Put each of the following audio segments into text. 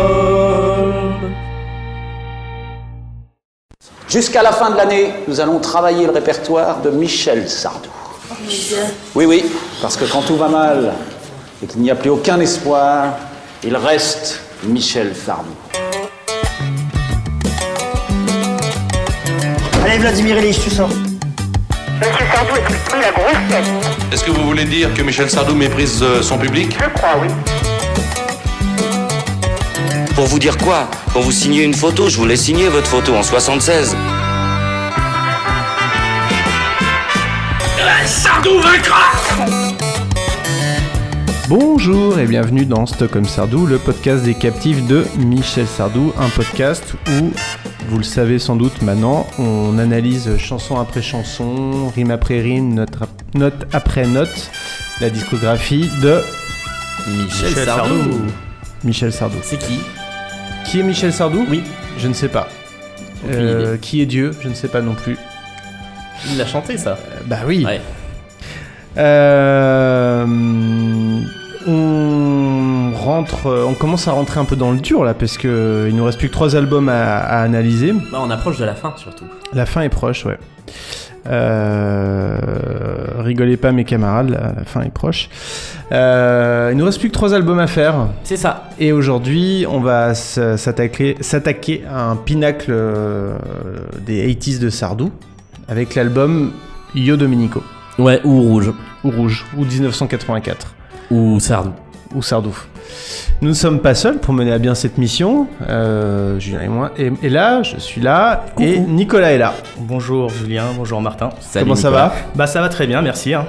Microstodome. Jusqu'à la fin de l'année, nous allons travailler le répertoire de Michel Sardou. Oui, oui, parce que quand tout va mal et qu'il n'y a plus aucun espoir, il reste Michel Sardou. Allez Vladimir Ilyich, tu sors. Monsieur Sardou est plutôt la grosse tête, Est-ce que vous voulez dire que Michel Sardou méprise euh, son public je crois, oui. Pour vous dire quoi Pour vous signer une photo, je voulais signer votre photo en 76. Bonjour et bienvenue dans Stockholm Sardou, le podcast des captifs de Michel Sardou, un podcast où, vous le savez sans doute maintenant, on analyse chanson après chanson, rime après rime, note, ap- note après note, la discographie de Michel, Sardou. Michel Sardou. C'est qui Qui est Michel Sardou Oui. Je ne sais pas. Aucune Euh, qui est Dieu Je ne sais pas non plus. Il l'a chanté ça. Euh, bah oui. Ouais. Euh, on rentre, euh, on commence à rentrer un peu dans le dur là, parce que euh, il nous reste plus que trois albums à, à analyser. Bah, on approche de la fin surtout. La fin est proche, ouais. Euh, rigolez pas mes camarades, la, la fin est proche. Euh, il nous reste plus que trois albums à faire. C'est ça. Et aujourd'hui, on va s- s'attaquer s'attaquer à un pinacle euh, des 80s de Sardou avec l'album Yo Dominico, Ouais, ou Rouge. ou Rouge, ou 1984 Ou Sardou. ou Sardou. Nous ne sommes pas seuls pour mener à bien cette mission. Euh, Julien et moi. Et, et là, je suis là. Et Nicolas est là. Bonjour Julien, bonjour Martin. Salut, Comment ça Nicolas. va Bah ça va très bien, merci. hein.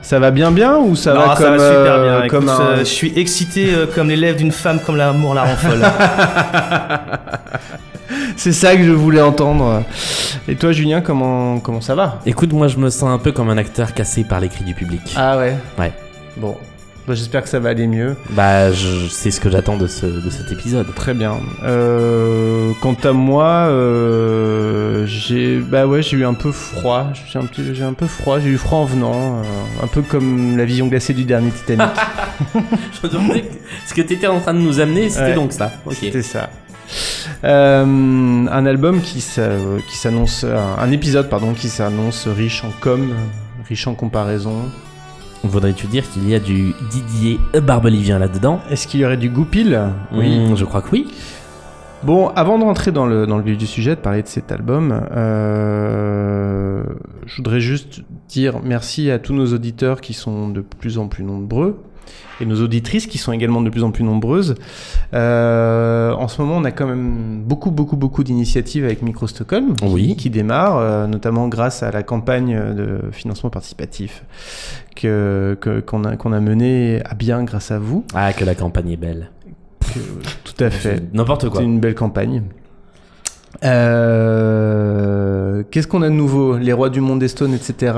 Ça va bien bien ou ça Non, va comme ça va super euh, bien. Écoute, comme un- euh, je suis excité euh, comme l'élève d'une femme, comme l'amour la rend folle. C'est ça que je voulais entendre. Et toi, Julien, comment comment ça va Écoute, moi je me sens un peu comme un acteur cassé par les cris du public. Ah ouais. Ouais. Bon. Bah, J'espère que ça va aller mieux. Bah, je- c'est ce que j'attends de, ce, de cet épisode. Très bien. Euh, quant à moi, euh, j'ai bah ouais, j'ai eu un peu froid. J'ai un petit, j'ai un peu froid. J'ai eu froid en venant, euh, un peu comme la vision glacée du dernier Titanic. Je me demandais que- ce que t'étais en train de nous amener, c'était Ouais. donc ça. Ok. C'était ça. Euh, un album qui s'a- qui s'annonce, un un épisode pardon, qui s'annonce riche en com, riche en comparaison. Voudrais-tu dire qu'il y a du Didier Barbelivien là-dedans Est-ce qu'il y aurait du goupil Hmm, je crois que oui. Bon, avant de rentrer dans le, dans le vif du sujet, de parler de cet album, euh, je voudrais juste dire merci à tous nos auditeurs qui sont de plus en plus nombreux et nos auditrices qui sont également de plus en plus nombreuses. Euh, en ce moment, on a quand même beaucoup, beaucoup, beaucoup d'initiatives avec Micro Stockholm qui- Oui. qui démarrent, euh, notamment grâce à la campagne de financement participatif que que- qu'on a, qu'on a menée à bien grâce à vous. Ah, que la campagne est belle. Tout à fait. N'importe quoi. Euh, C'est une belle campagne. Euh, Qu'est-ce qu'on a de nouveau Les rois du monde des Stones, etc.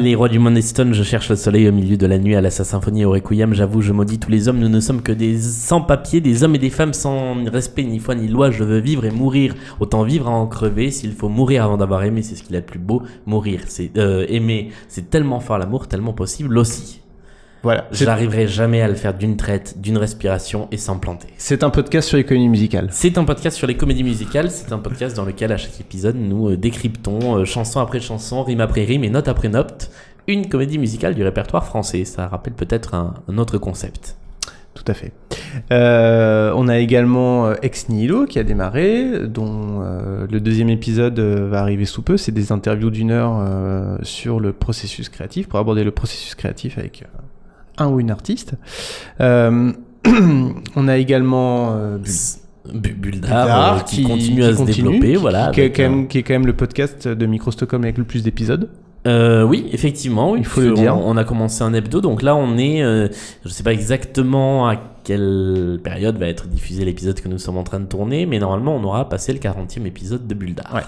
Les rois du monde et Stone, je cherche le soleil au milieu de la nuit à la sa symphonie et au requiem. J'avoue, je maudis tous les hommes. Nous ne sommes que des sans-papiers, des hommes et des femmes sans respect, ni foi, ni loi. Je veux vivre et mourir. Autant vivre à en crever. S'il faut mourir avant d'avoir aimé, c'est ce qu'il y a de plus beau. Mourir, c'est euh, aimer. C'est tellement fort l'amour, tellement possible aussi. Voilà. C'est- J'arriverai jamais à le faire d'une traite, d'une respiration et sans planter. C'est un podcast sur l'économie musicale. C'est un podcast sur les comédies musicales, c'est un podcast dans lequel à chaque épisode nous euh, décryptons euh, chanson après chanson, rime après rime et note après note une comédie musicale du répertoire français. Ça rappelle peut-être un, un autre concept. Tout à fait. Euh, on a également euh, Ex Nihilo qui a démarré, dont euh, le deuxième épisode euh, va arriver sous peu. C'est des interviews d'une heure euh, sur le processus créatif, pour aborder le processus créatif avec euh, un ou une artiste. Euh, on a également euh, Bullet Bu- Bulldar, Bulldar, euh, qui, continue à se continue, développer, qui- voilà. Qui, est avec quand un- même, qui est quand même le podcast de Micro Stockholm avec le plus d'épisodes. Euh, oui, effectivement, oui, Il faut parce le que dire. On, on a commencé un hebdo, donc là on est, euh, je sais pas exactement à quelle période va être diffusé l'épisode que nous sommes en train de tourner, mais normalement on aura passé le 40e épisode de Bulldar. Ouais.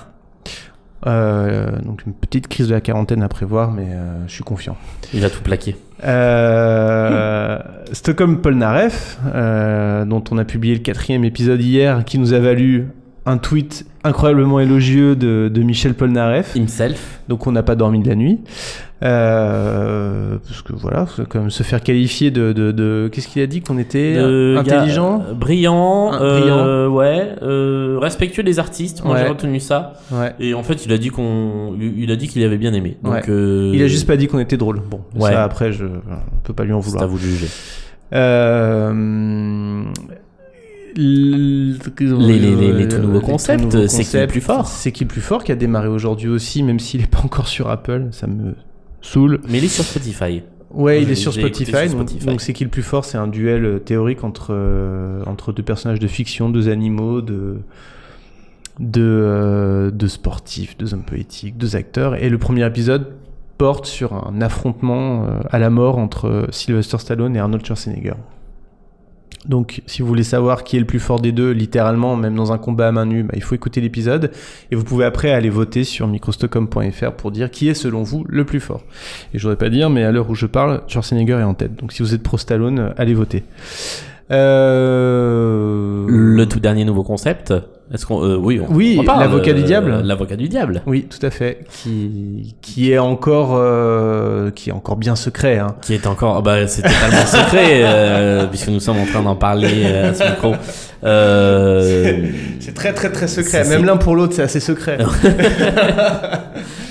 Euh, donc une petite crise de la quarantaine à prévoir, mais euh, je suis confiant. Il va tout plaquer. Euh, Stockholm Polnareff, euh, dont on a publié le quatrième épisode hier, qui nous a valu un tweet incroyablement élogieux de, de Michel Polnareff. Himself. Donc on n'a pas dormi de la nuit. Euh, parce que voilà, c'est quand même se faire qualifier de... de, de- Qu'est-ce qu'il a dit qu'on était Euh, euh, gars, intelligent euh, Brillant. Un- euh, Ouais. euh, Respectueux des artistes. Moi, Ouais. j'ai retenu ça. Ouais. Et en fait, il a dit qu'on, il a dit qu'il avait bien aimé. Donc, Ouais. euh, Il a juste pas dit qu'on était drôle. Bon, Ouais. ça après, je on peut pas lui en C'est à vouloir. vous de juger. Euh, l- les- les- les tout nouveaux nouveaux concepts, c'est qui le plus fort C'est qui le plus fort qui a démarré aujourd'hui aussi, même s'il est pas encore sur Apple, ça me saoule. Mais il est sur Spotify. Ouais, Moi, il je est l'ai- sur je l'ai écouté Spotify, sur donc- Spotify. donc c'est qui le plus fort C'est un duel euh, théorique entre, euh, entre deux personnages de fiction, deux animaux, deux, deux, euh, deux sportifs, deux hommes politiques, deux acteurs. Et le premier épisode porte sur un affrontement euh, à la mort entre euh, Sylvester Stallone et Arnold Schwarzenegger. Donc, si vous voulez savoir qui est le plus fort des deux, littéralement, même dans un combat à main nue, bah, il faut écouter l'épisode. Et vous pouvez après aller voter sur microstockcom.fr pour dire qui est, selon vous, le plus fort. Et je voudrais pas dire, mais à l'heure où je parle, Schwarzenegger est en tête. Donc, si vous êtes pro Stallone, euh, allez voter. Euh... Le tout dernier nouveau concept. Est-ce qu'on, euh, oui, on, Oui, on en parle, l'avocat du euh, diable. L'avocat du diable. Oui, tout à fait. Qui, qui est encore, euh, qui est encore bien secret. Hein. Qui est encore, ah bah, c'est totalement secret, euh, puisque nous sommes en train d'en parler euh, à ce micro. Euh, C'est très très très secret. secret. Même Même l'un pour l'autre, c'est assez secret.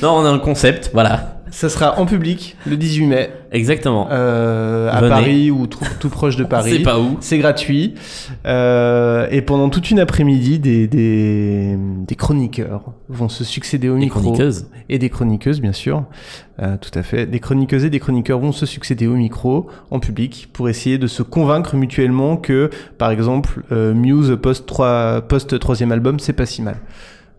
non, on a un concept, voilà. Ça sera en public le 18 mai Exactement. euh, à Venez. Paris ou tout, tout proche de Paris. C'est pas où. C'est gratuit. Euh, et pendant toute une après-midi, des, des, des chroniqueurs vont se succéder au Les micro. chroniqueuses. Et des chroniqueuses, bien sûr. Euh, tout à fait. Des chroniqueuses et des chroniqueurs vont se succéder au micro, en public, pour essayer de se convaincre mutuellement que, par exemple, euh, Muse post trois- post troisième album, c'est pas si mal.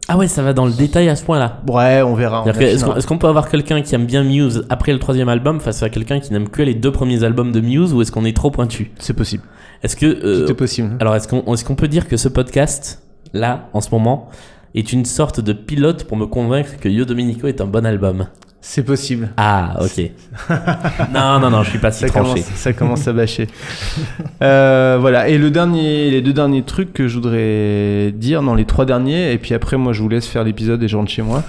Ah ouais, ça va dans le détail à ce point-là. Ouais, on verra. on C'est-à-dire que Est-ce affinera. qu'on est-ce qu'on peut avoir quelqu'un qui aime bien Muse après le troisième album face à quelqu'un qui n'aime que les deux premiers albums de Muse ou est-ce qu'on est trop pointu C'est possible. Est-ce que euh, Tout est possible. alors est-ce qu'on est-ce qu'on peut dire que ce podcast là en ce moment est une sorte de pilote pour me convaincre que Yo Domenico est un bon album C'est possible. Ah ok. non non non, je suis pas si Ça tranché. commence, ça commence à bâcher. Euh, voilà. Et le dernier, les deux derniers trucs que je voudrais dire, non, les trois derniers, et puis après, moi, je vous laisse faire l'épisode et je rentre chez moi.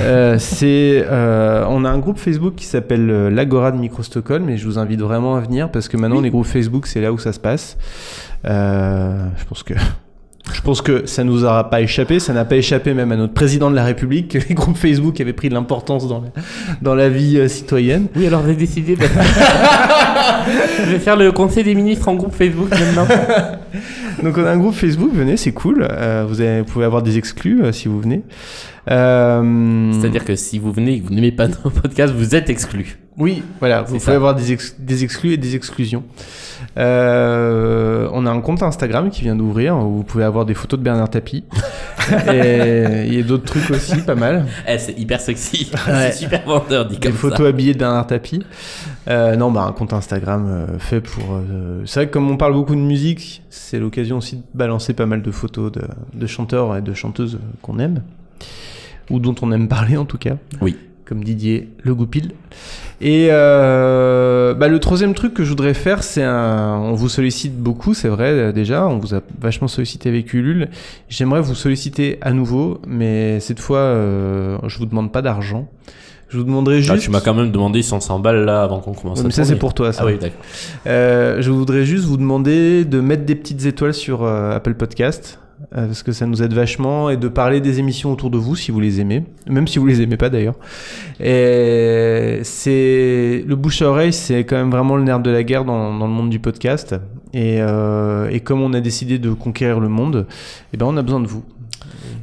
Euh, c'est, euh, on a un groupe Facebook qui s'appelle euh, l'Agora de Micro Stockholm, et je vous invite vraiment à venir parce que maintenant, les groupes Facebook, c'est là où ça se passe. Euh, je pense que. Je pense que ça nous aura pas échappé, ça n'a pas échappé même à notre président de la République que les groupes Facebook avaient pris de l'importance dans la, dans la vie euh, citoyenne. Oui alors j'ai décidé. je vais faire le conseil des ministres en groupe Facebook maintenant. Mm. Donc on a un groupe Facebook, venez, c'est cool. Euh, vous, avez- vous pouvez avoir des exclus euh, si vous venez. Euh, C'est-à-dire que si vous venez et que vous n'aimez pas nos podcasts, vous êtes exclu. Oui, voilà, vous C'est pouvez ça. avoir des, ex- des exclus et des exclusions. Euh, on a un compte Instagram qui vient d'ouvrir où vous pouvez avoir des photos de Bernard Tapie. et il y a d'autres trucs aussi, pas mal. Eh, c'est hyper sexy. Ouais. c'est super vendeur dit Des comme ça. photos habillées de Bernard Tapie. Euh, non, bah, un compte Instagram euh, fait pour. euh, c'est vrai que comme on parle beaucoup de musique, c'est l'occasion aussi de balancer pas mal de photos de, de chanteurs et de chanteuses qu'on aime, ou dont on aime parler en tout cas. Oui. Comme Didier Le Goupil. Et euh, bah, le troisième truc que je voudrais faire, c'est un. On vous sollicite beaucoup, c'est vrai euh, déjà. On vous a vachement sollicité avec Ulule. J'aimerais vous solliciter à nouveau, mais cette fois, euh, je vous demande pas d'argent. Je vous demanderai juste. Ah, tu m'as quand même demandé 100 balles là avant qu'on commence Ouais, à mais ça tourner. c'est pour toi. Ça. Ah oui, d'accord. Euh, je voudrais juste vous demander de mettre des petites étoiles sur euh, Apple Podcast euh, parce que ça nous aide vachement et de parler des émissions autour de vous si vous les aimez, même si vous les aimez pas d'ailleurs. Et c'est le bouche à oreille, c'est quand même vraiment le nerf de la guerre dans, dans le monde du podcast. Et, euh, et comme on a décidé de conquérir le monde, eh ben on a besoin de vous.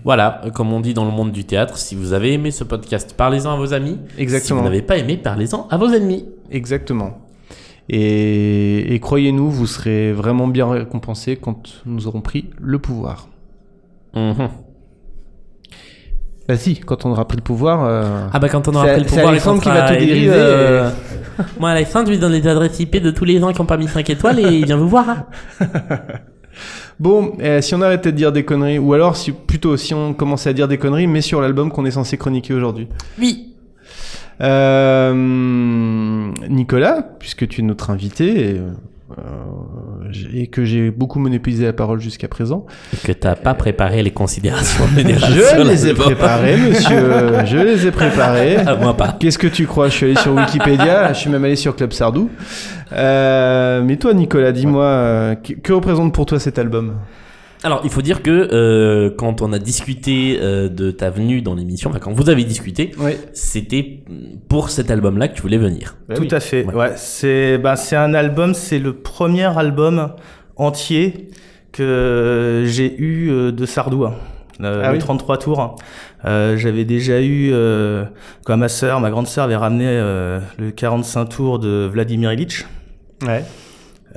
Voilà, euh, comme on dit dans le monde du théâtre, si vous avez aimé ce podcast, parlez-en à vos amis. Si Exactement. vous n'avez pas aimé, parlez-en à vos ennemis. Exactement. Et, et croyez-nous, vous serez vraiment bien récompensés quand nous aurons pris le pouvoir. Mhm. Bah si, quand on aura pris le pouvoir. euh, Ah bah quand on aura C'est- pris le c'est pouvoir, et Alexandre qu'on qui va sera tout élu, dériver. euh, Moi, Alexandre, je lui donne les adresses IP de tous les gens qui n'ont pas mis 5 étoiles et il vient vous voir. hein. Bon, euh, si on arrêtait de dire des conneries, ou alors si, plutôt si on commençait à dire des conneries, mais sur l'album qu'on est censé chroniquer aujourd'hui. Oui. Euh, Nicolas, puisque tu es notre invité, et, euh, euh, j'ai- et que j'ai beaucoup monopolisé la parole jusqu'à présent. Que t'as pas préparé les considérations Je générales. les ai préparés, monsieur. Je les ai préparés. Ah, moi pas. Qu'est-ce que tu crois Je suis allé sur Wikipédia, je suis même allé sur Club Sardou. Euh, mais toi, Nicolas, dis-moi, euh, que, que représente pour toi cet album Alors, il faut dire que euh, quand on a discuté euh, de ta venue dans l'émission, enfin, quand vous avez discuté, Oui, c'était pour cet album-là que tu voulais venir. Bah Tout oui. à fait. Ouais. Ouais. C'est ben, c'est un album, c'est le premier album entier que j'ai eu euh, de Sardou. hein. Euh, Ah le oui. 33 tours. Euh, J'avais déjà eu, euh, quand ma sœur, ma grande sœur avait ramené euh, le 45 tours de Vladimir Ilitch. Ouais.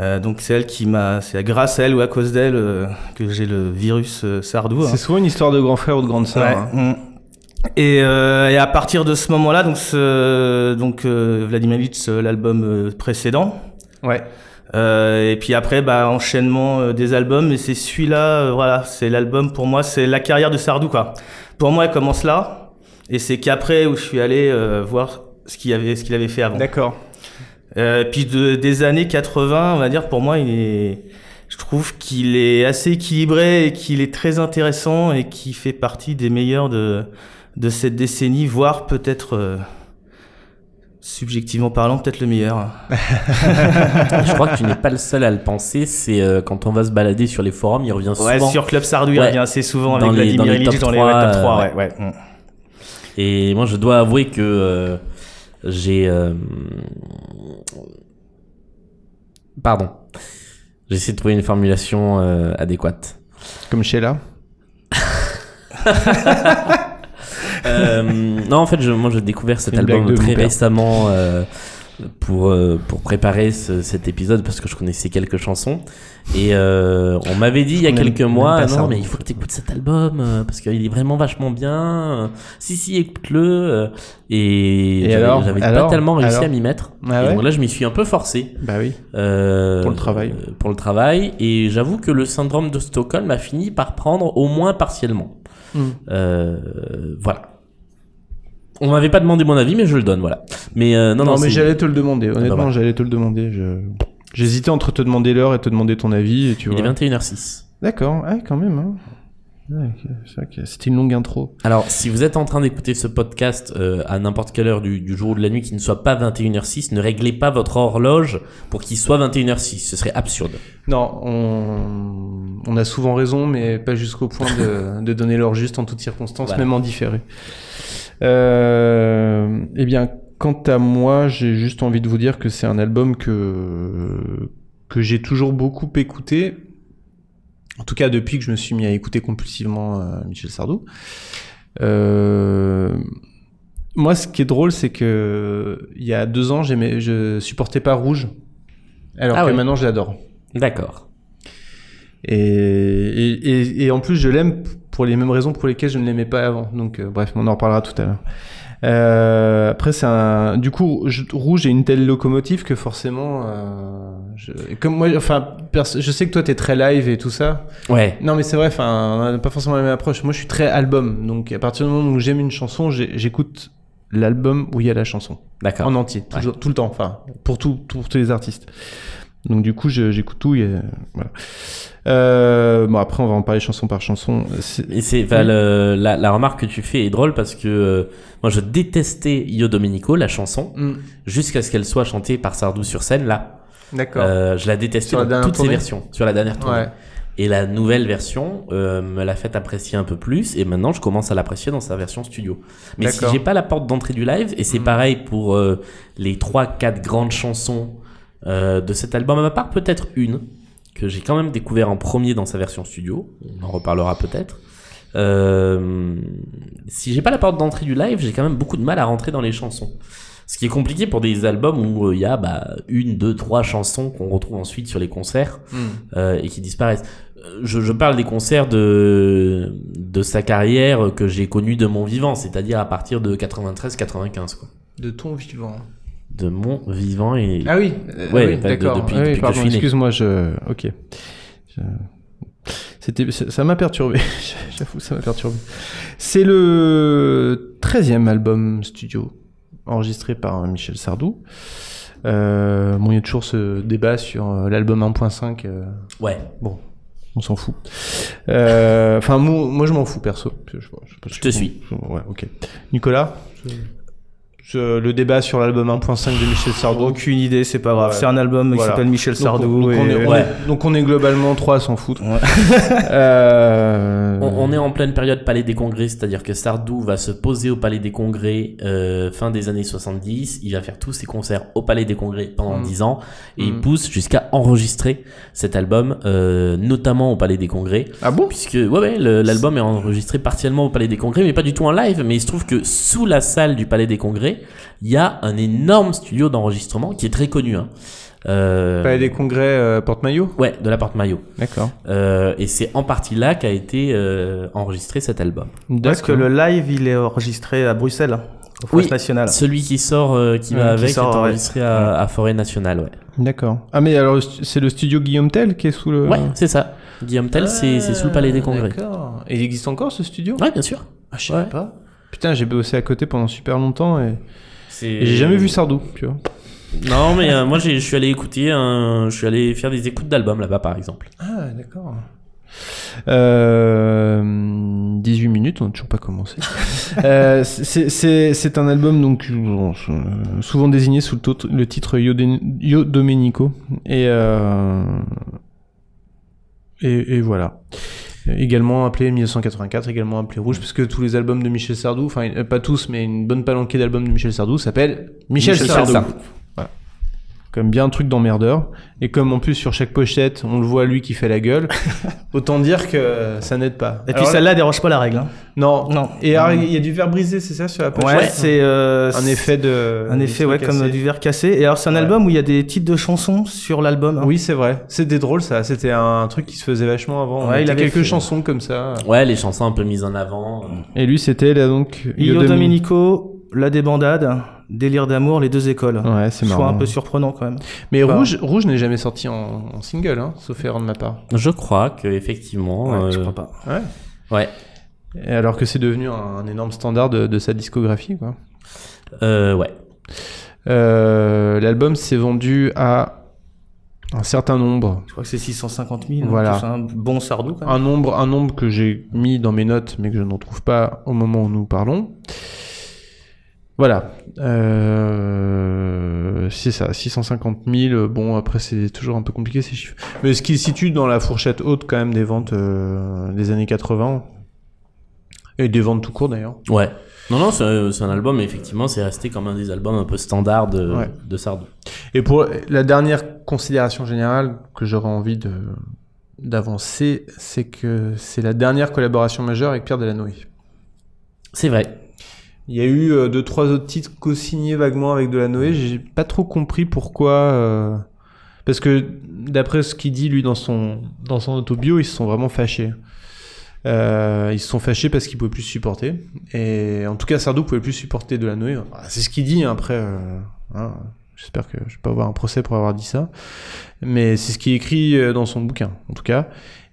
Euh, donc c'est elle qui m'a, c'est grâce à elle ou à cause d'elle euh, que j'ai le virus euh, Sardou. hein. C'est souvent une histoire de grand frère ou de grande sœur. Ouais, hein. mm. Et, euh, et à partir de ce moment-là, donc, ce, donc euh, Vladimir Ilitch, euh, l'album euh, précédent. Ouais. Euh, et puis après, bah, enchaînement euh, des albums. Et c'est celui-là, euh, voilà, c'est l'album pour moi, c'est la carrière de Sardou, quoi. Pour moi, elle commence là. Et c'est qu'après où je suis allé euh, voir ce qu'il y avait, ce qu'il avait fait avant. D'accord. Euh, puis de, des années 80, on va dire, pour moi, il est, je trouve qu'il est assez équilibré et qu'il est très intéressant et qu'il fait partie des meilleurs de, de cette décennie, voire peut-être, euh, subjectivement parlant, peut-être le meilleur. Je crois que tu n'es pas le seul à le penser. C'est euh, quand on va se balader sur les forums, il revient Ouais, souvent. sur Club Sardou, il Ouais. revient assez souvent Dans avec les- dans Vladimir les top Ilitch dans les trois, ouais, top euh, 3, ouais, ouais. Mm. Et moi, je dois avouer que euh, j'ai. euh, Pardon. J'essaie de trouver une formulation euh, adéquate. Comme Sheila. Euh, non, en fait, je, moi, j'ai découvert cet Une album blague de très mon père. récemment euh, pour euh, pour préparer ce- cet épisode parce que je connaissais quelques chansons et euh, on m'avait dit il y a On aime- quelques on aime mois ah, pas non ça, mais on il faut que t'écoutes cet album euh, parce qu'il est vraiment vachement bien euh, si si écoute-le euh, et, Et j'avais- alors j'avais pas Alors tellement réussi Alors à m'y mettre Ah et ouais donc là je m'y suis un peu forcé Bah oui. euh, Pour le travail. euh, pour le travail. Et j'avoue que le syndrome de Stockholm a fini par prendre au moins partiellement. Mm. Euh, voilà. On m'avait pas demandé mon avis, mais je le donne, voilà. Mais euh, non, Non, non, mais c'est- j'allais te le demander. Honnêtement, bah ouais. j'allais te le demander. Je- J'hésitais entre te demander l'heure et te demander ton avis. Et tu Il est vois. 21h06. D'accord. Ouais, quand même. hein. Ouais, ok. C'est vrai que C'était une longue intro. Alors, si vous êtes en train d'écouter ce podcast euh, à n'importe quelle heure du, du jour ou de la nuit qui ne soit pas 21h06, ne réglez pas votre horloge pour qu'il soit 21h06. Ce serait absurde. Non, on, on a souvent raison, mais pas jusqu'au point de, de donner l'heure juste en toutes circonstances, Voilà. même en différé. Euh, eh bien, quant à moi, j'ai juste envie de vous dire que c'est un album que, que j'ai toujours beaucoup écouté. En tout cas, depuis que je me suis mis à écouter compulsivement euh, Michel Sardou. Euh, moi, ce qui est drôle, c'est que il y a deux ans, j'aimais, je supportais pas Rouge, alors Ah que ouais. maintenant, je l'adore. D'accord. Et, et, et- et en plus, je l'aime p- pour les mêmes raisons pour lesquelles je ne l'aimais pas avant. Donc, euh, bref, on en reparlera tout à l'heure. Euh, après, c'est un. Du coup, je- Rouge est une telle locomotive que forcément. euh, je... Comme moi, enfin, perso- je sais que toi, t'es très live et tout ça. Ouais. Non, mais c'est vrai, enfin, on n'a pas forcément la même approche. Moi, je suis très album. Donc, à partir du moment où j'aime une chanson, j'ai- j'écoute l'album où il y a la chanson. D'accord. En entier, toujours- tout le temps, enfin, pour, tout, tout- pour tous les artistes. Donc du coup, je- j'écoute tout. Et, voilà. Euh, bon, après, on va en parler chanson par chanson. C'est- Et c'est, enfin, Oui. le- la, la remarque que tu fais est drôle parce que euh, moi je détestais Io Domenico, la chanson, Hmm, jusqu'à ce qu'elle soit chantée par Sardou sur scène là. D'accord. Euh, je la détestais Sur la dans dernière toutes ses tournée versions, sur la dernière tournée. ouais. Et la nouvelle version euh, me l'a fait apprécier un peu plus et maintenant je commence à l'apprécier dans sa version studio. Mais si D'accord. Hmm. j'ai pas la porte d'entrée du live, et c'est pareil pour euh, les trois quatre grandes chansons euh, de cet album, à part peut-être une que j'ai quand même découvert en premier dans sa version studio, on en reparlera peut-être. Euh, si j'ai pas la porte d'entrée du live, j'ai quand même beaucoup de mal à rentrer dans les chansons. Ce qui est compliqué pour des albums où il y a bah, une, deux, trois chansons qu'on retrouve ensuite sur les concerts Hmm. euh, et qui disparaissent. Euh, Je, je parle des concerts de, de sa carrière que j'ai connu de mon vivant, c'est-à-dire à partir de 93-95, quoi. De ton vivant. De mon vivant et... Ah oui. euh, Ouais, ah oui, bah, de- d'accord. depuis- Ah oui, depuis que pardon, je suis né. excuse-moi. Je. Ok. Je- C'était. ça- Ça m'a perturbé. J'avoue, ça m'a perturbé. C'est le 13e album studio enregistré par Michel euh, Sardou. Euh, bon, il y a toujours ce débat sur euh, l'album 1.5. euh, Ouais. on s'en fout. Euh, Enfin, moi, moi, je m'en fous perso. Je, je- je- Je te suis. Ouais, ok. Nicolas, Je- le débat sur l'album 1.5 de Michel Sardou. Aucune idée, c'est pas grave. Ouais. C'est un album qui Voilà. s'appelle Michel Donc, Sardou. donc, on et- est, on Ouais. est- donc on est globalement trois à s'en foutre. Ouais. Euh, On, on est en pleine période Palais des Congrès, c'est-à-dire que Sardou va se poser au Palais des Congrès euh, fin des années 70. Il va faire tous ses concerts au Palais des Congrès pendant Mm. 10 ans et il Mm. pousse jusqu'à enregistrer cet album, euh, notamment au Palais des Congrès. Ah bon Puisque ouais, ouais, le- l'album est enregistré partiellement au Palais des Congrès, mais pas du tout en live. Mais il se trouve que sous la salle du Palais des Congrès, il y a un énorme studio d'enregistrement qui est très connu. Hein. Euh, Palais des congrès euh, porte-maillot Ouais, de la porte maillot. D'accord. et c'est en partie là qu'a été euh, enregistré cet album. Parce que le live, il est enregistré à Bruxelles, au Oui. France National. Celui qui sort, euh, qui Ouais, va qui avec, sort, est ouais. enregistré à, à Forêt Nationale. Ouais, D'accord. Ah mais alors c'est le studio Guillaume Tell qui est sous le. ouais c'est ça. Guillaume Tell, c'est c'est sous le Palais des Congrès. D'accord. Et il existe encore ce studio Ouais, bien sûr. Ah, je Ouais. savais pas. Putain, j'ai bossé à côté pendant super longtemps et, et j'ai jamais vu Sardou, tu vois. Non, mais euh, moi, j'ai- je suis allé écouter, un- je suis allé faire des écoutes d'albums là-bas, par exemple. Ah, d'accord. Euh, 18 minutes, on n'a toujours pas commencé. Euh, c'est- c'est c'est un album donc bon, euh, souvent désigné sous le, tot- le titre Yo, Den- Yo Domenico et, euh, et et voilà. Également appelé 1984, également appelé Rouge, parce que tous les albums de Michel Sardou, enfin euh, pas tous, mais une bonne palanquée d'albums de Michel Sardou s'appelle Michel, Michel Sardou. Sardou. Voilà. Comme bien un truc d'emmerdeur. Et comme en plus sur chaque pochette, on le voit lui qui fait la gueule, autant dire que ça n'aide pas. Et puis Alors là- celle-là dérange pas la règle. hein. Non. Non. Et alors, il y a du verre brisé, c'est ça sur la pochette Ouais, c'est euh, Un effet de. Un effet, ouais, Euh, cassé. comme du verre cassé. Et alors, c'est un Ouais. album où il y a des titres de chansons sur l'album. hein. Oui, c'est vrai. C'était drôle ça. C'était un truc qui se faisait vachement avant. Ouais, On il mettait avait quelques fait- chansons comme ça. Ouais, les chansons un peu mises en avant. euh. Et lui, c'était là donc. Io Yodomi- Domenico, La Débandade, Délire d'amour, les deux écoles. Ouais, c'est Soit marrant. un peu surprenant quand même. Mais Enfin- Rouge, Rouge n'est jamais sorti en, en single, hein, sauf erreur de ma part. Je crois que effectivement. Ouais, je euh, crois pas. Ouais. Ouais. Et alors que c'est devenu un, un énorme standard de, de sa discographie, quoi. euh, ouais. Euh, L'album s'est vendu à un certain nombre. Je crois que c'est 650 000. Voilà. donc C'est un bon sardou quand même. Un nombre, un nombre que j'ai mis dans mes notes, mais que je n'en trouve pas au moment où nous parlons. Voilà. Euh, c'est ça, 650 000. Bon, après, c'est toujours un peu compliqué ces chiffres. Mais ce qui se situe dans la fourchette haute, quand même, des ventes euh, des années 80. Et des ventes tout court, d'ailleurs. Ouais. Non, non, c'est c'est un album, mais effectivement, c'est resté comme un des albums un peu standard de, Ouais. de Sardou. Et pour la dernière considération générale que j'aurais envie de d'avancer, c'est que c'est la dernière collaboration majeure avec Pierre Delanoë. C'est vrai. Il y a eu euh, deux trois autres titres co-signés vaguement avec Delanoë. J'ai pas trop compris pourquoi. euh, Parce que d'après ce qu'il dit lui dans son dans son autobio, ils se sont vraiment fâchés. Euh, ils se sont fâchés parce qu'ils pouvaient plus se supporter. Et en tout cas, Sardou pouvait plus supporter Delanoë. Ah, C'est ce qu'il dit hein, après. euh, hein, J'espère que je vais pas avoir un procès pour avoir dit ça. Mais c'est ce qu'il écrit euh, dans son bouquin, en tout cas.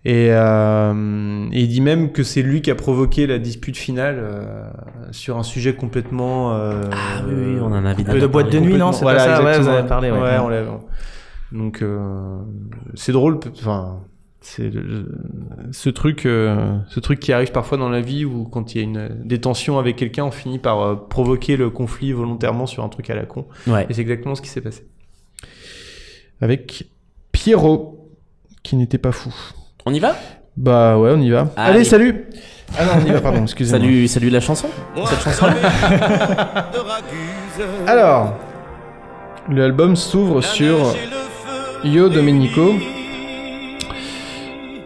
Et, euh, et il dit même que c'est lui qui a provoqué la dispute finale euh, sur un sujet complètement. euh, Ah oui, oui, on en avait complètement- déjà parlé. boîte de nuit, non, c'est pas ça Ouais, vous exactement. en avez parlé, ouais. on l'avait- Donc, euh, c'est drôle. peut- Enfin, c'est le- ce truc, euh, ce truc qui arrive parfois dans la vie où quand il y a une des tensions avec quelqu'un, on finit par euh, provoquer le conflit volontairement sur un truc à la con. Ouais. Et c'est exactement ce qui s'est passé. Avec Pierrot, qui n'était pas fou. On y va Bah ouais, on y va. Allez. Allez, salut Ah non, on y va, pardon, excusez-moi. Salut, salut la chanson Cette chanson Alors, l'album s'ouvre sur Yo Domenico.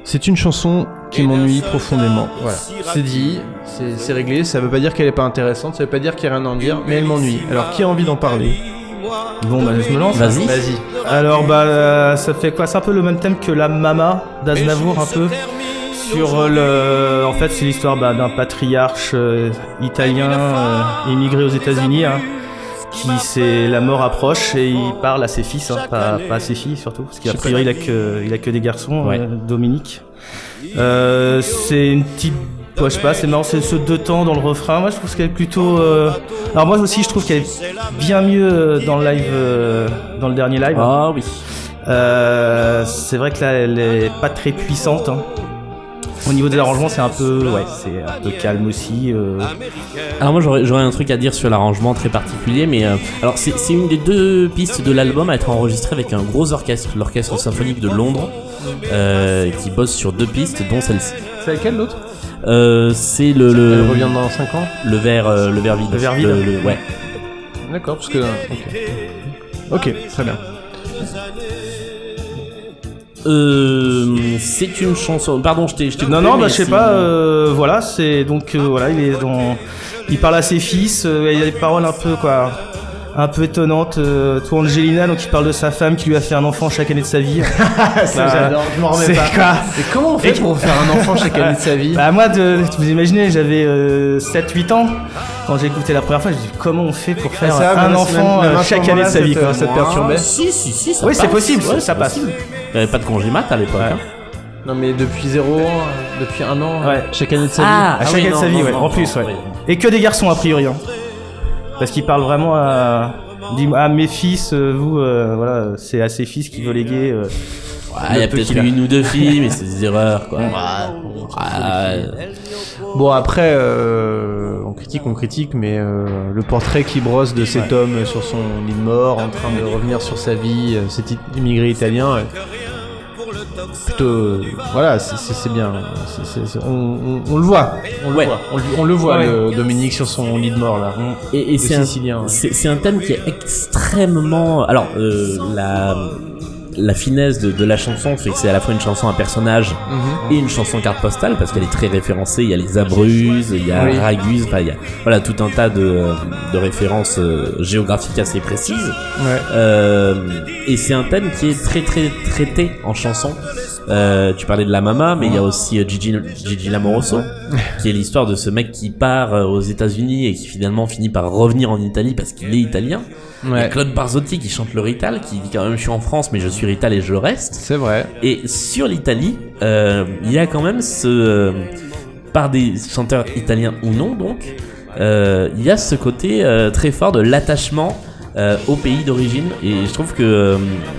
C'est une chanson qui m'ennuie profondément. Voilà. C'est dit, c'est c'est réglé. Ça veut pas dire qu'elle est pas intéressante, ça veut pas dire qu'il y a rien à en dire, mais elle m'ennuie. Alors, qui a envie d'en parler Ah. Bon, bah, je me lance. Vas-y. Alors, bah, euh, ça fait quoi C'est un peu le même thème que La Mama d'Aznavour, un peu. Sur euh, le. En fait, c'est l'histoire bah, d'un patriarche euh, italien euh, immigré aux États-Unis. hein, qui c'est la mort approche et il parle à ses fils, hein, pas, pas à ses filles surtout, parce qu'à priori il a que il a que des garçons, Ouais. euh, Dominique. Euh, c'est une petite Ouais, je sais pas, c'est marrant, c'est ce deux temps dans le refrain. Moi, je trouve qu'elle est plutôt. euh, Alors, moi aussi, je trouve qu'elle est bien mieux euh, dans le live, euh, dans le dernier live. Ah oui. Euh, c'est vrai que là, elle est pas très puissante. hein. Au niveau des arrangements, c'est un peu, ouais, c'est un peu calme aussi. euh. Alors moi j'aurais j'aurais un truc à dire sur l'arrangement très particulier, mais euh, alors c'est c'est une des deux pistes de l'album à être enregistrée avec un gros orchestre, l'orchestre symphonique de Londres, euh, qui bosse sur deux pistes, dont celle-ci. C'est laquelle l'autre Euh, c'est le Elle le, revient dans 5 ans le verre euh, le verre vide. Le verre vide. le- ouais. D'accord, parce que. Ok. Ok, très bien. Euh, c'est une chanson. Pardon, je t'ai je t'ai Non, coupé, non, mais bah, je sais c'est- pas. euh, voilà, c'est donc euh, voilà, il est dans, il parle à ses fils. euh, il y a des paroles un peu quoi, un peu étonnantes. euh, tout Angelina, donc il parle de sa femme qui lui a fait un enfant chaque année de sa vie. Bah, je m'en c'est quoi Et comment on fait Et- pour faire un enfant chaque année de sa vie Bah moi, de, vous imaginez, j'avais 7-8 ans quand j'ai écouté la première fois. J'ai dit comment on fait pour faire Ah, ça, un même- enfant même euh, à ce chaque année de sa vie moment-là, quoi. ça te- ça te perturbait Ah, Si, si, si, ça Oui, passe. c'est possible, Ouais, ça c'est passe. possible. Il n'y avait pas de congé mat à l'époque. Ouais. hein. Non, mais depuis 0 ans, euh, depuis un an, Ouais. chaque année de sa Ah, À chaque oui, année de non, sa vie, non, ouais. non, en plus, non, ouais. oui. Et que des garçons, a priori. hein. Parce qu'il parle vraiment à, dit, à mes fils, euh, vous, euh, voilà, c'est à ses fils qu'il veut léguer. euh. Ah, il y a Le petit, peut-être là. eu une ou deux filles, mais c'est des erreurs, quoi. Ah, vie. Bon, après, euh, on critique, on critique, mais euh, le portrait qui brosse de cet homme sur son lit de mort, en train de revenir sur sa vie, euh, cet i- immigré italien. euh, Plutôt, euh, voilà, c'est- c'est c'est bien. C'est- c'est- c'est- on, on- on le voit, on le Ouais. voit, on, le- on le voit, Ouais. le Dominique sur son lit de mort là. Et, et Le c'est un, Sicilien, hein. ouais. c'est- c'est un thème qui est extrêmement. Alors, euh, la, la finesse de, de la chanson, c'est que c'est à la fois une chanson à personnage Mhm. et une chanson carte postale, parce qu'elle est très référencée. Il y a les Abruzes, il y a Oui. Raguse, enfin, il y a voilà, tout un tas de, euh, de références euh, géographiques assez précises. Ouais. Euh, et c'est un thème qui est très très traité en chanson. Euh, tu parlais de la mama, mais il y a aussi euh, Gigi, Gigi Lamoroso, qui est l'histoire de ce mec qui part euh, aux États-Unis et qui finalement finit par revenir en Italie parce qu'il est italien. Et Ouais. Claude Barzotti qui chante le Rital, qui dit quand même je suis en France mais je suis Rital et je le reste. C'est vrai. Et sur l'Italie, euh, il y a quand même ce. euh, par des chanteurs italiens ou non, donc, euh, il y a ce côté euh, très fort de l'attachement euh, au pays d'origine. Et je trouve que euh,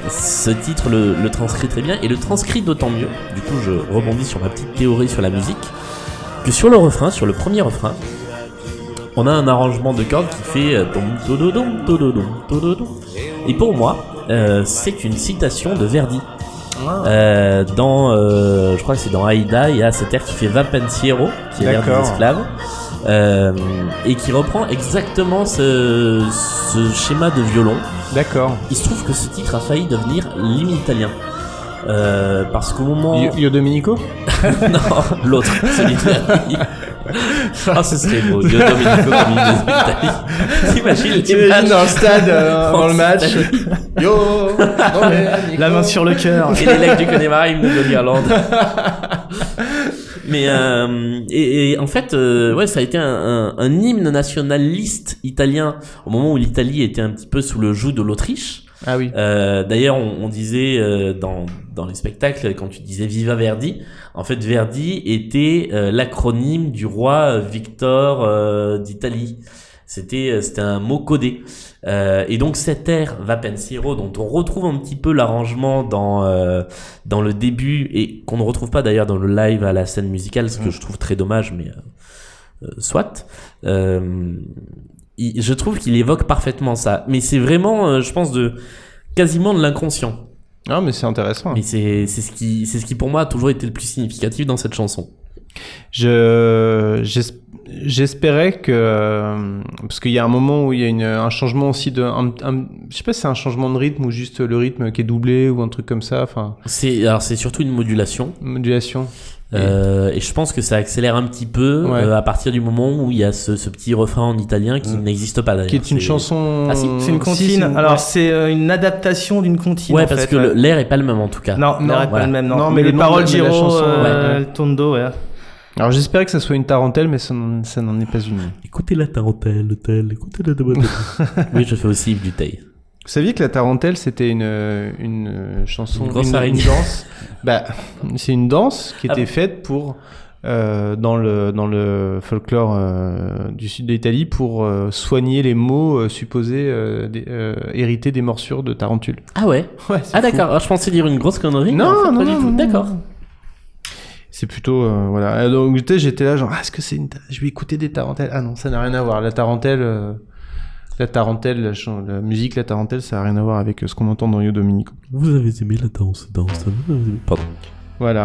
ce titre le, le transcrit très bien et le transcrit d'autant mieux. Du coup, je rebondis sur ma petite théorie sur la musique. Que sur le refrain, sur le premier refrain, on a un arrangement de cordes qui fait euh, dom, dododom, dododom, dododom. Et pour moi, euh, c'est une citation de Verdi. Euh, dans, euh, je crois que c'est dans Aïda, il y a cet air qui fait Va pensiero, qui est l'air des D'accord. esclaves, euh, et qui reprend exactement ce, ce schéma de violon. D'accord. Il se trouve que ce titre a failli devenir l'hymne italien. Euh, parce qu'au moment. Yo, Yo Dominico Non, l'autre, celui de Verdi. Ah, ce serait beau, Dio Domenico comme hymne de l'Italie. T'imagines l'image le stade avant le match. Yo La main sur le cœur. Et les lacs du Connemara, ils me donnent l'Irlande. Mais euh, et, et en fait, euh, ouais, ça a été un, un- un hymne nationaliste italien au moment où l'Italie était un petit peu sous le joug de l'Autriche. Ah oui. Euh, D'ailleurs, on, on disait euh, dans, dans les spectacles, quand tu disais Viva Verdi, en fait, Verdi était euh, l'acronyme du roi Victor euh, d'Italie. C'était euh, c'était un mot codé. Euh, et donc cet air Va Pensiero, dont on retrouve un petit peu l'arrangement dans, euh, dans le début, et qu'on ne retrouve pas d'ailleurs dans le live à la scène musicale, ce que je trouve très dommage, mais euh, euh, soit. Euh, il- je trouve qu'il évoque parfaitement ça. Mais c'est vraiment, euh, je pense, de quasiment de l'inconscient. Non mais c'est intéressant. hein. Mais c'est c'est ce qui c'est ce qui pour moi a toujours été le plus significatif dans cette chanson. Je j'es- j'espérais que euh, parce qu'il y a un moment où il y a une, un changement aussi de un, un- je sais pas si c'est un changement de rythme ou juste le rythme qui est doublé ou un truc comme ça enfin C'est alors c'est surtout une modulation modulation. euh, et je pense que ça accélère un petit peu Ouais. euh, à partir du moment où il y a ce, ce petit refrain en italien qui n'existe pas d'ailleurs. qui est une C'est- chanson Ah, si, C'est si, une comptine. c'est une- Alors, ouais. c'est euh, une adaptation d'une comptine. Ouais en parce fait, que ouais. le- l'air est pas le même en tout cas. Non, Non, non, voilà. pas le même. Non, Non, mais mais, le les nom paroles de la- de la Giro, chanson, euh, ouais. le tondo, ouais. Alors j'espérais que ça soit une tarentelle mais ça n'en ça n'en est pas une. Écoutez la tarentelle, telle, écoutez la tarentelle. oui, je fais aussi Yves Duteil. Vous saviez que la tarentelle c'était une, une chanson, Une grosse araignée. danse. bah, c'est une danse qui Ah était bon. faite pour euh, dans le dans le folklore euh, du sud de l'Italie pour euh, soigner les maux euh, supposés euh, des- euh, hérités des morsures de tarentules. Ah ouais Ouais, c'est Ah fou. d'accord, Alors, je pensais dire une grosse connerie. Non, mais en fait, non, non, pas du non, tout. non, D'accord. non. C'est plutôt euh, voilà. Et Donc tu sais, j'étais là genre ah, est-ce que c'est une ta- je vais écouter des tarentelles. Ah non, ça n'a rien à voir. La tarentelle euh, la tarentelle la, chan- la musique la tarentelle ça n'a rien à voir avec euh, ce qu'on entend dans Yo Dominico. Vous avez aimé la danse, danse. Pardon. Voilà.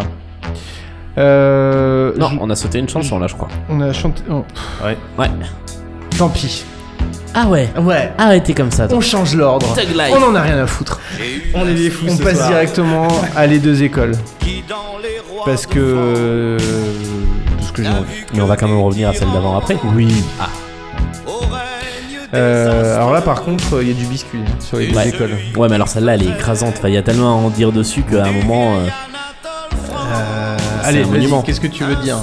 Euh, Non, je- on a sauté une chanson là, je crois. on a chanté oh, Ouais. tant pis. Ah ouais. Ouais. Arrêtez comme ça. On toi. change l'ordre. Tug life. On en a rien à foutre. On est des fous On ce passe soir. directement à les deux écoles. Parce que. euh, Parce que j'ai envie. Mais on va quand même revenir à celle d'avant après. Ah, Oui. Euh, alors là, par contre, il y a du biscuit hein, sur les deux Ouais. écoles. Ouais, mais alors celle-là, elle est écrasante. Enfin, il y a tellement à en dire dessus qu'à un moment. euh, Euh, C'est allez, un monument. vas-y, qu'est-ce que tu veux dire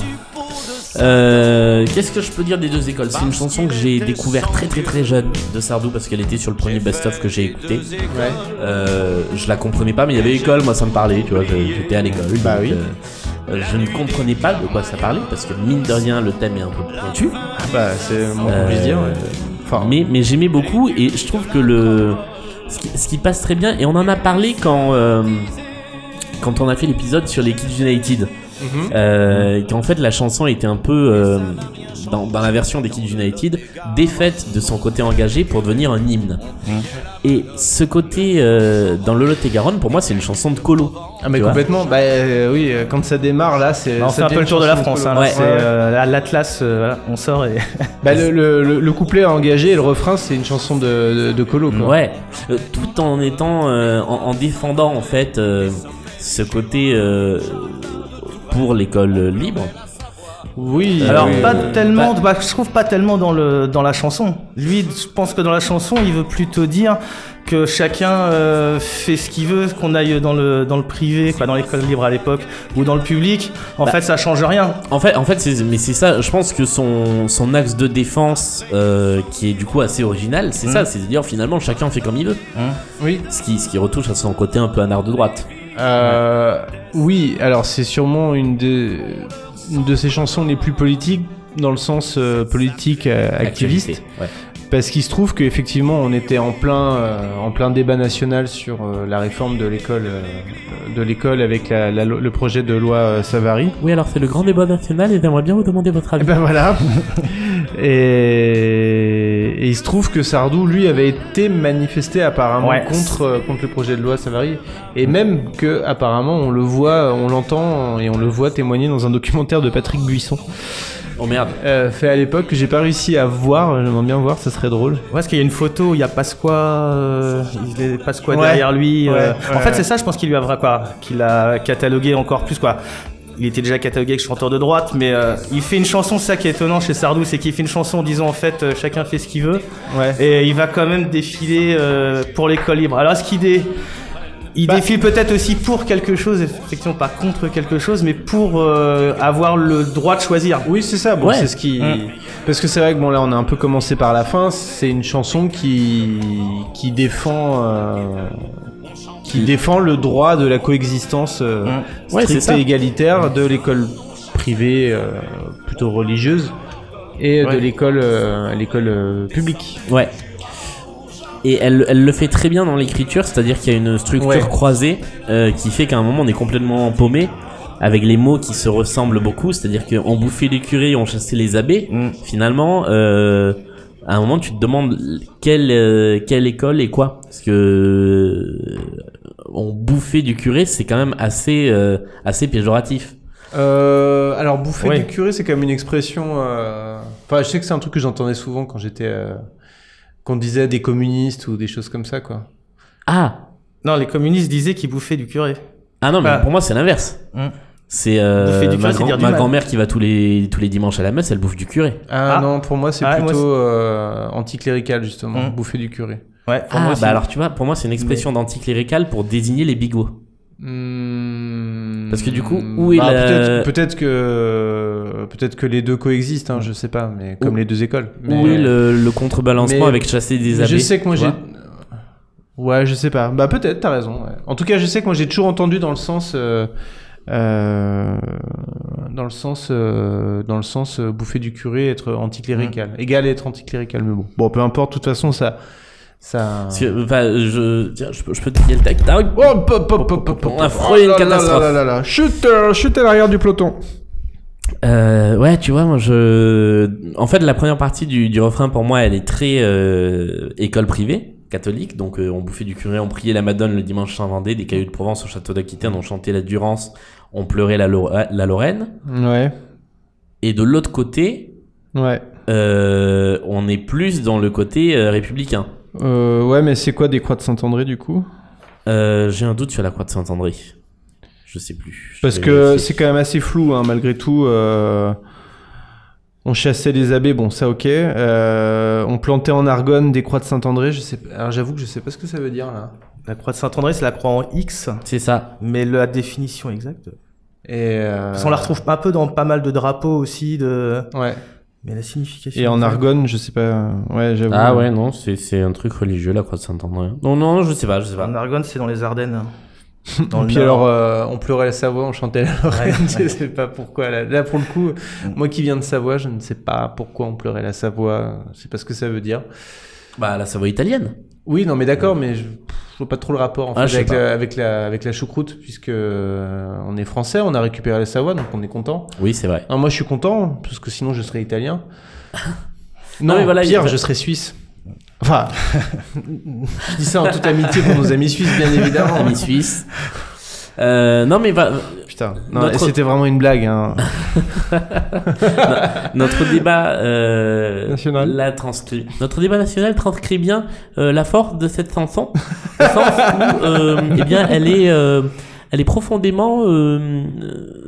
Euh, Qu'est-ce que je peux dire des deux écoles C'est une chanson que j'ai découvert très très très jeune de Sardou parce qu'elle était sur le premier best-of que j'ai écouté. Ouais. Euh, je la comprenais pas, mais il y avait école, moi ça me parlait, tu vois, je- j'étais à l'école. Bah donc, oui. euh, euh, je ne comprenais pas de quoi ça parlait parce que mine de rien, le thème est un peu pointu. Ah bah, c'est mon qu'on puisse Euh, dire. ouais. Enfin, Mais, mais j'aimais beaucoup et je trouve que le. Ce qui, ce qui passe très bien, et on en a parlé quand. euh, quand on a fait l'épisode sur les Kids United. Mhm. Euh, qu'en fait la chanson était un peu euh, dans, dans la version des Kids United défaite de son côté engagé pour devenir un hymne Mhm. et ce côté euh, dans le Lot-et-Garonne pour moi c'est une chanson de colo ah, mais tu vois. complètement. Bah euh, oui, euh, quand ça démarre, là, c'est. Bah, on ça fait un peu devient le tour de une la chanson France. hein, Ouais. C'est euh, la- l'Atlas, euh, voilà, on sort et. Bah, le, le, le- le couplet engagé et le refrain, c'est une chanson de, de, de Colo. Quoi. Ouais, Euh, tout en étant euh, en, en défendant en fait euh, ce côté euh, pour l'école euh, libre. Oui. Alors oui, pas oui. tellement, bah, je trouve pas tellement dans le dans la chanson. Lui, je pense que dans la chanson, il veut plutôt dire que chacun euh, fait ce qu'il veut, qu'on aille dans le dans le privé, quoi, dans l'école libre à l'époque ou dans le public. En Bah. fait, ça change rien. En fait, en fait, c'est- mais c'est ça. Je pense que son son axe de défense euh, qui est du coup assez original, c'est ça, c'est de dire finalement chacun fait comme il veut. Oui. Ce qui ce qui retouche à son côté un peu anard de droite. Euh, oui, alors c'est sûrement une de, une de ses chansons les plus politiques dans le sens euh, politique euh, activiste, Activité, Ouais. parce qu'il se trouve qu'effectivement on était en plein euh, en plein débat national sur euh, la réforme de l'école euh, de l'école avec la- la lo- le projet de loi euh, Savary. Oui, alors c'est le grand débat national et j'aimerais bien vous demander votre Et avis. ben voilà. et, et il se trouve que Sardou, lui, avait été manifesté apparemment Ouais. contre, euh, contre le projet de loi Savary. Et même que, apparemment, on le voit, on l'entend et on le voit témoigner dans un documentaire de Patrick Buisson, Oh merde. euh, fait à l'époque, que j'ai pas réussi à voir. J'aimerais bien voir, ça serait drôle. Ouais, parce qu'il y a une photo, où il y a Pasqua, euh, il est Pasqua Ouais. derrière lui. euh. Ouais, ouais, en fait, ouais. c'est ça, je pense qu'il lui a quoi, qu'il a catalogué encore plus quoi. Il était déjà catalogué avec chanteur de droite, mais euh, il fait une chanson, c'est ça qui est étonnant chez Sardou, c'est qu'il fait une chanson en disant en fait euh, chacun fait ce qu'il veut, Ouais. et il va quand même défiler euh, pour l'école libre. Alors est-ce qu'il dé- il Bah- défile peut-être aussi pour quelque chose, effectivement pas contre quelque chose, mais pour euh, avoir le droit de choisir. Oui, c'est ça. Bon, Ouais. c'est ce qui. Mm. Parce que c'est vrai que bon, là, on a un peu commencé par la fin. C'est une chanson qui qui défend. euh, Qui défend le droit de la coexistence euh, Mm. Ouais, stricte c'est ça. et égalitaire de l'école privée euh, plutôt religieuse et de Ouais. l'école euh, l'école euh, publique. Ouais. Et elle, elle le fait très bien dans l'écriture, c'est-à-dire qu'il y a une structure Ouais. croisée euh, qui fait qu'à un moment on est complètement paumé avec les mots qui se ressemblent beaucoup, c'est-à-dire qu'on bouffait les curés, on chassait les abbés. Finalement, euh, à un moment tu te demandes quelle, euh, quelle école et quoi. Parce que euh, on bouffait du curé, c'est quand même assez, euh, assez péjoratif. Euh, alors bouffer Ouais. du curé, c'est comme une expression. euh, Enfin, je sais que c'est un truc que j'entendais souvent quand j'étais euh, qu'on disait des communistes ou des choses comme ça, quoi. Ah Non, les communistes disaient qu'ils bouffaient du curé. Ah non, mais Bah. pour moi c'est l'inverse. Mmh. Mm. C'est euh, Bouffer du curé, ma, c'est grand- dire du ma mal. grand-mère qui va tous les, tous les dimanches à la messe, elle bouffe du curé. Ah, Ah. non, pour moi c'est Mmh. Ah, moi, plutôt euh, anticlérical justement, Mm. bouffer du curé. Ouais, pour ah, moi bah aussi. alors tu vois, pour moi c'est une Mmh. expression d'anticlérical pour désigner les bigots. Hmm. Parce que du coup, où est la- Bah, peut-être, peut-être que peut-être que les deux coexistent, hein, je sais pas, mais comme Où- les deux écoles. Mais- Où est le, le contrebalancement mais- avec chasser des mais abeilles je sais que moi j'ai. Ah. Ouais, je sais pas. Bah peut-être, t'as raison. ouais. En tout cas, je sais que moi j'ai toujours entendu dans le sens. euh, euh, dans le sens, euh, dans le sens euh, bouffer du curé, être anticlérical, égal à être anticlérical, mais bon. Bon, peu importe, de toute façon, ça, ça. Parce que, enfin, je, tiens, je, peux- je peux te dire le Ah tac tac. Oh, pop, pop, pop, pop, pop. Oh On a frôlé une là là catastrophe. là là là là. Chute, euh, chute à l'arrière du peloton. Euh, ouais, tu vois, moi, je. En fait, la première partie du, du refrain, pour moi, elle est très euh, école privée, catholique. Donc, euh, on bouffait du curé, on priait la Madone le dimanche Saint Vendée, des cailloux de Provence au château d'Aquitaine, on chantait la Durance, on pleurait la, Lo- la Lorraine. Ouais, Et de l'autre côté, ouais. euh, on est plus dans le côté euh, républicain. Euh, ouais, mais c'est quoi des croix de Saint-André du coup Euh, J'ai un doute sur la croix de Saint-André. Je sais plus. Je Parce vais que vérifier. c'est quand même assez flou, hein, malgré tout. euh, On chassait les abbés, bon, ça ok. Euh, On plantait en Argonne des croix de Saint-André, je sais pas. Alors j'avoue que je sais pas ce que ça veut dire là. La croix de Saint-André, c'est la croix en X, C'est ça. mais la définition exacte. Et euh, Parce qu'on la retrouve un peu dans pas mal de drapeaux aussi, de... Ouais. mais la signification. Et en exacte- Argonne, je sais pas. Ouais, j'avoue. Ah ouais, non, c'est c'est un truc religieux, la croix de Saint-André. Non, non, je sais pas, je sais En pas. Argonne, c'est dans les Ardennes. Et le puis Nord. alors, euh, on pleurait la Savoie, on chantait la Lorraine. Ouais, Je ouais. sais pas pourquoi. Là, là, pour le coup, moi qui viens de Savoie, je ne sais pas pourquoi on pleurait la Savoie. Je sais pas ce que ça veut dire. Bah, la Savoie italienne. Oui, non, mais d'accord, mais je, pff, je vois pas trop le rapport en Ah, je fait, avec, sais pas. la, avec, la, avec la choucroute, puisque euh, on est français, on a récupéré la Savoie, donc on est content. Oui, c'est vrai. Non, moi je suis content, parce que sinon je serais italien. Non, Non, mais voilà, pire, il- je serais suisse. Enfin, je dis ça en toute amitié pour nos amis suisses, bien évidemment. Ami suisse. Euh, non mais va- Putain, non, Notre- c'était vraiment une blague. Hein. notre débat euh, National. la transcrit notre débat national transcrit bien euh, la force de cette chanson au sens où euh, eh bien elle est euh, elle est profondément euh, euh,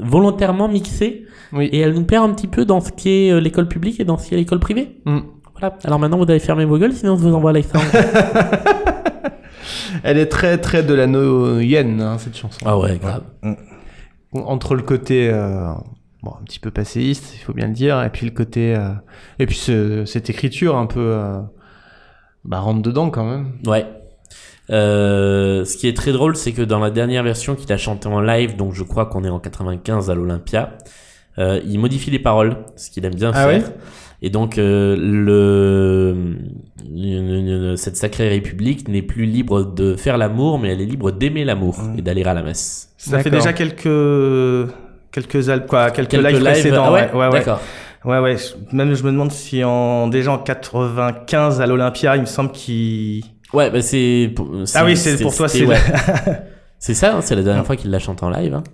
volontairement mixée Oui. et elle nous perd un petit peu dans ce qui est euh, l'école publique et dans ce qui est l'école privée Mm. voilà alors maintenant vous allez fermer vos gueules sinon je vous envoie à l'extérieur Elle est très très de la no-yen, hein, cette chanson. ah ouais grave entre le côté euh, bon, un petit peu passéiste, il faut bien le dire, et puis le côté euh, et puis ce- cette écriture un peu euh, bah, rentre dedans quand même. Ouais. Euh, ce qui est très drôle, c'est que dans la dernière version qu'il a chantée en live, donc je crois qu'on est en 95 à l'Olympia, euh, il modifie les paroles, ce qu'il aime bien Ah faire. ouais Et donc euh, le cette sacrée république n'est plus libre de faire l'amour, mais elle est libre d'aimer l'amour Mm. et d'aller à la messe. Ça fait D'accord. déjà quelques quelques al- quoi, quelques, Quelques lives lives- précédents. ah ouais, ouais, ouais. D'accord. Ouais, ouais. je- Même je me demande si en déjà en 95 à l'Olympia, il me semble qu'il. Ouais, bah c'est. pour- Ah oui, c'est pour toi, c'était- c'est- Mm. ouais. c'est ça. hein, c'est la dernière fois qu'il l'a chanté en live. hein.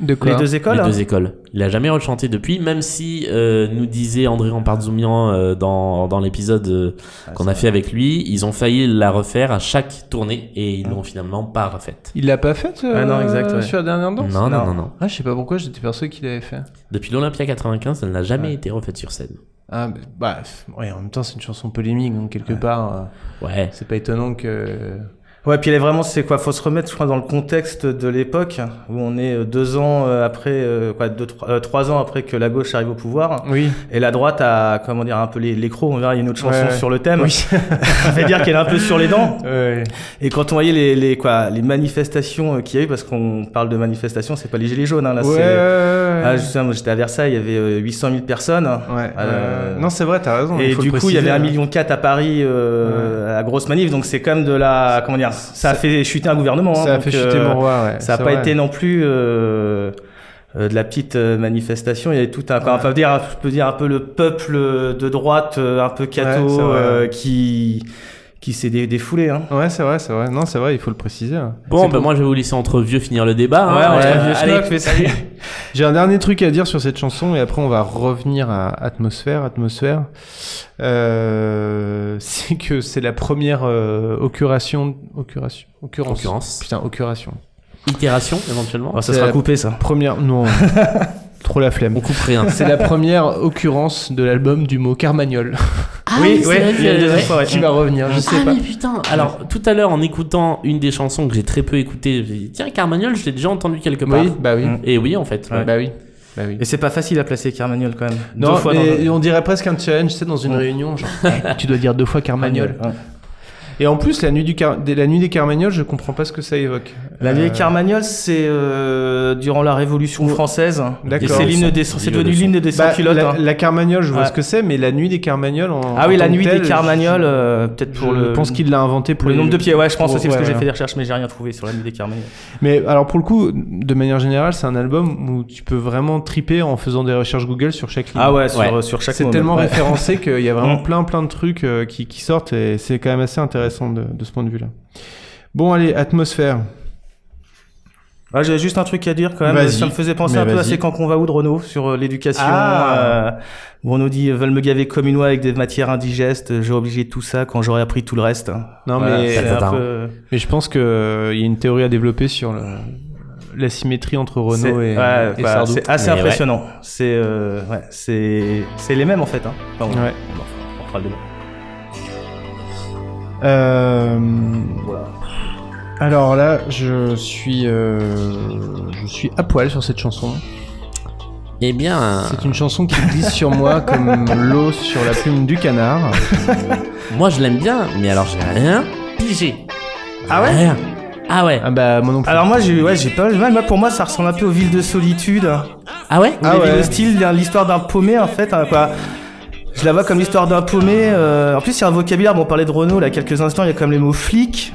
De les deux écoles. Les hein. deux écoles. Il a jamais rechanté depuis, même si euh, nous disait André Rampardzoumian euh, dans, dans l'épisode euh, Ah, qu'on a fait avec lui, ils ont failli la refaire à chaque tournée et Ah. ils l'ont finalement pas refaite. Il l'a pas faite euh, Ah non, exact, ouais. sur la dernière Non, danse. non, non, non. non, Ah, je sais pas pourquoi, j'étais persuadé qu'il l'avait fait. Depuis l'Olympia 95, elle n'a jamais été refaite sur scène. Ah, bah, bah, ouais, en même temps, c'est une chanson polémique, donc quelque part, euh, Ouais. c'est pas étonnant que. Ouais, puis elle est vraiment, c'est quoi Faut se remettre, je crois, dans le contexte de l'époque où on est euh, deux ans euh, après, euh, quoi, deux, trois, euh, trois ans après que la gauche arrive au pouvoir. Oui. Et la droite a, comment dire, un peu les, les crocs. On verra, il y a une autre chanson Ouais, ouais. sur le thème. Ça veut dire qu'elle est un peu sur les dents. Ouais. Et quand on voyait les, les, quoi, les manifestations euh, qu'il y a eu, parce qu'on parle de manifestations, c'est pas les gilets jaunes, hein, là, ouais. c'est... Ah, ouais, je sais, moi, j'étais à Versailles, il y avait euh, 800 000 personnes. ouais. Euh, Euh, Non, c'est vrai, t'as raison. Et faut du le coup, il y avait préciser. hein. 1,4 million à Paris euh, à la grosse manif, donc c'est quand même de la. Comment dire Ça a fait chuter un gouvernement. Ça hein, a fait donc, chuter euh, mon roi, ouais. Ça c'est n'a pas vrai. été non plus euh, euh, de la petite euh, manifestation. Il y avait tout un. Enfin, on peut dire, je peux dire un peu le peuple de droite, euh, un peu Ouais, c'est catho, vrai. euh, qui, qui s'est dé- défoulé. Hein. Ouais, c'est vrai, c'est vrai. Non, c'est vrai, il faut le préciser. hein. Bon, C'est bah pour- moi je vais vous laisser entre vieux finir le débat. hein. Ouais, entre Euh, vieux allez, schnock, mais ça- salut. J'ai un dernier truc à dire sur cette chanson et après on va revenir à Atmosphère. Atmosphère, euh, c'est que c'est la première euh, occuration, occuration, occurrence. Concurrence. Putain, occuration. Itération éventuellement. Oh, ça C'est sera la- coupé, ça. Première, non, trop la flemme. On coupe rien. C'est la première occurrence de l'album du mot Carmagnol Ah, oui, oui, c'est ouais, vrai que- il y a une deuxième ouais. fois, ouais. qui va revenir. Je sais ah pas. mais putain Alors tout à l'heure en écoutant une des chansons que j'ai très peu écoutée, j'ai dit tiens Carmagnol je l'ai déjà entendu quelque part. Oui, bah oui, Mm. Et oui en fait. Ouais. bah oui, bah oui. Et c'est pas facile à placer Carmagnol quand même. Non, Deux fois dans mais le- on dirait presque un challenge, c'est dans une réunion, genre, Eh, tu dois dire deux fois Carmagnol. Ouais. Et en plus, la nuit, du Car- des- la nuit des Carmagnols, je comprends pas ce que ça évoque. La nuit Euh, des Carmagnols, c'est euh, durant la Révolution française. Et D'accord. c'est l'hymne des, Sans- c'est devenu l'hymne des Bah, sans hein. culottes. la, la Carmagnole, je vois Ouais. ce que c'est, mais la nuit des Carmagnols. En, Ah oui, en la tant que nuit telle, des je- Carmagnols, euh, peut-être pour je le pense qu'il l'a inventé pour pour le nombre de pieds. Ouais, je pense pour- aussi parce ouais, que j'ai ouais. fait des recherches, mais j'ai rien trouvé sur la nuit des Carmagnols. Mais alors pour le coup, de manière générale, c'est un album où tu peux vraiment triper en faisant des recherches Google sur chaque ligne. Ah ouais, sur, Ouais. euh, sur chaque. C'est moment. tellement Ouais. référencé qu'il y a vraiment Mm. plein plein de trucs euh, qui, qui sortent et c'est quand même assez intéressant de, de ce point de vue-là. Bon allez, atmosphère. Ah, J'avais juste un truc à dire quand même. Vas-y. Ça me faisait penser Mais un peu à vas-y. C'est quand qu'on va où de Renault sur euh, l'éducation. Ah. euh, où on nous dit euh, veulent me gaver comme une oie avec des matières indigestes. euh, J'ai obligé tout ça quand j'aurai appris tout le reste. Non Voilà, mais, c'est ça, ça, un peu. mais je pense que euh, il y a une théorie à développer sur le- la symétrie entre c'est- Renault et, ouais, et bah, Sardou. c'est assez Mais ouais. impressionnant. C'est euh, ouais, c'est c'est les mêmes en fait. Hein. Enfin, bon, Ouais. bon, on fera le débat. Euh, Alors là, je suis, euh, je suis à poil sur cette chanson. Eh bien, C'est une chanson qui glisse sur moi comme l'eau sur la plume du canard. moi je l'aime bien, mais alors j'ai rien pigé. Ah ouais Rien. Ah ouais Ah bah moi non plus. Alors moi j'ai ouais j'ai pas mal. Moi pour moi ça ressemble un peu aux villes de solitude. Ah ouais Vous Ah l'avez vu, ouais. le style, d'un- hein, l'histoire d'un paumé en fait, hein, quoi. Je la vois comme l'histoire d'un paumé. euh, En plus, il y a un vocabulaire. Bon, on parlait de Renault là quelques instants. Il y a quand même les mots flic.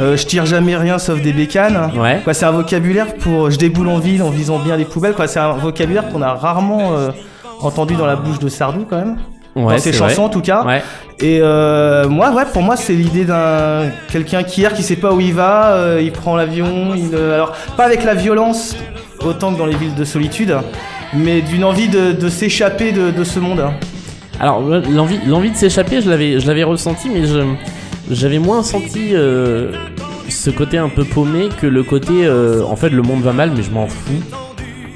euh, je tire jamais rien sauf des bécanes. Ouais. Quoi, c'est un vocabulaire pour je déboule en ville en visant bien les poubelles. Quoi, c'est un vocabulaire qu'on a rarement euh, entendu dans la bouche de Sardou quand même. Ouais, dans ses c'est chansons vrai. en tout cas. Ouais. Et euh, moi, ouais, pour moi, c'est l'idée d'un quelqu'un qui erre, qui sait pas où il va, euh, il prend l'avion, il euh, alors pas avec la violence autant que dans les villes de solitude, mais d'une envie de, de s'échapper de, de ce monde. hein. Alors moi, l'envie, l'envie de s'échapper, je l'avais, je l'avais ressenti, mais je, j'avais moins senti euh, ce côté un peu paumé que le côté, euh, en fait, le monde va mal, mais je m'en fous.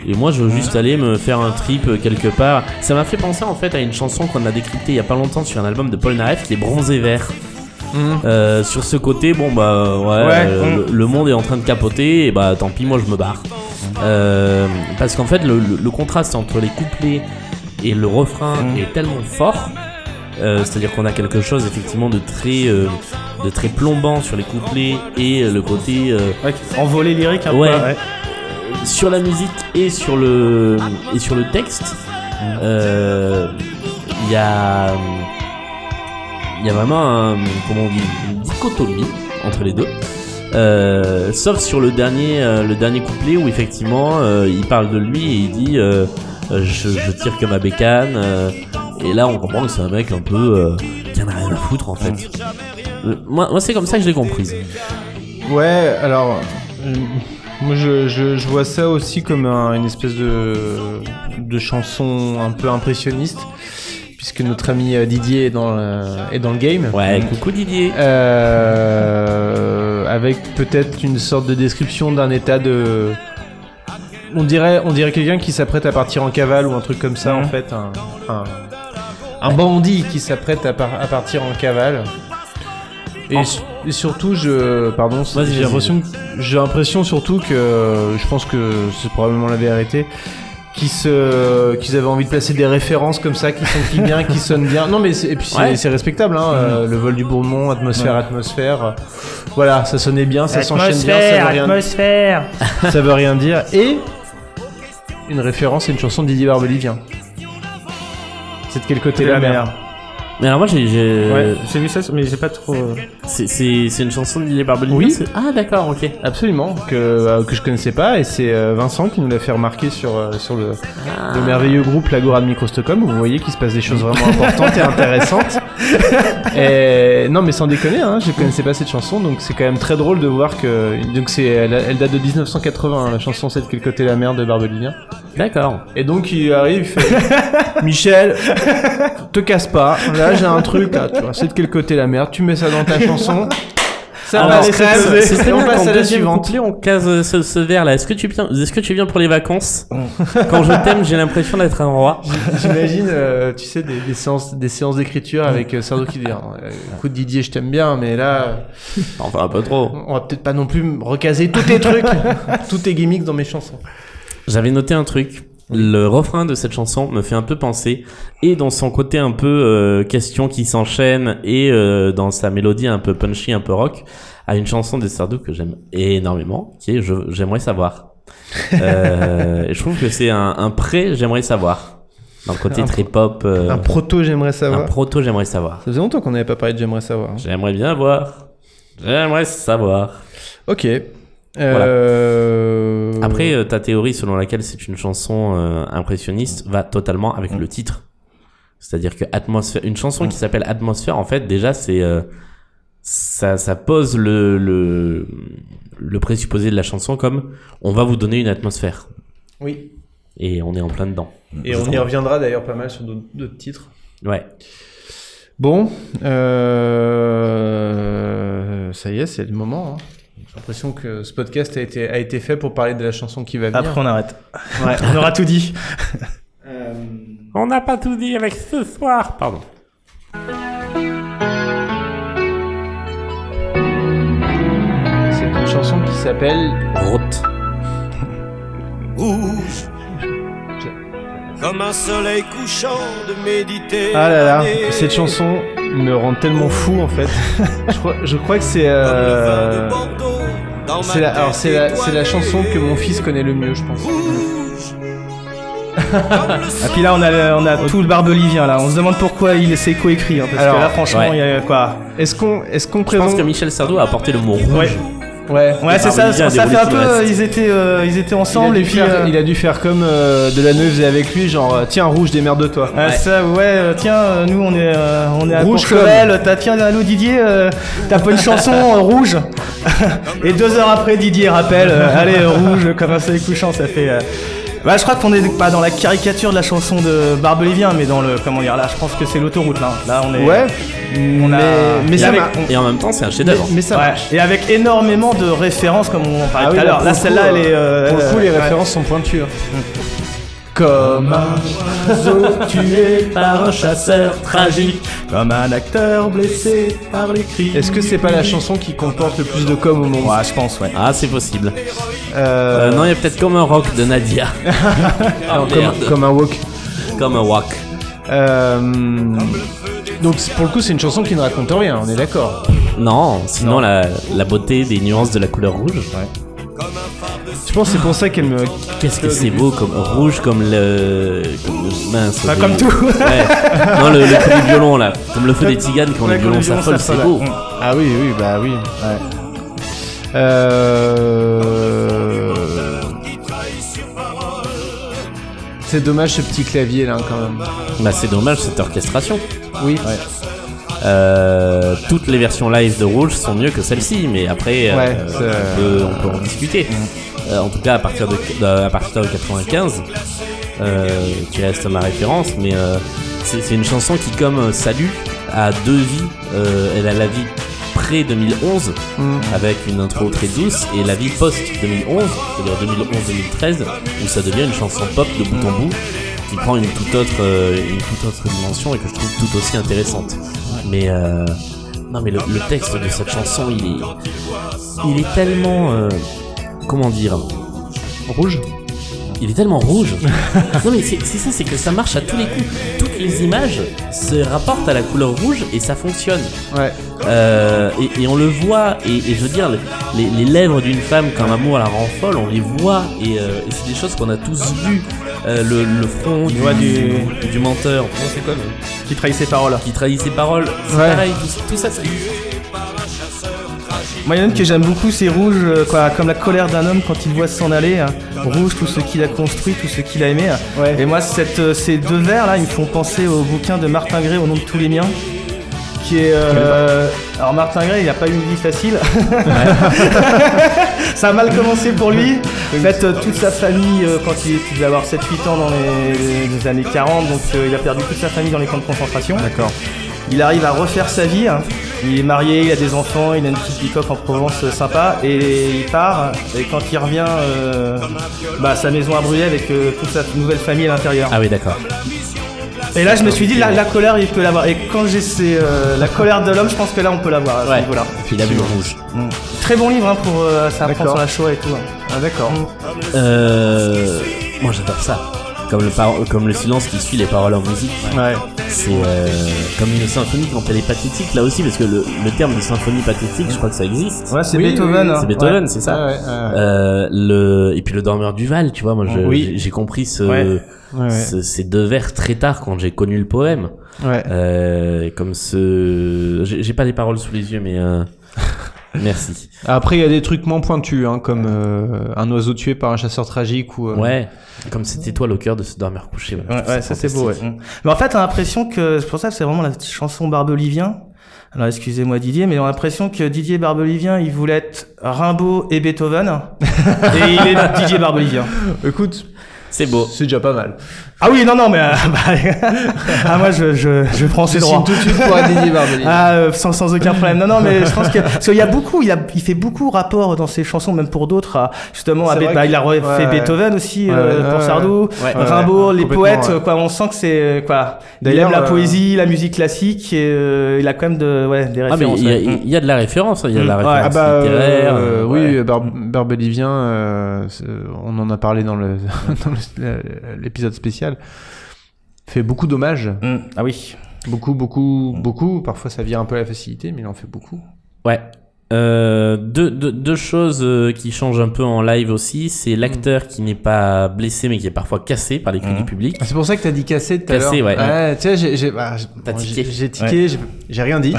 Et moi, je veux juste aller me faire un trip euh, quelque part. Ça m'a fait penser en fait à une chanson qu'on a décryptée il y a pas longtemps sur un album de Paul Naref, Les Bronzés Verts. Euh, sur ce côté, bon bah ouais, euh, le, le monde est en train de capoter et bah tant pis, moi je me barre. Euh, parce qu'en fait, le, le- le contraste entre les couplets et le refrain est tellement fort. euh, C'est-à-dire qu'on a quelque chose effectivement de très, euh, de très plombant sur les couplets et euh, le côté euh, Ouais, envolé lyrique un Ouais. peu. Ouais. sur la musique et sur le et sur le texte euh, il y a il y a vraiment un, comment on dit, une dichotomie entre les deux Euh, sauf sur le dernier euh, le dernier couplet où effectivement euh, il parle de lui et il dit euh, euh, je, je tire que ma bécane euh, et là on comprend que c'est un mec un peu euh, qui en a rien à foutre en fait Euh, moi, moi c'est comme ça que je l'ai comprise Ouais, alors euh, moi je, je, je vois ça aussi comme un- une espèce de, de chanson un peu impressionniste, puisque notre ami euh, Didier est dans le, est dans le game. ouais coucou Didier Euh, avec peut-être une sorte de description d'un état de. On dirait, on dirait quelqu'un qui s'apprête à partir en cavale ou un truc comme ça Mhm. en fait, un, un, un bandit qui s'apprête à, par- à partir en cavale. Et, su- et surtout, je, pardon, Vas-y, j'ai vas-y. l'impression, j'ai l'impression surtout que, je pense que c'est probablement la vérité, qu'ils se, qu'ils avaient envie de placer des références comme ça, qui sont qui bien, qui sonnent bien. Non mais c'est- et puis c'est Ouais. c'est respectable, hein, euh, le vol du Bourmont, atmosphère, atmosphère. Voilà, ça sonnait bien, ça s'enchaîne bien, ça veut, rien, atmosphère. Euh, ça veut rien dire. Et une référence, c'est une chanson de Didier Barbelivien. C'est de quel côté T'es la la mer merde. mais alors moi j'ai j'ai- Ouais, j'ai vu ça, mais j'ai pas trop. euh, C'est- C'est c'est une chanson de Didier Barbelivien Oui. c'est- Ah d'accord, ok. Absolument, que, euh, que je connaissais pas, et c'est euh, Vincent qui nous l'a fait remarquer sur, euh, sur le, le merveilleux groupe L'Agora de Micro Stockholm, où vous voyez qu'il se passe des choses vraiment importantes et intéressantes. Et, non mais sans déconner, hein, je connaissais pas cette chanson, donc c'est quand même très drôle de voir que... Donc c'est, elle, elle date de 1980, hein, la chanson C'est de quel côté la mer de Barbelivien. D'accord. Et donc il arrive, il fait, Michel, te casse pas, là j'ai un truc, là, tu vois, c'est de quel côté la mer, tu mets ça dans ta chanson... Ça Alors, va, les c'est- crèves, c'est très et on bien passe qu'en à la deuxième suivante. couplet, on case euh, ce, ce vers là. Est-ce que, tu viens- est-ce que tu viens pour les vacances Quand je t'aime, j'ai l'impression d'être un roi. J'imagine, euh, tu sais, des, des séances, des séances d'écriture avec euh, Sardo qui dit euh, "Écoute Didier, je t'aime bien, mais là, Enfin, un peu trop. on va peut-être pas non plus me recaser tous tes trucs, tous tes gimmicks dans mes chansons." J'avais noté un truc. Le refrain de cette chanson me fait un peu penser, et dans son côté un peu euh, question qui s'enchaîne, et euh, dans sa mélodie un peu punchy, un peu rock, à une chanson de Sardou que j'aime énormément, qui est Je- J'aimerais savoir. Euh, et je trouve que c'est un, un pré-J'aimerais savoir. Dans le côté Un très pop, euh, Un proto, j'aimerais un savoir. proto-J'aimerais savoir. Ça faisait longtemps qu'on n'avait pas parlé de j'aimerais savoir. hein. J'aimerais bien voir. J'aimerais savoir. Ok. Euh, Après, euh, ta théorie selon laquelle c'est une chanson euh, impressionniste va totalement avec le titre. C'est-à-dire que atmosphère, une chanson qui s'appelle Atmosphère, en fait, déjà, c'est euh, ça, ça pose le, le le présupposé de la chanson comme on va vous donner une atmosphère Oui. et on est en plein dedans. Et on y reviendra d'ailleurs pas mal sur d'autres d'autres titres. Ouais. Bon, euh, ça y est, c'est le moment. hein. J'ai l'impression que ce podcast a été, a été fait pour parler de la chanson qui va venir. Après, on arrête. on aura tout dit. On n'a pas tout dit avec ce soir, pardon. C'est une chanson qui s'appelle Route. rouge, comme un soleil couchant de méditer. Ah là là, cette chanson me rend tellement fou en fait. je, crois, je crois que c'est euh, c'est la, alors c'est la, c'est la chanson que mon fils connaît le mieux, je pense. Rouge. Et puis là, on a, le- on a tout le barbelivien là. On se demande pourquoi il s'est coécrit. hein, parce Alors, que là, franchement, ouais. il y a quoi Est-ce qu'on est-ce qu'on Je pense présente que Michel Sardou a apporté le mot rouge. Ouais. Ouais. Ouais, c'est ça. barbelivien Ça des fait un boules peu. qui restent. euh, Ils étaient, euh, ils étaient Il a, ensemble dû et puis. faire, euh, il a dû faire comme euh, Delannoy faisait avec lui, genre euh, tiens rouge démerde-toi. Ah, ça, ouais, euh, tiens, euh, nous on est, euh, on est à Rouge Courchevel, t'as, tiens, allô Didier, euh, t'as pas une chanson euh, rouge Et deux heures après, Didier rappelle, euh, allez, euh, rouge, comme un soleil couchant, ça fait. euh, Bah, je crois qu'on est pas dans la caricature de la chanson de Barbelivien, mais dans le. Comment dire, là, je pense que c'est l'autoroute, là. Là, on est. Ouais. on a- mais mais il y ça avait- m'a- Et en même temps, c'est un mais, chef-d'œuvre. mais ça Ouais. marche. Et avec énormément de références, comme on en parlait Ah oui, tout à l'heure. pour Là, le coup, celle-là, elle est. euh, pour le coup, les ouais. références sont pointues. hein. Comme un oiseau tué Par un chasseur tragique, comme un acteur blessé par les cris. Est-ce que c'est pas la chanson qui comporte le plus de com au monde Ouais, je pense, ouais. Ah, c'est possible. Euh, Euh, non, il y a peut-être comme un rock de Nadia. Ah, merde. comme, comme un walk. Comme un rock. Euh, donc c'est- pour le coup, c'est une chanson qui ne raconte rien. On est d'accord. Non, sinon La, la beauté des nuances de la couleur rouge. Je pense que c'est pour ça qu'elle me. Qu'est-ce que c'est beau comme rouge comme le comme le- mince. Enfin, le- comme tout. Ouais. non le, le feu du violon là, comme le feu des tiganes quand Ouais, les violons comme les violons s'affolent, c'est beau. s'affolent, Ah oui, oui, bah oui. Ouais. Euh, C'est dommage ce petit clavier là quand même. Bah c'est dommage cette orchestration. Oui. Euh, toutes les versions live de Rouge sont mieux que celle-ci, mais après euh, Ouais, on, c'est- peut, on peut en discuter. Euh, en tout cas à partir de, de- à partir de 95, euh, qui reste ma référence, mais euh, c'est c'est une chanson qui comme euh, Salut a deux vies. Euh, elle a la vie pré 2011 avec une intro très douce et la vie post 2011, c'est-à-dire 2011-2013 où ça devient une chanson pop de bout en bout qui prend une toute autre euh, une toute autre dimension et que je trouve tout aussi intéressante. Mais euh, non mais le, le texte de cette chanson il est il est tellement euh, comment dire Rouge. il est tellement rouge. non mais c'est c'est ça, c'est que ça marche à tous les coups. Toutes les images se rapportent à la couleur rouge et ça fonctionne. Ouais. Euh, et, et on le voit, et, et je veux dire, les, les lèvres d'une femme quand l'amour la rend folle, on les voit, et, euh, et c'est des choses qu'on a tous vues. Euh, le, le front du, voit du- du menteur Qui trahit ses paroles. qui trahit ses paroles, c'est Ouais. pareil, tout, tout ça, c'est- Moi, il y en a une que j'aime beaucoup, c'est Rouge, euh, quoi, comme la colère d'un homme quand il voit s'en aller. hein. Rouge, tout ce qu'il a construit, tout ce qu'il a aimé. hein. Ouais. Et moi, cette, euh, ces deux vers là, ils me font penser au bouquin de Martin Gray, Au nom de tous les miens. Qui est. euh, Alors, Martin Gray, il n'a pas eu une vie facile. Ça a mal commencé pour lui. En fait, euh, toute sa famille, euh, quand il, il devait avoir 7-8 ans dans les, les années 40, donc euh, il a perdu toute sa famille dans les camps de concentration. D'accord. Il arrive à refaire sa vie. hein. Il est marié, il a des enfants, il a une petite bicoque en Provence euh, sympa. Et il part. Et quand il revient, euh, bah, sa maison a brûlé avec euh, toute sa nouvelle famille à l'intérieur. Ah oui, d'accord. Et là, je me suis dit, la, la colère, il peut l'avoir. Et quand j'ai ces, euh, la colère de l'homme, je pense que là, on peut l'avoir. à ce Ouais. niveau-là. Il a vu le rouge. Très bon livre hein, pour euh, ça apprend D'accord. sur la Shoah et tout. hein. Ah d'accord. Euh, moi j'adore ça. Comme le, par- comme le silence qui suit les paroles en musique. Ouais. C'est euh, comme une symphonie quand elle est pathétique, là aussi, parce que le, le terme de symphonie pathétique, je crois que ça existe. Ouais, c'est Oui, Beethoven. oui, hein. c'est Beethoven, Ouais. c'est ça. Ouais, ouais, ouais. Euh, le et puis le dormeur du Val, tu vois, moi je- Oui. j'ai j'ai compris ce, Ouais. Ouais, ouais. ce- ces deux vers très tard quand j'ai connu le poème. Ouais. Euh, comme ce, j'ai j'ai pas les paroles sous les yeux, mais euh, merci. Après, il y a des trucs moins pointus, hein, comme euh, un oiseau tué par un chasseur tragique ou. euh, Ouais, comme cette étoile au cœur de ce dormeur couché. je Ouais, trouve ouais, ça c'est beau. Ouais. fantastique. Mm. Mais en fait, t'as l'impression que c'est pour ça que c'est vraiment la chanson Barbelivien. Alors excusez-moi Didier, mais on a l'impression que Didier Barbelivien, il voulait être Rimbaud et Beethoven, et il est Didier Barbelivien. Écoute, C'est beau. c'est déjà pas mal. Ah oui, non, non, mais euh, bah, ah moi je je, je prends ses Je droits. signe tout de suite pour Didier Barbelivien. Ah, euh, sans, sans aucun problème. Non, non, mais je pense que parce qu'il y a beaucoup, il, a, il fait beaucoup rapport dans ses chansons, même pour d'autres, à- justement. à C'est Be- vrai bah, que- il a refait ouais, ouais. Beethoven aussi Ouais, euh, ouais, pour ouais, Sardou, ouais. Ouais, Rimbaud, ouais, les complètement, poètes. ouais. Quoi, on sent que c'est euh, quoi. Il D'ailleurs, aime la euh, poésie, la musique classique, et euh, il a quand même de, ouais, des Ah mais références. il y, a- ouais. il y a de la référence, hein, il y a de la Mm. Ouais. référence Ah bah euh, littéraire. euh, euh, oui, ouais. Bar- Barbelivien, euh, c'est- on en a parlé dans le dans le- euh, l'épisode spécial. Fait beaucoup d'hommages, Mm. Ah oui. beaucoup, beaucoup, beaucoup. Parfois, ça vire un peu à la facilité, mais il en fait beaucoup. Ouais. Euh, deux, deux, deux choses euh, qui changent un peu en live aussi, Hmm. c'est l'acteur qui n'est pas blessé mais qui est parfois cassé par les cris Mhm. du public. Ah, c'est pour ça que t'as dit cassé tout à l'heure. Cassé, ouais. tu sais, j'ai, j'ai, bah, j'ai- T'as bon, tiqué. j'ai- j'ai tiqué, j'ai, j'ai rien dit.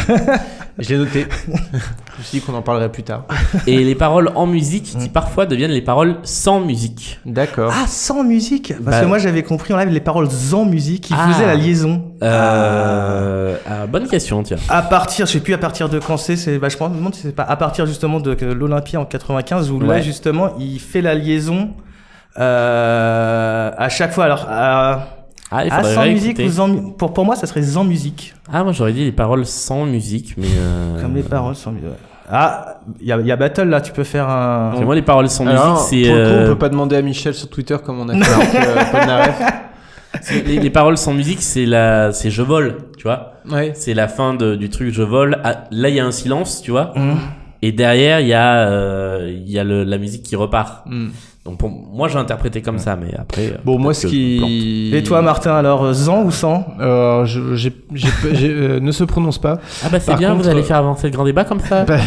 je l'ai noté. je me suis dit qu'on en parlerait plus tard. Et les paroles en musique Hmm. qui parfois deviennent les paroles sans musique. D'accord. Ah, sans musique Parce Bah- que moi j'avais compris en live les paroles en musique, il Ah. faisait la liaison. Euh, ah, bonne question, tiens. À partir, je sais plus à partir de quand c'est, c'est bah, je me demande si c'est pas à partir justement de que l'Olympia en 95 où là Ouais. justement il fait la liaison euh, à chaque fois. Alors à, Ah, il à faudrait sans musique réécouter. ou sans mu- pour pour moi ça serait sans musique Ah, moi j'aurais dit les paroles sans musique, mais. euh, comme les paroles sans musique. Ah, il y a, il y a battle là, tu peux faire Parce que un. moi, les paroles sans Alors, Ah, musique, c'est. pour le coup, on euh, peut pas demander à Michel sur Twitter comme on a fait avec euh, Polnareff. c'est- les, les paroles sans musique, c'est la, c'est je vole, tu vois. Ouais. C'est la fin de- du truc je vole. Ah, là, il y a un silence, tu vois. Mmh. Et derrière, il y a, euh, il y a le- la musique qui repart. Hmm. Donc pour moi, j'ai interprété comme ça, mais après. euh, Mmh. Bon, moi, peut-être ce que je me plante. qui. Et toi Martin alors euh, zan ou sans Alors, je, j'ai, j'ai, j'ai- euh, ne se prononce pas. Ah bah c'est Par bien, contre, vous allez euh, faire avancer le grand débat comme ça. Bah,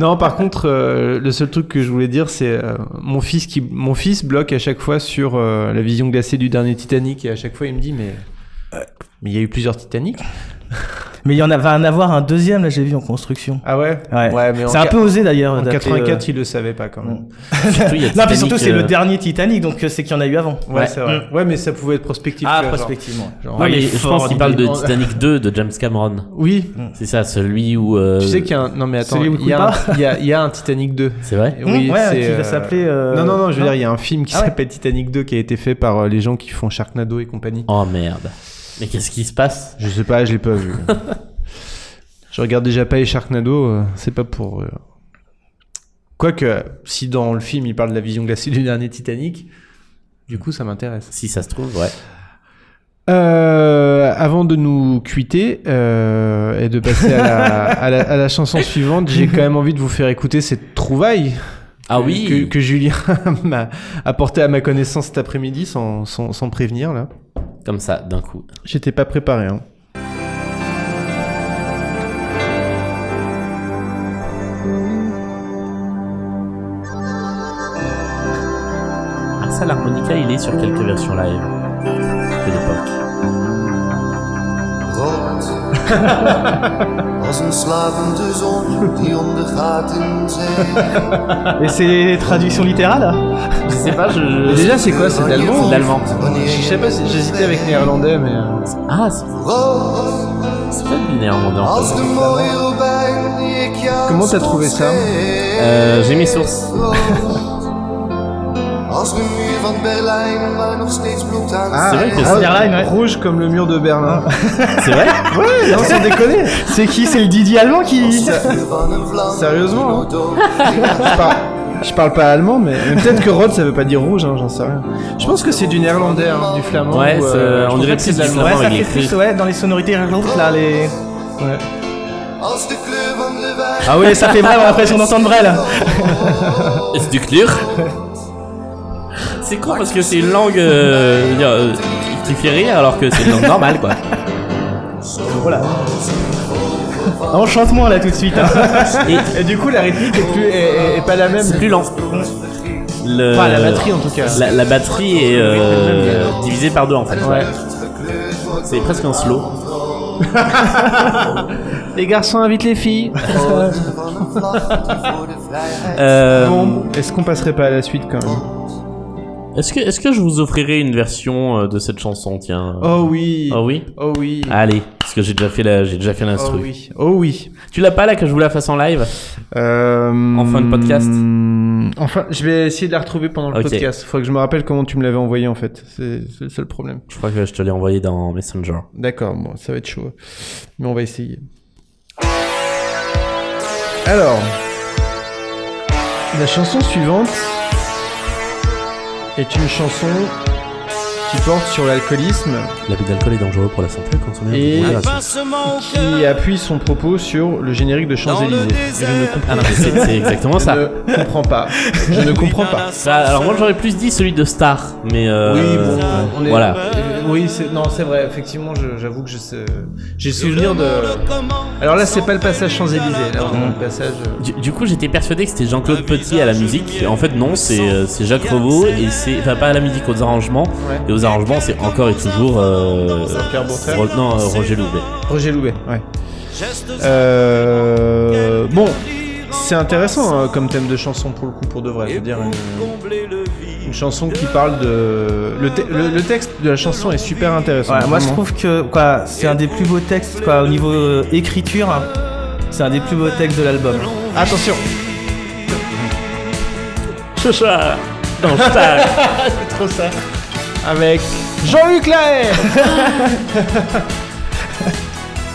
non, par contre, euh, le seul truc que je voulais dire, c'est euh, mon fils qui, mon fils bloque à chaque fois sur euh, la vision glacée du dernier Titanic et à chaque fois il me dit mais. euh, Mais il y a eu plusieurs Titanic. Mais il y en a, va en avoir un deuxième là, j'ai vu en construction. Ah ouais Ouais. mais en C'est un ca- peu euh, osé d'ailleurs. En d'appeler, 84, il le savait pas quand même. Surtout, il y a euh, Non, puis Titanic, surtout c'est euh, le dernier Titanic, donc euh, c'est qu'il y en a eu avant. Ouais, c'est vrai. Ouais, mais ça pouvait être prospectif. Mm. Ah, tu vois, genre. prospectivement. Genre, Non, mais je pense qu'il parle de Titanic. Titanic 2 de James Cameron. Oui, C'est ça, celui où. euh, tu sais qu'il y a un. Non, mais attends, Mm. Celui où il y, a un- il y a- il y a un Titanic 2. C'est vrai. Oui, ouais, c'est, qui va euh, s'appeler, euh, Non, non, non, je veux non dire, il y a un film qui Ah ouais. s'appelle Titanic 2 qui a été fait par euh, les gens qui font Sharknado et compagnie. Oh merde. Mais qu'est-ce qui se passe Je sais pas, je l'ai pas vu. je regarde déjà pas les Sharknado, euh, c'est pas pour. euh, Quoique, si dans le film il parle de la vision glacée du dernier Titanic, du coup ça m'intéresse. Si ça se trouve, ouais. Euh, avant de nous quitter euh, et de passer à la, à la- à la chanson suivante, j'ai quand même envie de vous faire écouter cette trouvaille Ah que- oui. que, que Julien m'a apporté à ma connaissance cet après-midi sans, sans, sans prévenir là. Comme ça, d'un coup. J'étais pas préparé. Hein. Ah ça, l'harmonica, il est sur quelques versions live de l'époque. rood. Als een slapende zon die ondergaat in zee. Et c'est traduction littérale Je sais pas, je. je- Déjà, c'est quoi C'est d'allemand C'est d'allemand. Je sais pas, si- j'hésitais avec néerlandais, mais. Ah, c'est Rood, c'est peut-être du néerlandais. en fait. als de mooie robijn die ik jou Comment t'as trouvé stond ça steeds. Euh, J'ai mes sources. Rood, Als de muur van Berlijn waar nog steeds bloed aan Ah, C'est vrai que ah, c'est Berlin, ouais. Rouge comme le mur de Berlin. C'est vrai ouais, non, sans déconner. C'est qui C'est le Didier Allemand qui. vuur van een vlam. Sérieusement, die hein. nooit dood. Je parle, je parle pas allemand, mais, mais peut-être que Rhodes ça veut pas dire rouge, hein, j'en sais rien. Je pense que c'est du néerlandais, hein, du flamand. Ouais, ou, c'est- euh, je on pense dirait pas que que c'est c'est de du l'allemand. Ouais, Vraiment, ça il fait est plus écrit. ouais, dans les sonorités l'autre là. Les... Ouais. Ah Als de kleur van de wijn. Ah ouais, ça fait vraiment l'impression d'entendre Brel. C'est du clear C'est con parce que c'est une langue euh, je veux dire, euh, qui- qui fait rire alors que c'est une langue normale quoi. Ah, Enchantement là tout de suite. hein. Et Et du coup, la rythmique est, plus, est- est- est pas la même. c'est plus lent. Le- Enfin, la batterie en tout cas. La, la batterie est euh, divisée par deux en fait. Ouais. C'est presque un slow. Les garçons invitent les filles. Euh, Bon, est-ce qu'on passerait pas à la suite quand même Est-ce que, est-ce que je vous offrirai une version euh, de cette chanson Tiens. Oh oui Ah oui Oh oui Allez, parce que j'ai déjà fait la, j'ai déjà fait Oh l'instru. oui Oh oui Tu l'as pas là que je vous la fasse en live Euh, En fin de podcast Enfin, je vais essayer de la retrouver pendant le Ok. podcast. Faudrait que je me rappelle comment tu me l'avais envoyé en fait. C'est c'est le seul problème. Je crois que je te l'ai envoyé dans Messenger. D'accord, bon, ça va être chaud. Mais on va essayer. Alors, la chanson suivante est une chanson qui porte sur l'alcoolisme L'abus d'alcool est dangereux pour la santé, Ah, consommer Et- un peu de Un modération. pincement au qui cœur appuie son propos sur le générique de dans le Champs-Élysées. Je ne désert. Ah non, mais c'est, c'est exactement je ça. ne comprends pas. Je ne comprends pas. Ça, alors moi j'aurais plus dit celui de Star, mais euh, Oui, bon, on est- voilà. Euh, Oui, c'est- non, c'est vrai. Effectivement, je- j'avoue que je sais- j'ai souvenir de. Alors là, c'est pas le passage Champs-Élysées. Là, on est le passage. euh, Du, du coup j'étais persuadé que c'était Jean-Claude Petit à la musique. En fait non, c'est, euh, c'est Jacques Revaux et c'est enfin pas à la musique aux arrangements. Et aux arrangements c'est encore et toujours euh, Pierre Bourfel. Ro- non euh, Roger Loubet. Roger Louvet, ouais. Euh, bon, c'est intéressant hein, comme thème de chanson pour le coup, pour de vrai. Je veux dire, une, une chanson qui parle de. Le, te- le- le texte de la chanson est super intéressant. Ouais, moi je vraiment. trouve que quoi, c'est un des plus beaux textes quoi, au niveau euh, écriture. hein. C'est un des plus beaux textes de l'album. Attention Ce soir dans Star. Avec Jean-Luc Lahaye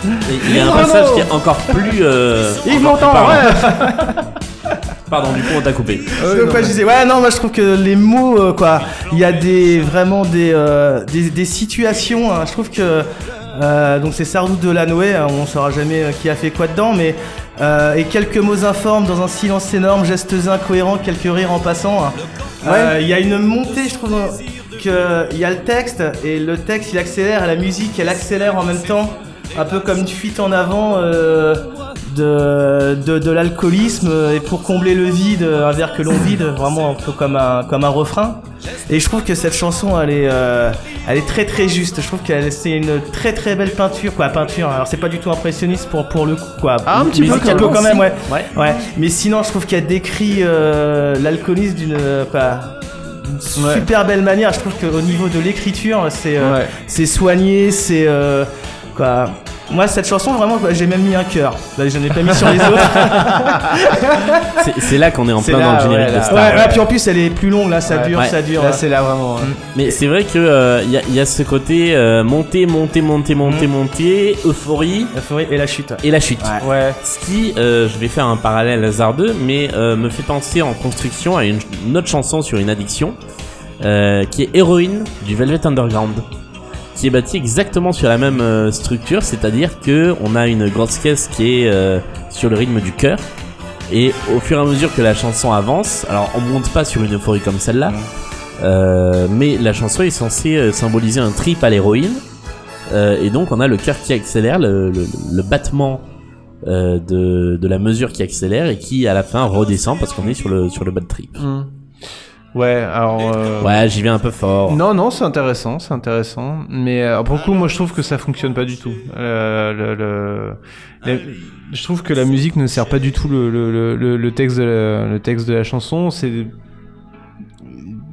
Et Il y a un passage qui est encore plus. Euh, Yves encore plus Montand, parlant. ouais. Pardon, du coup on t'a coupé. Je peux pas juger. Ouais, non, moi je trouve que les mots, euh, quoi, il y a des vraiment des euh, des, des situations. hein. Je trouve que euh, donc c'est Sardou de Lanoé, hein, on saura jamais euh, qui a fait quoi dedans, mais euh, et quelques mots informes dans un silence énorme, gestes incohérents, quelques rires en passant. hein. Euh, Il y a une montée, je trouve. dans- que il y a le texte et le texte il accélère, la musique elle accélère en même temps, un peu comme une fuite en avant euh, de, de, de l'alcoolisme euh, et pour combler le vide, euh, un verre que l'on vide, vraiment un peu comme un, comme un refrain. Et je trouve que cette chanson elle est, euh, elle est très très juste, je trouve que c'est une très très belle peinture, quoi, peinture, alors c'est pas du tout impressionniste pour, pour le coup, quoi. Ah, un petit peu, Musicalement, quand même. quand même, ouais. Ouais. Ouais, mais sinon, je trouve qu'elle décrit euh, l'alcoolisme d'une euh, quoi, d'une super belle manière. Je trouve qu'au niveau de l'écriture, c'est euh, Ouais. c'est soigné, c'est euh, quoi. Moi, cette chanson, vraiment, quoi, j'ai même mis un cœur. Bah, je n'ai pas mis sur les autres. C'est- C'est là qu'on est en C'est plein là, dans le générique ouais, là. de Star. ouais, ouais, puis en plus, elle est plus longue là, ça Ouais. dure, Ouais. ça dure. Mm. Là, c'est là vraiment. hein. Mais c'est vrai que euh, y, a- y a ce côté euh, monter, monter, monter, monter, monter, euphorie L'euphorie et la chute. et la chute. Ouais. Ce qui, euh, je vais faire un parallèle hasardeux, mais euh, me fait penser en construction à une, une autre chanson sur une addiction, euh, qui est Héroïne du Velvet Underground, qui est bâtie exactement sur la même euh, structure, c'est-à-dire que on a une grosse caisse qui est euh, sur le rythme du cœur, et au fur et à mesure que la chanson avance, alors on monte pas sur une euphorie comme celle-là, euh, mais la chanson est censée euh, symboliser un trip à l'héroïne. Euh, et donc on a le cœur qui accélère, le, le- le battement euh, de, de la mesure qui accélère et qui à la fin redescend parce qu'on est sur le, sur le bad trip. Mmh. Ouais, alors. euh, Ouais, j'y vais un peu fort. Non, non, c'est intéressant, c'est intéressant. Mais euh, pour le coup, moi, je trouve que ça fonctionne pas du tout. Euh, le- le- la- je trouve que la musique ne sert pas du tout le, le- le- le- le texte, de la, le texte de la chanson. C'est.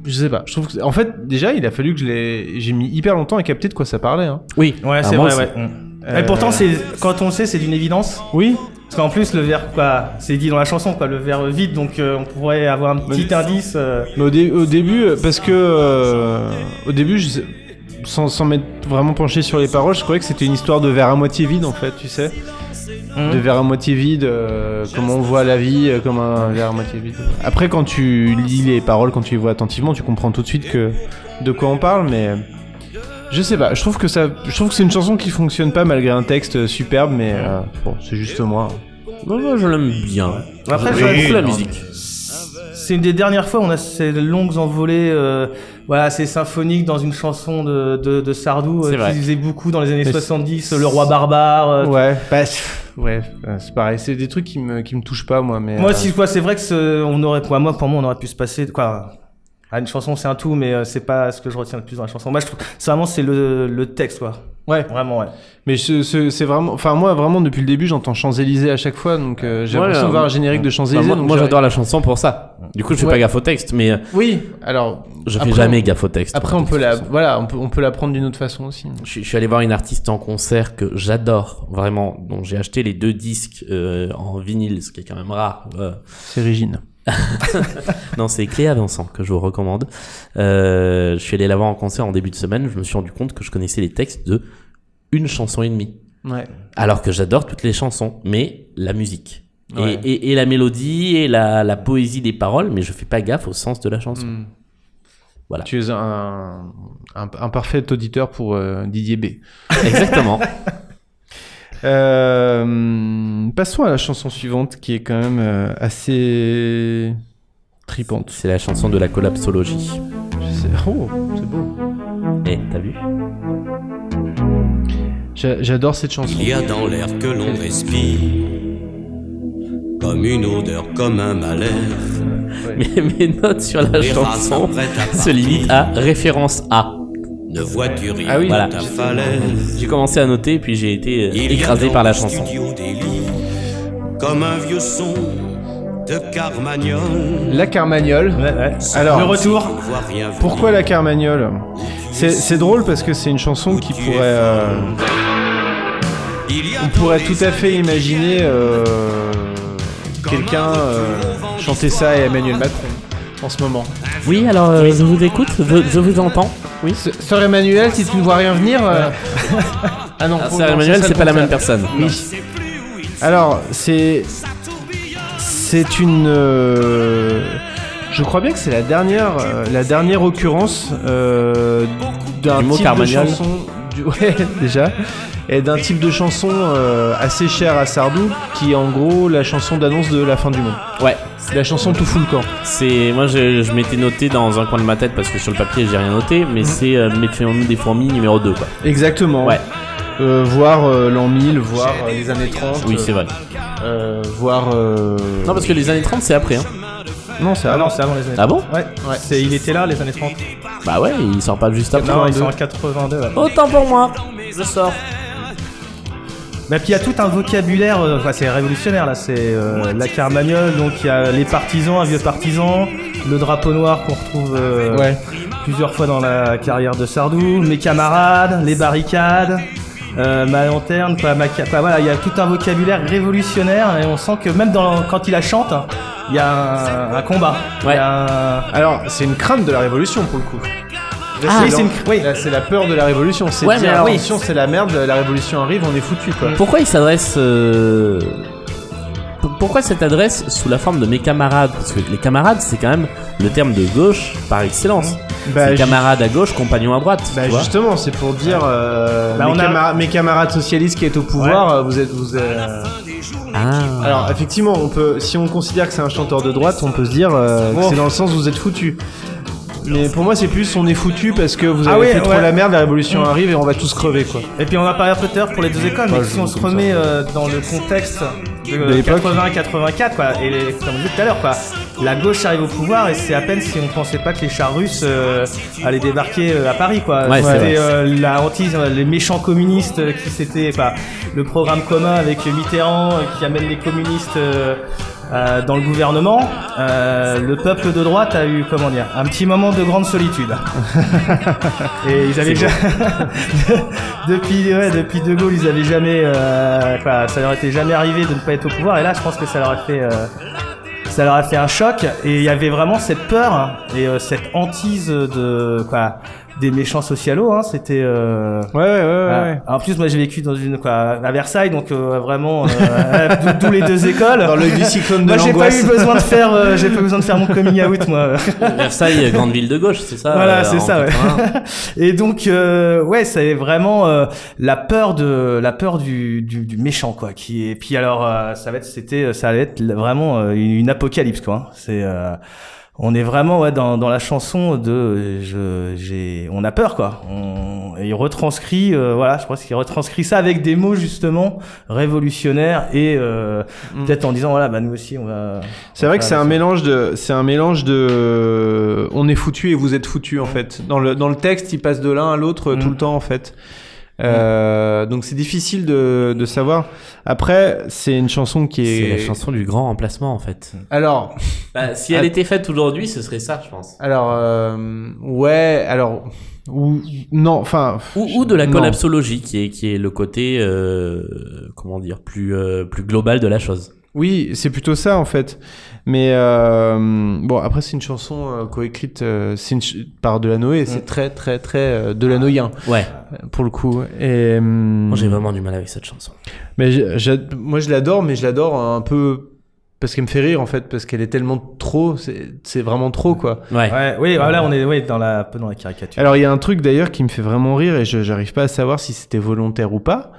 Je sais pas. Je trouve que c'est- en fait, déjà, il a fallu que je l'ai. J'ai mis hyper longtemps à capter de quoi ça parlait. hein. Oui, Ouais, Ah, c'est moi vrai, aussi. ouais. Et pourtant, c'est quand on le sait, c'est d'une évidence. Oui. Parce qu'en plus, le verre, quoi, c'est dit dans la chanson, quoi, le verre vide, donc euh, on pourrait avoir un petit indice. euh, Mais au, dé- au début, euh, parce que euh, au début, je, sais- sans, sans m'être vraiment penché sur les paroles, je croyais que c'était une histoire de verre à moitié vide en fait, tu sais, de verre à moitié vide, euh, comment on voit la vie euh, comme un verre à moitié vide. Après, quand tu lis les paroles, quand tu les vois attentivement, tu comprends tout de suite que de quoi on parle, mais je sais pas. Je trouve que ça, je trouve que c'est une chanson qui fonctionne pas malgré un texte superbe, mais euh, bon, c'est juste moi. Non, moi, je l'aime bien. Après, J'aime je- beaucoup la musique. c'est une des dernières fois où on a ces longues envolées, euh, voilà, assez symphoniques dans une chanson de, de, de Sardou, euh, C'est vrai. qui faisait beaucoup dans les années Mais 70, Le Roi Barbare. euh, Ouais, bah, pff, ouais, euh, c'est pareil. C'est des trucs qui me, qui me touchent pas, moi. Mais, Moi, euh, si quoi, c'est vrai que ce- on aurait, quoi, moi, pour moi, on aurait pu se passer, quoi. à une chanson, c'est un tout, mais euh, c'est pas ce que je retiens le plus dans la chanson. Moi, je trouve, c'est vraiment, c'est le, le texte, quoi. euh, Ouais. Vraiment, ouais. Mais ce- ce- c'est vraiment. Enfin, moi, vraiment, depuis le début, j'entends Champs-Élysées à chaque fois. Donc, euh, j'ai Ouais, l'impression de euh, voir un générique de Bah, Champs-Élysées. moi, donc moi, j'ai- j'adore la chanson pour ça. Du coup, je fais Ouais. pas gaffe au texte, mais euh, Oui, alors. je Après, fais jamais on- gaffe au texte. Après, moi, on de peut, toute la, façon. voilà, on, peut, on peut la prendre d'une autre façon aussi. Je, suis- je suis allé voir une artiste en concert que j'adore vraiment, dont j'ai acheté les deux disques euh, en vinyle, ce qui est quand même rare. euh, C'est Régine. Non, c'est Cléa Vincent que je vous recommande. Euh, je suis allé la voir en concert en début de semaine. Je me suis rendu compte que je connaissais les textes de une chanson et demie. Ouais. Alors que j'adore toutes les chansons, mais la musique. Et- Ouais. Et, et la mélodie et la, la poésie des paroles, mais je fais pas gaffe au sens de la chanson. Voilà. Hmm. Tu es un, un, un parfait auditeur pour euh, Didier B. Mm. Exactement. Euh, passons à la chanson suivante qui est quand même euh, assez tripante. C'est la chanson de la collapsologie. Je sais- Oh, c'est beau. Eh, t'as vu J'a- J'adore cette chanson. Il y a dans l'air que l'on respire comme une odeur, comme un malaise. mes, mes notes sur la Les races sont chanson prêtes à se partir. limitent à référence A. Ne vois-tu rien Ah oui, dans voilà. ta falaise J'ai commencé à noter, puis j'ai été euh, Il y a écrasé dans par la le chanson. studio des lits, comme un vieux son de Carmagnole. La Carmagnole. Ouais, ouais. Alors, le retour. On ne voit rien venir. Pourquoi la Carmagnole C'est- C'est drôle parce que c'est une chanson qui pourrait. euh, Il y a on dans pourrait les tout à fait années qui imaginer viennent, euh, quelqu'un euh, chanter ça à Emmanuel Macron en ce moment. Oui, alors euh, je vous écoute, je, je vous entends. Oui. Ce- Sœur Emmanuel, si tu ne vois rien venir. euh, ah non, faut- non, Sœur Emmanuel, ça le c'est pas la même contraire. personne. Oui. Alors, c'est. C'est une. euh, je crois bien que c'est la dernière, euh, la dernière occurrence euh, d'un Du mot type de Carmagnole. chanson. du- ouais, déjà. Et d'un type de chanson euh, assez cher à Sardou, qui est en gros la chanson d'annonce de la fin du monde. Ouais. La chanson Tout fout le camp. C'est moi je, je m'étais noté dans un coin de ma tête parce que sur le papier j'ai rien noté, Mhm. mais c'est euh, Méfions-nous des fourmis numéro 2 quoi. Exactement. Ouais. Euh, voir euh, l'an 1000, voir euh, les années 30. Oui c'est vrai. euh, voir. euh, Non parce que les années 30 c'est après hein. Non, c'est Ah avant. non, c'est avant les années Ah bon Ouais, c'est, il était là, les années 30. Bah ouais, il sort pas juste après. Non, ils sont en 82. ouais. Autant pour moi, je sors. Mais Bah, puis il y a tout un vocabulaire, euh, enfin, c'est révolutionnaire là, c'est euh, la carmagnole, donc il y a les partisans, un vieux partisan, le drapeau noir qu'on retrouve euh, Ouais. plusieurs fois dans la carrière de Sardou, mes camarades, les barricades, euh, ma lanterne, quoi, ma ca- enfin, voilà, il y a tout un vocabulaire révolutionnaire et on sent que même dans, quand il la chante, hein, il y a un, un combat. Il y Ouais. a un- Alors, c'est une crainte de la révolution pour le coup. Là, Ah, c'est c'est l'en- une cra- oui. là, c'est la peur de la révolution. C'est Ouais, dire, mais la alors, oui. révolution, c'est la merde, la révolution arrive, on est foutu quoi. Pourquoi il s'adresse euh, p- Pourquoi cette adresse sous la forme de mes camarades Parce que les camarades c'est quand même le terme de gauche par Mhm. excellence. Bah, c'est ju- camarade à gauche, compagnon à droite. Bah, tu vois. justement, c'est pour dire euh, Bah, mes, on a- camara- mes camarades socialistes qui est au pouvoir, euh, vous êtes, vous êtes- euh, Ah. Alors effectivement, on peut, si on considère que c'est un chanteur de droite, on peut se dire euh, que Bon. c'est dans le sens où vous êtes foutu. Mais pour moi, c'est plus on est foutu parce que vous Ah avez oui, fait trop ouais. la merde, la révolution arrive et on va tous crever quoi. Et puis on a parlé un peu tout à l'heure pour les deux écoles, mais si on se remet euh, dans le contexte De de l'époque. 80-84, quoi, et les- comme on disait tout à l'heure, quoi, la gauche arrive au pouvoir et c'est à peine si on pensait pas que les chars russes euh, allaient débarquer euh, à Paris, quoi. Ouais, c'est vrai. C'était euh, la hantise, euh, les méchants communistes euh, qui c'était pas le programme commun avec Mitterrand euh, qui amène les communistes. euh, euh, dans le gouvernement, Euh, le peuple de droite a eu comment dire un petit moment de grande solitude. Et ils avaient déjà... depuis, ouais, depuis De Gaulle, ils avaient jamais. euh, quoi, ça leur était jamais arrivé de ne pas être au pouvoir. Et là, je pense que ça leur a fait. euh, ça leur a fait un choc. Et il y avait vraiment cette peur hein, et euh, cette hantise de. Quoi, des méchants socialos. Hein, C'était. euh, Ouais, ouais, ouais, ouais, voilà. ouais. En plus, moi, j'ai vécu dans une quoi, à Versailles, donc euh, vraiment euh, d'où- d'où les deux écoles. Dans l'œil du cyclone de moi, j'ai pas l'angoisse. eu besoin de faire, euh, j'ai pas eu besoin de faire mon coming out, moi. Versailles, grande ville de gauche, c'est ça Voilà, euh, c'est en ça, ouais. 81. Et donc, euh, ouais, c'est vraiment euh, la peur de la peur du, du, du méchant, quoi. Qui et puis alors, euh, ça va être, c'était, ça va être vraiment euh, une apocalypse, quoi. C'est euh, on est vraiment ouais, dans, dans la chanson de euh, je j'ai on a peur quoi. On, et il retranscrit euh, voilà, je pense qu'il retranscrit ça avec des mots justement révolutionnaires et euh, Mm. peut-être en disant voilà bah nous aussi on va C'est vrai que Ouais, c'est un Ah, c'est- mélange de, c'est un mélange de, on est foutu et vous êtes foutu en fait. Dans le dans le texte, il passe de l'un à l'autre euh, tout Mm. le temps en fait. Euh, donc c'est difficile de, de savoir. Après, c'est une chanson qui C'est est. la chanson du grand remplacement en fait. Alors, Bah, si Ah. elle était faite aujourd'hui, ce serait ça, je pense. alors, euh, ouais, alors, ou non, enfin, Ou, ou de la Non. collapsologie, qui est, qui est le côté, euh, comment dire, plus, euh, plus global de la chose. Oui, c'est plutôt ça en fait. Mais euh, bon, après c'est une chanson euh, coécrite euh, c'est une ch- par Delanoë, et c'est Mm. très très très euh, Delanoïen Ouais, pour le coup. Et hum, moi j'ai vraiment du mal avec cette chanson. mais j'ai- j'ai- moi je l'adore, mais je l'adore un peu parce qu'elle me fait rire en fait, parce qu'elle est tellement trop, c'est c'est vraiment trop quoi. Ouais. ouais oui voilà on est ouais, dans la un peu dans la caricature. Alors il y a un truc d'ailleurs qui me fait vraiment rire et je j'arrive pas à savoir si c'était volontaire ou pas.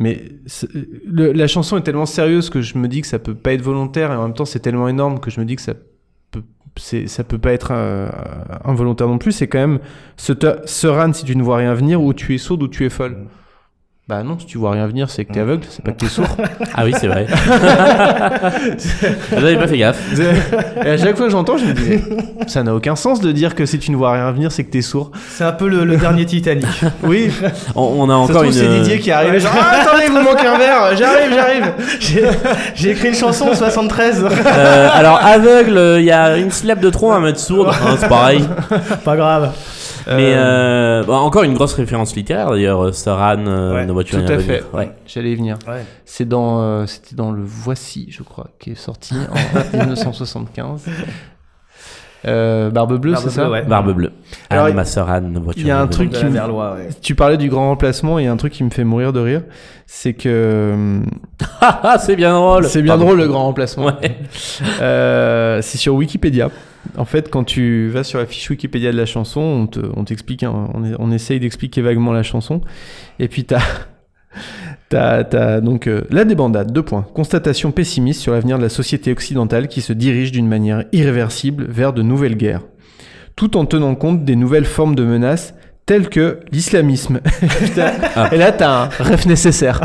Mais c'est- le- la chanson est tellement sérieuse que je me dis que ça peut pas être volontaire et en même temps c'est tellement énorme que je me dis que ça peut c'est- ça peut pas être euh, involontaire non plus. C'est quand même se te- serane si tu ne vois rien venir ou tu es sourde ou tu es folle. Bah non, si tu vois rien venir, c'est que t'es aveugle, c'est pas que t'es sourd. Ah oui, c'est vrai. J'avais pas fait gaffe. Et à chaque fois que j'entends, je me dis, mais ça n'a aucun sens de dire que si tu ne vois rien venir, c'est que t'es sourd. C'est un peu le, le dernier Titanic. Oui, On, on a Ça se encore trouve, c'est une. euh, euh, Didier qui est arrivé. Genre, Ah, attendez, vous manquez un verre. J'arrive, j'arrive. J'ai j'ai écrit une chanson en 73. Euh, alors aveugle, euh, il y a une syllabe de trop à mettre sourde. Hein, c'est pareil. Pas grave. Mais euh, bah, encore une grosse référence littéraire d'ailleurs, euh, Saran, euh, Ouais, nos voitures Tout rien à veut fait. dire. Ouais. J'allais y venir. Ouais. C'est dans, euh, c'était dans le Voici, je crois, qui est sorti en 1975. Euh, Barbe bleue, Barbe c'est ça. bleue, ouais. Barbe bleue. Alors, Anne, ma sœur Anne, nos voitures il y a rien un veut truc dire. qui De la me- Verlois, ouais. Tu parlais du grand remplacement. Il y a un truc qui me fait mourir de rire, c'est que hum, Ah, ah, c'est bien drôle. c'est bien Pardon. drôle le grand remplacement. Ouais. Euh, c'est sur Wikipédia. En fait, quand tu vas sur la fiche Wikipédia de la chanson, on te- on t'explique, hein, on, est- on essaye d'expliquer vaguement la chanson. Et puis t'as, t'as, t'as donc euh, la débandade. Deux points. Constatation pessimiste sur l'avenir de la société occidentale qui se dirige d'une manière irréversible vers de nouvelles guerres, tout en tenant compte des nouvelles formes de menaces telles que l'islamisme. Putain. Ah. Et là, t'as un rêve nécessaire.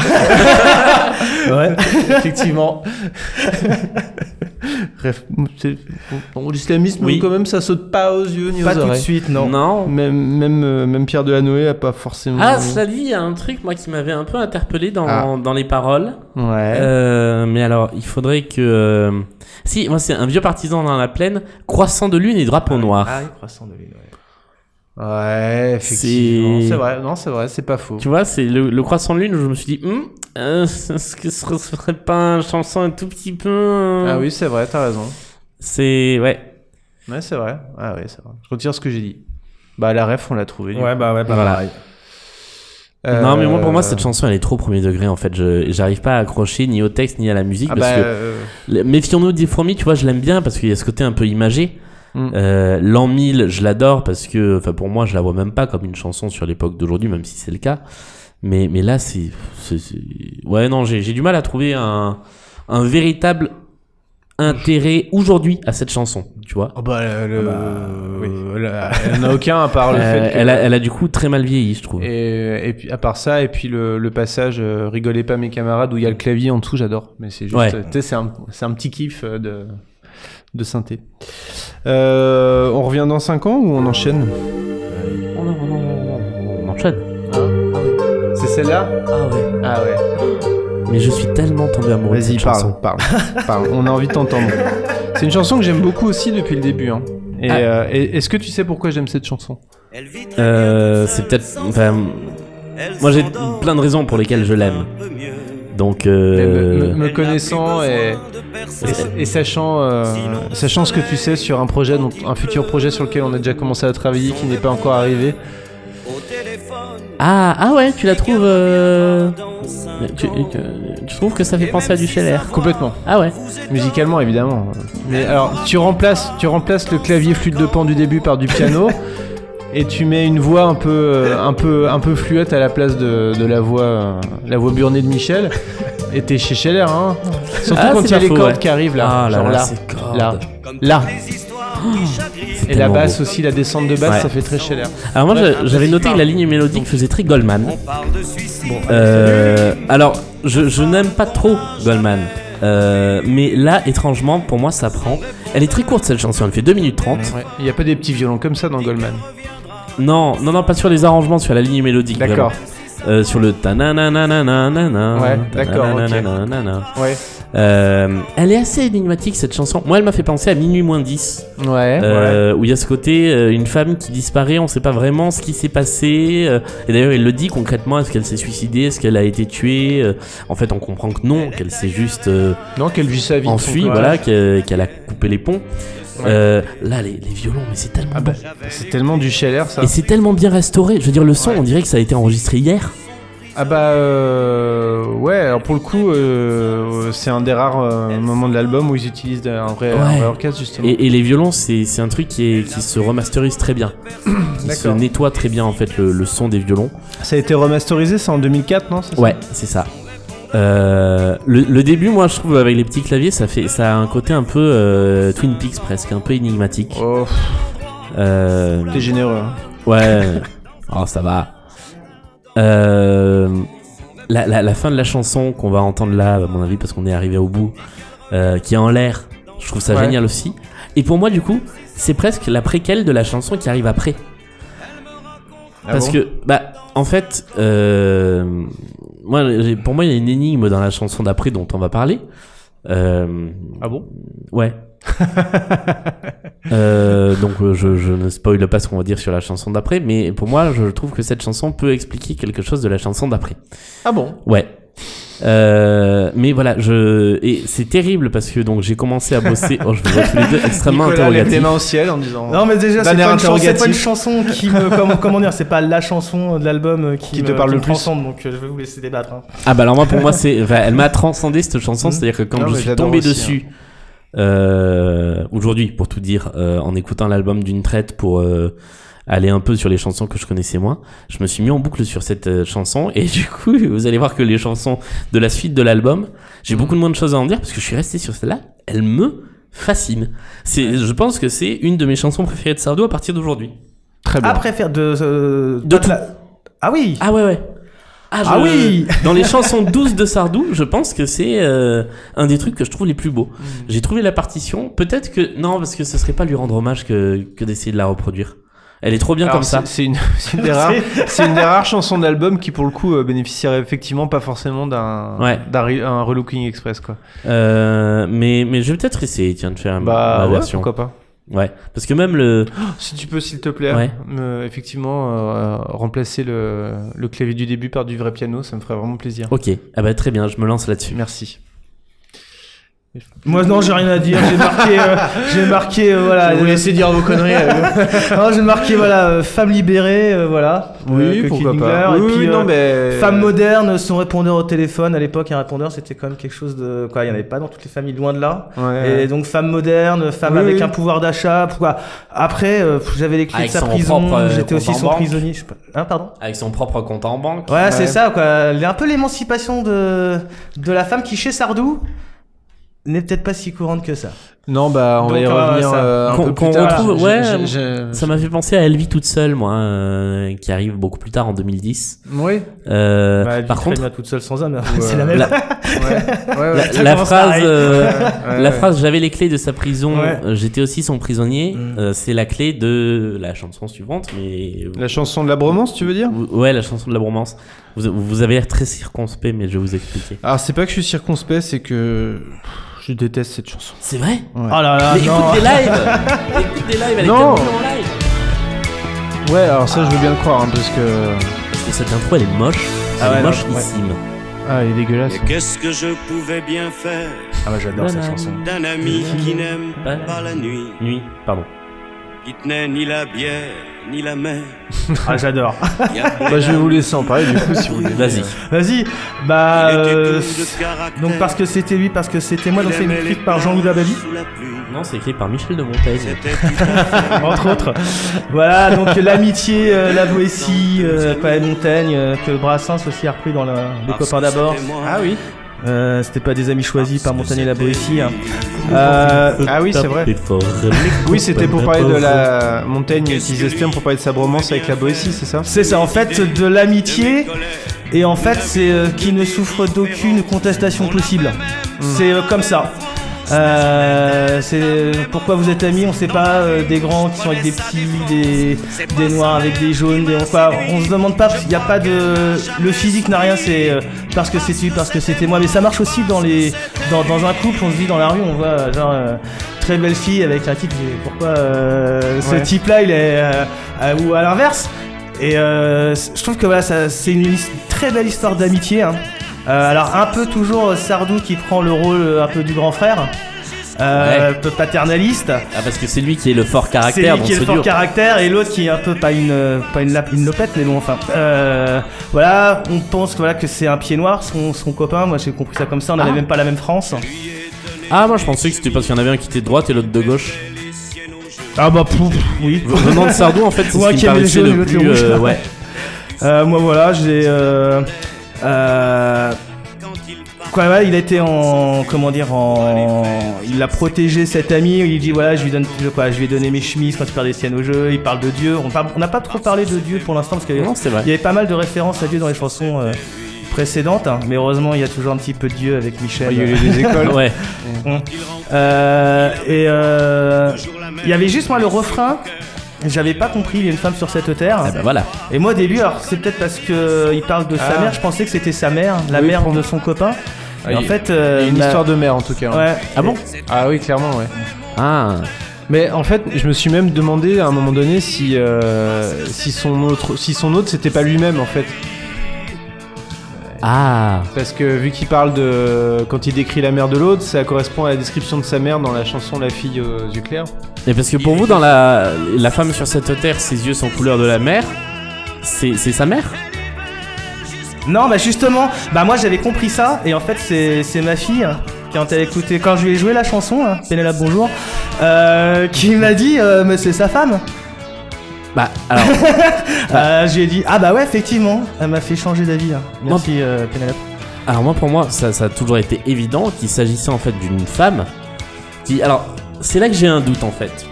Ouais. Effectivement. Bref, c'est- bon, l'islamisme, Oui. quand même, ça saute pas aux yeux ni Pas aux tout de oreilles. suite, non. Mm. Même, même, euh, même Pierre Delanoë a pas forcément. Ah, cela dit, il y a un truc moi qui m'avait un peu interpellé dans, Mmh. Ah. dans les paroles. Ouais. Euh, mais alors, il faudrait que. euh, Si, moi c'est un vieux partisan dans la plaine, croissant de lune et drapeau noir. Ah, oui, croissant de lune, ouais. Ouais, effectivement. c'est- C'est vrai, non, c'est vrai, c'est pas faux. Tu vois, c'est le, le croissant de lune où je me suis dit, Hum, euh, est-ce que ce serait pas un chanson un tout petit peu. euh, Ah oui, c'est vrai, t'as raison. C'est. Ouais. Ouais, c'est vrai. Ah oui, c'est vrai. Je retire ce que j'ai dit. Bah, la ref, on l'a trouvé. du coup. Ouais, bah ouais, bah Voilà. pareil. Euh, Non, mais moi, pour moi, cette chanson, elle est trop premier degré, en fait. Je, j'arrive pas à accrocher ni au texte, ni à la musique. Ah parce bah, que euh, Le- Méfions-nous des fourmis, tu vois, je l'aime bien parce qu'il y a ce côté un peu imagé. Mm. Euh, L'an 1000, je l'adore parce que, enfin, pour moi, je la vois même pas comme une chanson sur l'époque d'aujourd'hui, même si c'est le cas. Mais, mais là, c'est. c'est- c'est- Ouais, non, j'ai j'ai du mal à trouver un, un véritable intérêt aujourd'hui à cette chanson, tu vois. oh bah, le- oui. la- elle n'a aucun à part le Euh, fait que- elle, a, elle a du coup très mal vieilli, je trouve. Et, et puis à part ça, et puis le, le passage euh, Rigolez pas mes camarades où il y a le clavier en dessous, j'adore. Mais c'est juste, Ouais. euh, tu sais, c'est un, c'est un petit kiff euh, de, de synthé. Euh, on revient dans 5 ans ou on enchaîne On, en- on enchaîne. C'est celle-là Ah ouais. Ah ouais. Mais je suis tellement tombé amoureux de Vas-y, cette parle, chanson. parle, parle. On a envie de t'entendre. C'est une chanson que j'aime beaucoup aussi depuis le début. hein. Et, Ah. euh, et- est-ce que tu sais pourquoi j'aime cette chanson Euh, c'est peut-être. Enfin, moi, j'ai plein de raisons pour lesquelles je l'aime. Donc. Mais Euh... me, me- me connaissant et, et- et sachant, euh, sachant ce que tu sais sur un projet, dont- un futur projet sur lequel on a déjà commencé à travailler, qui n'est pas encore arrivé, Ah, ah ouais, tu la trouves. euh, Tu, tu- tu trouves que ça fait penser à du Scheller Complètement. Ah ouais. Musicalement, évidemment. Mais alors, tu remplaces, tu remplaces le clavier flûte de pan du début par du piano. Et tu mets une voix un peu, euh, un peu, un peu fluette à la place de, de la voix, euh, la voix burnée de Michel. Et t'es chez Scheller, hein. Surtout Ah, quand c'est il y a pas les faux, cordes ouais. qui arrivent là, Ah là genre là, là, ces cordes. là, là. Ah. Et la tellement basse beau. aussi, la descente de basse, Ouais. ça fait très Scheller. Alors moi j'a- j'avais noté que la ligne mélodique faisait très Goldman. Euh, alors je, je n'aime pas trop Goldman. Euh, mais là étrangement pour moi ça prend. Elle est très courte cette chanson, elle fait 2 minutes 30. Ouais. Il n'y a pas des petits violons comme ça dans Goldman. Non, non, non, pas sur les arrangements, sur la ligne mélodique. D'accord. vraiment. Euh, sur le tanananananana. Ouais, d'accord, ok. tanananananana. Ouais. Euh, elle est assez énigmatique cette chanson. Moi, elle m'a fait penser à Minuit moins 10. Eh Ouais. Euh, où il y a ce côté euh, une femme qui disparaît, on sait pas vraiment ce qui s'est passé. euh, et d'ailleurs, il le dit concrètement est-ce qu'elle s'est suicidée Est-ce qu'elle a été tuée euh, En fait, on comprend que non, qu'elle s'est juste euh, Non, qu'elle vit sa vie. de son enfuie, côté. voilà, que- qu'elle a coupé les ponts. Euh, là, les, les violons, mais c'est tellement. Ah bah, c'est tellement du Scheller ça. Et c'est tellement bien restauré. Je veux dire, le son, on dirait que ça a été enregistré hier. Ah bah euh, ouais, alors pour le coup, euh, c'est un des rares euh, moments de l'album où ils utilisent un vrai, un Ouais. vrai orchestre justement. Et, et les violons, c'est c'est un truc qui, est- qui se remasterise très bien. qui se D'accord. nettoie très bien, en fait, le, le son des violons. Ça a été remasterisé, c'est en 2004, non c'est ça Ouais, c'est ça. Euh, le, le début, moi, je trouve, avec les petits claviers, ça, fait, ça a un côté un peu euh, Twin Peaks presque, un peu énigmatique. Oh, pff, Euh, t'es généreux. hein. ouais. oh, ça va. Euh, la, la- la fin de la chanson qu'on va entendre là, à mon avis, parce qu'on est arrivé au bout, euh, qui est en l'air, je trouve ça Ouais. génial aussi. Et pour moi, du coup, c'est presque la préquelle de la chanson qui arrive après. Ah Parce bon que, bah, en fait, euh, moi, j'ai- pour moi, il y a une énigme dans la chanson d'après dont on va parler. Euh, Ah bon ouais. Euh, donc, euh, je, je ne spoil pas ce qu'on va dire sur la chanson d'après, mais pour moi, je trouve que cette chanson peut expliquer quelque chose de la chanson d'après. Ah bon Ouais. Euh, mais voilà, je et c'est terrible parce que donc j'ai commencé à bosser. Oh, je vous vois tous les deux extrêmement Nicolas lève les interrogatifs. mains au ciel en disant Non, mais déjà, c'est D'un air pas, une chanson- c'est pas une interrogatif. chanson qui me. Comment, comment dire C'est pas la chanson de l'album euh, qui, Qui te me- parle qui le me plus. transcende, donc euh, je vais vous laisser débattre. hein. Ah bah alors moi pour moi c'est enfin, elle m'a transcendé cette chanson c'est-à-dire que quand Mhm. Non, je mais suis j'adore tombé aussi, hein. dessus euh, aujourd'hui pour tout dire euh, en écoutant l'album d'une traite pour euh, aller un peu sur les chansons que je connaissais moins je me suis mis en boucle sur cette euh, chanson et du coup vous allez voir que les chansons de la suite de l'album Mhm. j'ai beaucoup de moins de choses à en dire parce que je suis resté sur celle-là elle me fascine c'est je pense que c'est une de mes chansons préférées de Sardou à partir d'aujourd'hui très bien. Après faire de. euh, De pas tout. la- Ah oui ah ouais ouais. Ah oui Dans les chansons douces de Sardou, je pense que c'est euh, un des trucs que je trouve les plus beaux. J'ai trouvé la partition. Peut-être que non, parce que ce serait pas lui rendre hommage que, que d'essayer de la reproduire. Elle est trop bien Alors, comme ça. c'est- C'est une, c'est une des rares, c'est une des rares chansons de l'album qui pour le coup euh, bénéficierait effectivement pas forcément d'un Ouais. d'un re- un relooking express quoi. Euh, mais mais je vais peut-être essayer, tiens, de Bah faire ma ouais, Ah version. pourquoi pas. Ouais, parce que même le Si tu peux, s'il te plaît, Ouais. me- effectivement, euh, remplacer le, le clavier du début par du vrai piano, ça me ferait vraiment plaisir. ok. Ah bah très bien, je me lance là-dessus. Merci. Moi, non, j'ai rien à dire. J'ai marqué. euh, j'ai marqué, euh, voilà. euh, dire vos conneries. non, j'ai marqué, voilà, euh, femme libérée, euh, voilà. euh, oui, que pourquoi Kissinger, pas. et Oui, puis, oui, euh, non, mais... Femme moderne, son répondeur au téléphone. À l'époque, un répondeur, c'était quand même quelque chose de. Quoi, il n'y en avait pas dans toutes les familles, loin de là. Ouais. Et donc, femme moderne, femme Oui, avec oui. un pouvoir d'achat. Pourquoi Après, euh, pff, j'avais les clés Avec de sa son prison. propre, euh, J'étais aussi compte en son banque. prisonnier. Je sais pas. Hein, pardon Avec son propre compte en banque. Ouais, Ouais. c'est ça, quoi. Il y a Un peu l'émancipation de, de la femme qui, chez Sardou, n'est peut-être pas si courante que ça. Non, bah, on va y Donc, euh, revenir ça- euh, un Qu'on- peu qu'on plus tard. retrouve- Je- ouais, euh, je- je- Ça m'a fait penser à Elle vit toute seule, moi, euh, qui arrive beaucoup plus tard en 2010. Oui. Euh, Bah, elle par vit très contre, bien toute seule sans homme. Ouais. c'est la même. la- Ouais, ouais, La, ouais. la commence phrase, pareil. euh, Ouais, la ouais. phrase j'avais les clés de sa prison, Ouais. euh, j'étais aussi son prisonnier, Mm. euh, c'est la clé de la chanson suivante, mais. La chanson de la bromance, tu veux dire Vous- Ouais, la chanson de la bromance. Vous, vous avez l'air très circonspect, mais je vais vous expliquer. Alors, Ah, c'est pas que je suis circonspect, c'est que je déteste cette chanson. C'est vrai Oh là là, Mais non. écoute des lives Écoute des lives, elle est Non. tellement en live Ouais, alors ça, je veux bien le croire, hein, parce que... Parce que cette intro, elle est moche, c'est Ah ouais, non, mochissime. Ah, il est dégueulasse. Et qu'est-ce que je pouvais bien faire Ah bah, j'adore cette Banane. chanson. d'un ami qui n'aime pas la nuit Nuit, pardon. qui tenait ni la bière, ni la mer. Ah, j'adore. Il y a- Bah, je vais vous laisser en parler du coup si vous voulez. Vas-y. Vas-y, bah. Il était doux euh, de caractère. donc parce que c'était lui, parce que c'était moi, donc c'est Il aimait une les clip par Jean-Louis planches Dabali, sous la pluie. Non, c'est écrit par Michel de Montaigne. C'était tout à fait entre autres. Voilà, donc l'amitié, euh, la Boétie, euh, Paët Montaigne, euh, que Brassens aussi a repris dans la, Les Parce copains que d'abord. c'était moi. Ah oui Euh, c'était pas des amis choisis par Montaigne et la Boétie. hein. Euh, Ah oui, c'est vrai. taper fort. Oui, c'était pour parler de la Montaigne utilise ce terme pour parler de sa bromance avec la Boétie, c'est ça C'est ça, en fait, de l'amitié. Et en fait, c'est euh, qui ne souffre d'aucune contestation possible. C'est euh, comme ça. Euh, c'est euh, pourquoi vous êtes amis, on sait pas euh, des grands qui sont avec des petits, des, des noirs avec des jaunes, des quoi. On se demande pas, il n'y a pas de le physique n'a rien, c'est euh, parce que c'est tu, parce que c'était moi. Mais ça marche aussi dans les dans, dans un couple, on se dit dans la rue, on voit euh, genre euh, très belle fille avec un type, mais pourquoi euh, ce Ouais. type-là il est euh, euh, ou à l'inverse. Et euh, c- je trouve que voilà, ça- c'est une his- très belle histoire d'amitié. hein. Euh, alors un peu toujours euh, Sardou qui prend le rôle euh, un peu du grand frère, euh, Ouais. un peu paternaliste. Ah, parce que c'est lui qui est le fort C'est caractère, lui donc qui est le c'est fort dur. caractère et l'autre qui est un peu pas une euh, pas une, lap- une lopette mais bon enfin euh, voilà on pense que voilà que c'est un pied noir son, son copain moi j'ai compris ça comme ça on n'avait même pas la même France Ah, moi je pensais que c'était parce qu'il y en avait un qui était de droite et l'autre de gauche. ah bah pouf oui Venant de Sardou, en fait, c'est Ou ce un qui qui me aimait les paraissait jaunes le et l'autre plus. les rouges. euh, ouais. Euh, moi voilà, j'ai euh, euh, quoi, voilà, il a été en comment dire en il a protégé cet ami, il dit voilà, je lui donne je, quoi, je lui ai donné mes chemises quand il perd des siennes au jeu, il parle de Dieu, on parle- on n'a pas trop parlé de Dieu pour l'instant parce qu'il y avait- Non, c'est vrai. il y avait pas mal de références à Dieu dans les chansons euh, précédentes, hein. mais heureusement, il y a toujours un petit peu de Dieu avec Michel. Il y a eu les écoles. Ouais. Euh, et euh, il y avait juste moi le refrain, j'avais pas compris, il y a une femme sur cette terre. Ah bah voilà. Et moi au début, alors c'est peut-être parce que euh, il parle de sa Ah. mère, je pensais que c'était sa mère, la Oui, mère pour- de son copain. Ah, Et en il- fait, Il y a euh, une ma- histoire de mère en tout cas. hein. Ouais. Ah bon Ah oui, clairement, ouais. Ah. Mais en fait, je me suis même demandé à un moment donné si, euh, si son autre, si son autre, c'était pas lui-même en fait, Ah. parce que vu qu'il parle de quand il décrit la mère de l'autre, ça correspond à la description de sa mère dans la chanson La fille aux yeux clairs. Et parce que pour vous, dans la, la femme sur cette terre, ses yeux sont couleur de la mer, c'est c'est sa mère Non, bah justement, bah moi j'avais compris ça, et en fait c'est c'est ma fille hein, quand elle écoutait, quand je lui ai joué la chanson, hein, Pénélope Bonjour, euh, qui m'a dit, euh, mais c'est sa femme. Bah alors, Euh, je lui ai dit, ah bah ouais, effectivement, elle m'a fait changer d'avis. hein. Merci euh, Pénélope. alors moi pour moi, ça, ça a toujours été évident qu'il s'agissait en fait d'une femme qui... Alors, c'est là que j'ai un doute en fait.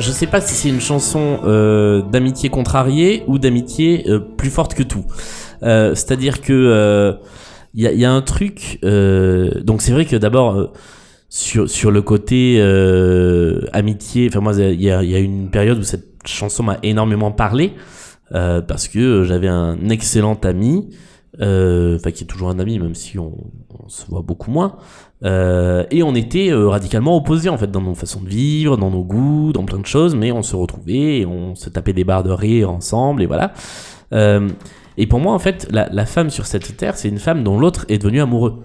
Je sais pas si c'est une chanson euh, d'amitié contrariée ou d'amitié euh, plus forte que tout. Euh, C'est-à-dire que... euh, Il y, a- il y a un truc. euh, donc c'est vrai que d'abord euh, sur sur le côté euh, amitié. Enfin moi il y a, il y a une période où cette chanson m'a énormément parlé euh, parce que j'avais un excellent ami. euh, Enfin, qui est toujours un ami, même si on, on se voit beaucoup moins. Euh, et on était euh, radicalement opposés en fait dans nos façons de vivre, dans nos goûts, dans plein de choses, mais on se retrouvait, et on se tapait des barres de rire ensemble et voilà. Euh, et pour moi, en fait, la, la femme sur cette terre, c'est une femme dont l'autre est devenu amoureux.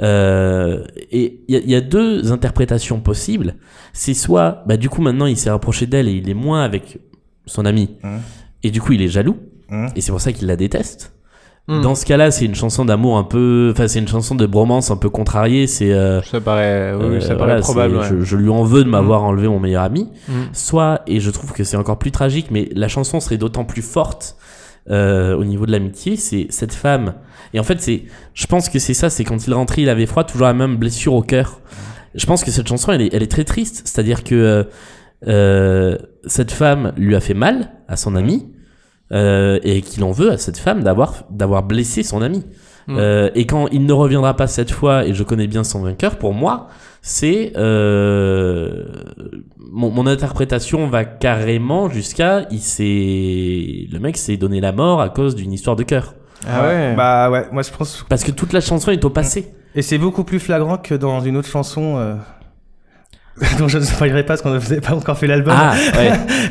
Euh, et il y, a- il y a deux interprétations possibles. C'est soit, bah, du coup, maintenant, il s'est rapproché d'elle et il est moins avec son ami. Et du coup, il est jaloux. Et c'est pour ça qu'il la déteste. Mm. Dans ce cas-là, c'est une chanson d'amour un peu. Enfin, c'est une chanson de bromance un peu contrariée. C'est. euh, Ça paraît, oui, euh, ça paraît voilà, probable. c'est- ouais. je, je lui en veux de m'avoir enlevé mon meilleur ami. Mm. Soit, et je trouve que c'est encore plus tragique, mais la chanson serait d'autant plus forte euh, au niveau de l'amitié, c'est cette femme. Et en fait, c'est, je pense que c'est ça, c'est quand il rentrait, il avait froid, toujours la même blessure au cœur. Je pense que cette chanson, elle est, elle est très triste. C'est-à-dire que euh, euh, cette femme lui a fait mal à son ami. euh, et qu'il en veut à cette femme d'avoir d'avoir blessé son ami. Mm. Euh, et quand il ne reviendra pas cette fois, et je connais bien son vainqueur, pour moi, c'est euh, mon, mon interprétation va carrément jusqu'à il s'est le mec s'est donné la mort à cause d'une histoire de cœur Ah ouais. Bah ouais, moi je pense. parce que toute la chanson est au passé Et c'est beaucoup plus flagrant que dans une autre chanson. euh, dont je ne spoilerai pas parce qu'on ne faisait pas encore fait l'album. Ah,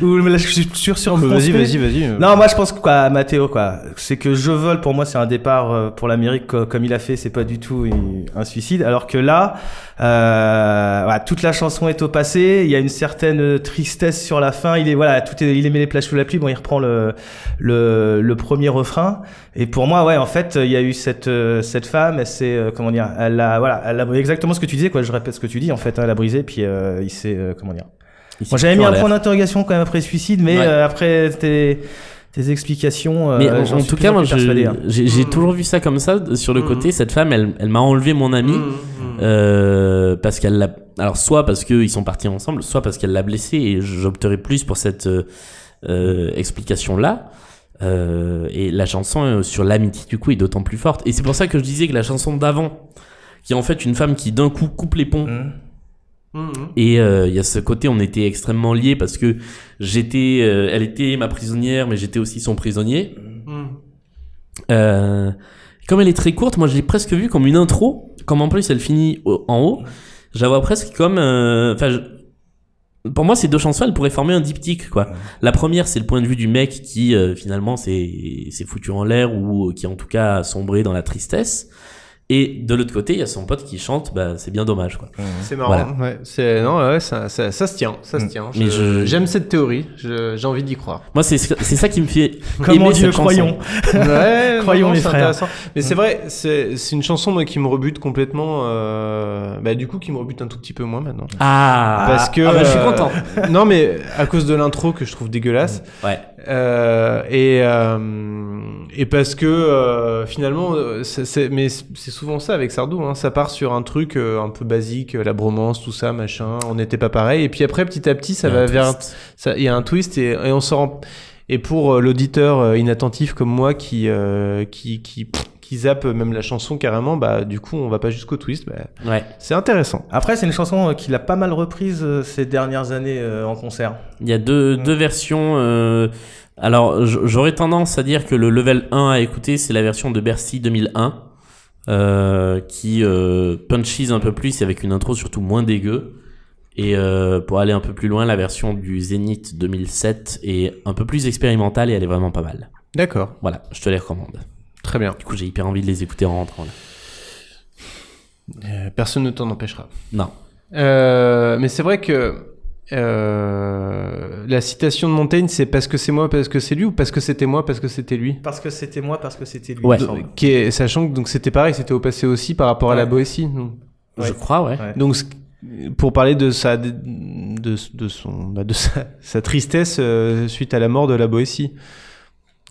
ouais. Ou là, je suis sûr, Euh, sûr. Vas-y, vas-y, foncé. vas-y. Non, moi je pense que, quoi, Mathéo, quoi, c'est que Je vole pour moi c'est un départ euh, pour l'Amérique co- comme il a fait, c'est pas du tout une- un suicide. Alors que là, euh, voilà, toute la chanson est au passé, il y a une certaine tristesse sur la fin. Il est voilà, tout est, il aimait les plages sous la pluie. Bon, il reprend le le, le premier refrain. Et pour moi, ouais, en fait, il y a eu cette euh, cette femme, elle s'est euh, comment dire, elle a voilà, elle a exactement ce que tu disais quoi. Je répète ce que tu dis en fait, hein, elle a brisé puis euh, il s'est euh, comment dire. Ici, Bon, j'avais tout mis en un l'air. point d'interrogation quand même après suicide, mais Ouais. euh, après tes, tes explications, euh, Mais en- j'en en suis tout plus cas, moi, plus je- persuadé, hein. j'ai j'ai toujours vu ça comme ça, de- sur le côté, cette femme, elle, elle m'a enlevé mon ami, euh, parce qu'elle l'a... Alors, soit parce qu'ils sont partis ensemble, soit parce qu'elle l'a blessé, et j'opterais plus pour cette euh, euh, explication-là. Euh, et la chanson euh, sur l'amitié, du coup, est d'autant plus forte. Et c'est pour ça que je disais que la chanson d'avant, qui est en fait une femme qui d'un coup coupe les ponts, Mhm. Et euh, il y a ce côté, on était extrêmement liés parce que j'étais, euh, elle était ma prisonnière, mais j'étais aussi son prisonnier. Euh, comme elle est très courte, moi j'ai presque vu comme une intro, comme en plus elle finit au- en haut, j'avais presque comme, euh, enfin, je- pour moi ces deux chansons, elles pourraient former un diptyque quoi. La première, c'est le point de vue du mec qui euh, finalement s'est s'est foutu en l'air ou qui en tout cas a sombré dans la tristesse. Et de l'autre côté, il y a son pote qui chante, bah, c'est bien dommage quoi. C'est marrant. Ouais, c'est non, ouais, ça, ça, ça se tient, ça se Mm. tient. Mais Je- je- J'aime cette théorie. je- J'ai envie d'y croire. Moi, c'est c'est ça qui me fait. Comme on aimer dit cette le chanson. croyant. Ouais, Croyons non, non, les c'est frères. intéressant. Mais Mm. c'est vrai, c'est c'est une chanson moi qui me rebute complètement. euh, Bah du coup qui me rebute un tout petit peu moins maintenant. Ah Parce que ah bah, je suis euh, content. non mais à cause de l'intro que je trouve dégueulasse. Ouais. Euh, et, euh, et parce que euh, finalement, euh, c'est- c'est- mais c'est c'est souvent ça avec Sardou, hein, ça part sur un truc euh, un peu basique, euh, la bromance, tout ça, machin, on n'était pas pareil, et puis après petit à petit ça Il y a va un vers, twist. ça- il y a un twist et, et on s'en rend- Et pour euh, l'auditeur euh, inattentif comme moi qui euh, qui qui, pff, qui zappe même la chanson carrément, bah du coup on va pas jusqu'au twist, bah, Ouais. c'est intéressant. Après, c'est une chanson euh, qu'il a pas mal reprise euh, ces dernières années euh, en concert. Il y a deux, deux versions. euh, alors, j- j'aurais tendance à dire que le level 1 à écouter, c'est la version de Bercy 2001, euh, qui euh, punchise un peu plus et avec une intro surtout moins dégueu. Et euh, pour aller un peu plus loin, la version du Zénith 2007 est un peu plus expérimentale et elle est vraiment pas mal. D'accord, Voilà, je te les recommande. très bien. Du coup, j'ai hyper envie de les écouter en rentrant. là. Euh, personne ne t'en empêchera. Non. Euh, mais c'est vrai que euh, la citation de Montaigne, c'est parce que c'est moi, parce que c'est lui, ou parce que c'était moi, parce que c'était lui. Parce que c'était moi, parce que c'était lui. Ouais. il me semble. Qui est- sachant que donc c'était pareil, c'était au passé aussi par rapport à la Boétie. Donc, Je Ouais. crois, ouais. donc, ce- pour parler de sa de, de son bah, de sa, sa tristesse euh, suite à la mort de la Boétie.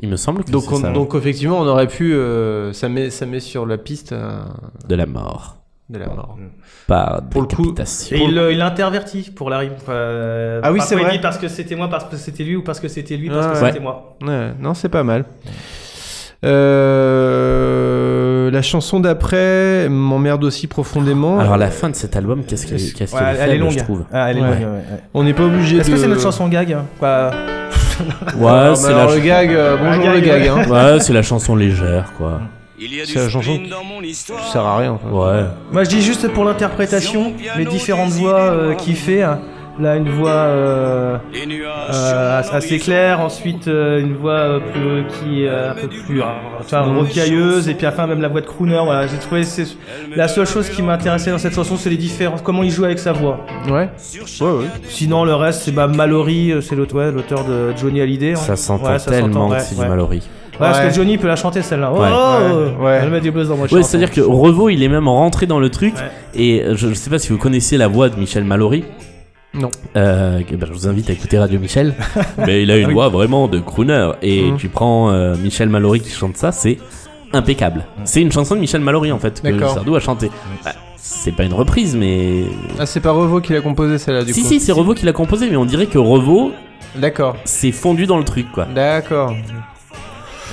Il me semble que Donc c'est on- ça, donc effectivement, on aurait pu euh, ça met ça met sur la piste euh, de la mort. de la mort. Pas Pour le coup- Et il euh, il l'a interverti pour la rime. quoi. Euh, Ah oui, c'est parfois, il vrai. dit parce que c'était moi, parce que c'était lui, ou parce que c'était lui, parce Ah que ouais. c'était moi. Ouais, non, c'est pas mal. Euh, la chanson d'après m'emmerde aussi profondément. Alors la fin de cet album, qu'est-ce qu'elle qu'est-ce Ouais, qu'elle est elle est faible, longue. je trouve. Ah, elle est Ouais. longue, ouais, ouais. On n'est pas obligé Est-ce de. que c'est notre chanson gag hein quoi Ouais, Alors, c'est alors, la, le gag, euh, bonjour gag, le gag, hein. ouais, c'est la chanson légère, quoi. Il y a C'est la chanson spleen qui- dans mon histoire. Ça sert à rien. quoi. Ouais. Moi, je dis juste pour l'interprétation, les différentes voix euh, qu'il fait. Là, une voix. euh, Les nuages Euh, sur mon assez claire, ensuite euh, une voix euh, plus, qui est euh, un peu plus euh, enfin, rocailleuse, et puis à la fin même la voix de crooner. Voilà, j'ai trouvé c'est la seule chose qui m'a intéressé dans cette chanson, c'est les différences, comment il joue avec sa voix. Ouais. Ouais, ouais. Sinon le reste, c'est bah, Mallory, euh, c'est l'autre- ouais, l'auteur de Johnny Hallyday. hein. Ça s'entend Ouais, ça tellement s'entend, que ouais, c'est ouais. du Mallory. Ouais, parce Ouais. que Johnny peut la chanter celle-là. Oh, Ouais. oh, Ouais. Elle met du buzz dans moi. je Ouais, chante. c'est-à-dire que Revo, il est même rentré dans le truc. Ouais. Et euh, je, je sais pas si vous connaissez la voix de Michel Mallory. Non. Euh, que- ben, je vous invite à écouter Radio Michel. Mais il a Ah une voix vraiment de crooner. Et Mhm. tu prends euh, Michel Mallory qui chante ça, c'est impeccable. Mmh. C'est une chanson de Michel Mallory en fait que D'accord. Sardou a chanté. c'est pas une reprise, mais Ah, c'est pas Revo qui l'a composé celle-là du si coup. si, c'est Revo qui l'a composé. Mais on dirait que Revo D'accord. s'est fondu dans le truc quoi. D'accord.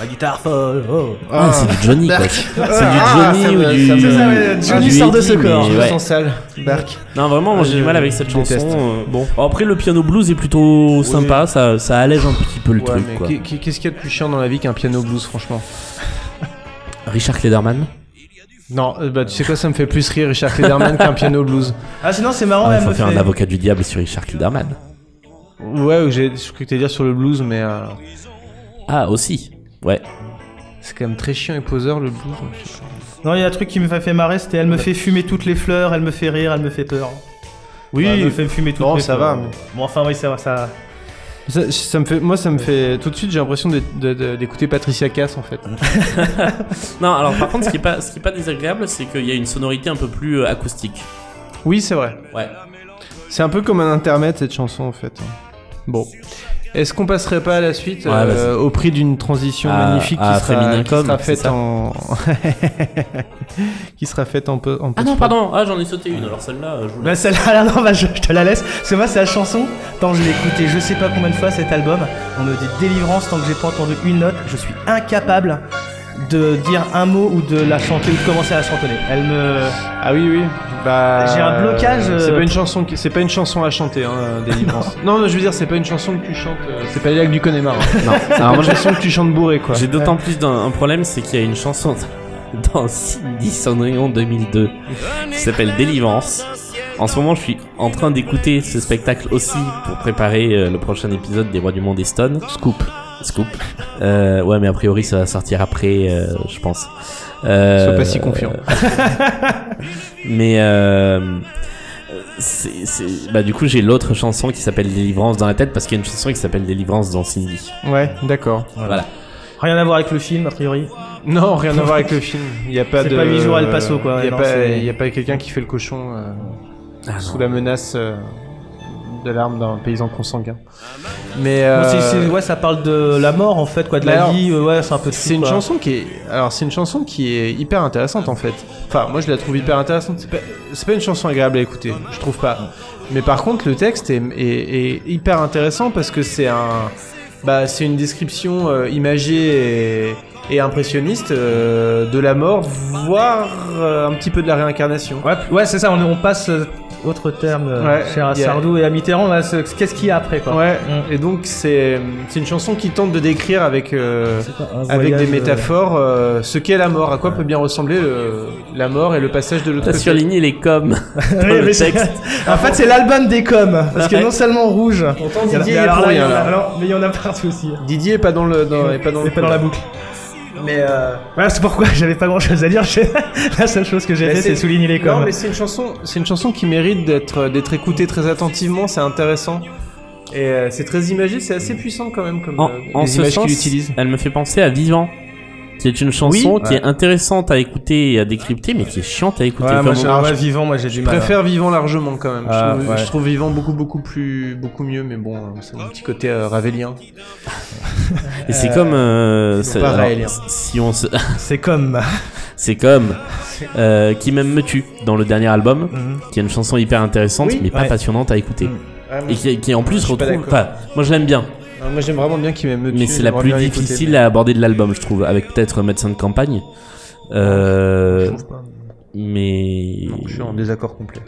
La guitare folle. oh. Ah, c'est du Johnny quoi. C'est Ah, du ça Johnny me- ou du. ça me- C'est ça, ouais, Johnny du sort de Eddie, ce corps, mais Je me ouais. sens sale. Dark. Non, vraiment, moi j'ai Je du mal avec cette déteste. chanson. euh, Bon. Après, le piano blues est plutôt sympa, ça, ça allège un petit peu le Ouais, truc mais quoi. qu'est- qu'est- qu'est-ce qu'il y a de plus chiant dans la vie qu'un piano blues, franchement Richard Klederman Non, euh, bah, tu sais quoi, ça me fait plus rire Richard Clayderman qu'un piano blues. Ah, sinon, c'est marrant, Ah, elle il faut me faire fait- un avocat du diable sur Richard Kilderman. Ouais, ou j'ai je croyais que t'allais dire sur le blues, mais euh, Ah, aussi. Ouais. c'est quand même très chiant et poseur le blues. je sais pas. Non, il y a un truc qui me fait marrer, c'était elle me fait fumer toutes les fleurs, elle me fait rire, elle me fait peur. Oui, elle me fait fumer toutes non, les ça fleurs. va, mais- Bon, enfin, oui, ça va, ça. Ça, ça me fait, moi, ça me fait tout de suite, j'ai l'impression d'être- de- de- d'écouter Patricia Cass en fait. Non, alors par contre, ce qui est pas, ce qui est pas désagréable, c'est qu'il y a une sonorité un peu plus euh, acoustique. Oui, c'est vrai. Ouais. C'est un peu comme un intermède cette chanson en fait. Bon. Est-ce qu'on passerait pas à la suite Ouais, euh, au prix d'une transition À- magnifique à qui sera, qui Féminicom, sera c'est faite ça en qui sera faite en peu en Ah non, post-prod. pardon. Ah, j'en ai sauté une. Alors celle-là, euh, je vous la- Bah, celle-là, là, non, bah, je, je te la laisse. Parce que moi, c'est la chanson. Tant je l'ai écouté, je sais pas combien de fois cet album. On me dit délivrance tant que j'ai pas entendu une note. Je suis incapable de dire un mot ou de la chanter ou de commencer à la chantonner. Elle me. Ah oui oui. Bah J'ai un blocage, euh, C'est euh, pas une chanson qui- c'est pas une chanson à chanter hein, Délivrance. non. non, je veux dire c'est pas une chanson que tu chantes, euh, c'est pas les lacs du Connemara. hein. Non. C'est Alors pas moi, une j'ai- chanson que tu chantes bourré quoi. j'ai d'autant plus d'un un problème, c'est qu'il y a une chanson dans Cindy Cendrillon 2002 qui s'appelle Délivrance. En ce moment, je suis en train d'écouter ce spectacle aussi pour préparer euh, le prochain épisode des Rois du Monde et Stone. Scoop. Scoop. Euh, ouais, mais a priori, ça va sortir après, euh, je pense. Euh, Sois pas si confiant. Mais euh, c'est, c'est- bah, du coup, j'ai l'autre chanson qui s'appelle Délivrance dans la tête parce qu'il y a une chanson qui s'appelle Délivrance dans Cindy. Ouais, d'accord. Voilà. Rien à voir avec le film, a priori. Non, rien à voir avec le film. Il y a pas C'est de pas huit jours à El Paso, quoi. Il y a Non, pas c'est- il y a pas quelqu'un qui fait le cochon euh, Ah, sous non. la menace euh, de l'arme d'un paysan consanguin. Mais Bon, euh, c'est- c'est- ouais, ça parle de la mort, en fait, quoi, de mais la alors, vie. euh, ouais, c'est un peu. de c'est tout, une quoi. chanson qui est alors c'est une chanson qui est hyper intéressante en fait. Enfin, moi je la trouve hyper intéressante. C'est pas, c'est pas une chanson agréable à écouter, je trouve pas. Mais par contre, le texte est, est- est hyper intéressant parce que c'est un bah c'est une description euh, imagée et, et impressionniste euh, de la mort, voire euh, un petit peu de la réincarnation. Ouais, p- ouais, c'est ça. On, on passe euh, autre terme, euh, Ouais, cher à il y a- Sardou et à Mitterrand. là, ce- Qu'est-ce qu'il y a après, quoi Ouais, Mm. et donc c'est c'est une chanson qui tente de décrire avec euh, C'est pas un avec voyage, des euh, métaphores euh, ce qu'est la mort, à quoi peut bien ressembler le- la mort et le passage de l'autre T'as côté. surligné les coms dans Oui, le Eh, mais c'est- texte. En fait, c'est l'album des coms. Parce que Ouais. non seulement rouge. Pourtant, il y en a- Didier mais est alors pour là, il y rien, en a- là. alors, mais il y en a partout aussi. Didier est pas dans le dans, est pas dans, C'est le- pas dans la boucle. Mais euh... voilà, c'est pourquoi j'avais pas grand chose à dire. j'ai- la seule chose que j'ai Mais fait, c'est souligner les Non, coms. mais c'est une chanson, c'est une chanson qui mérite d'être d'être écoutée très attentivement. C'est intéressant et euh, c'est très imagé. C'est assez puissant quand même comme En, euh, en les ce images sens, qu'il utilise. elle me fait penser à Vivant, qui est une chanson Oui. qui est intéressante à écouter et à décrypter, mais qui est chiante à écouter. Ouais, moi, Enfin, j'ai- bon, ouais, vivant, moi j'ai du Je mal. préfère Vivant largement quand même. Ah, je, trouve, ouais. je trouve Vivant beaucoup beaucoup plus beaucoup mieux, mais bon, euh, c'est mon petit côté euh, ravelien. et c'est comme, euh, c'est- pas alors, réel. si on se, C'est comme. c'est comme, euh, qui même me tue dans le dernier album, Mhm. qui est une chanson hyper intéressante, Oui. mais pas Ouais. passionnante à écouter, Mhm. et qui, qui en plus suis pas retrouve, d'accord. enfin, moi je l'aime bien, Non, moi j'aime vraiment bien qu'il m'aime me mais tuer, c'est la j'aimerais plus bien l'écouter, difficile mais- à aborder de l'album, je trouve, avec peut-être Médecin de campagne. Je Euh, trouve pas. mais Non, je suis en désaccord complet.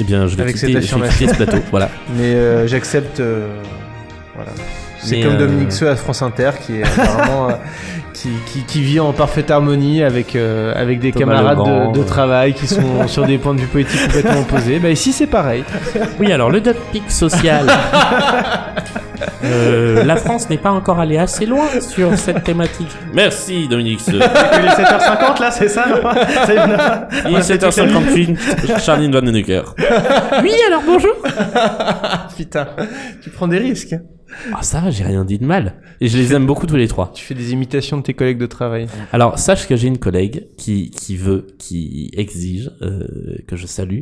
eh bien, je vais Avec quitter, cette je vais quitter ce plateau. Voilà. Mais euh, j'accepte. euh, voilà. C'est Mais, comme euh, Dominique Seux à France Inter qui est apparemment, euh, qui, qui, qui vit en parfaite harmonie avec, euh, avec des Thomas camarades Legrand, de, de euh. travail qui sont sur des points de vue politiques complètement opposés. Bah ici c'est pareil. Oui, alors le duck pic social. Euh, la France n'est pas encore allée assez loin sur cette thématique. Merci Dominique. Seux. Il est 7h50 là, c'est ça non Ça y en a- Il est 7h58, Charline Van Necker. Oui, alors bonjour. Putain, tu prends des risques. Ah ça va, j'ai rien dit de mal. Et je les aime beaucoup tous les trois. Tu fais des imitations de tes collègues de travail. Alors sache que j'ai une collègue qui, qui veut, qui exige, euh, que je salue,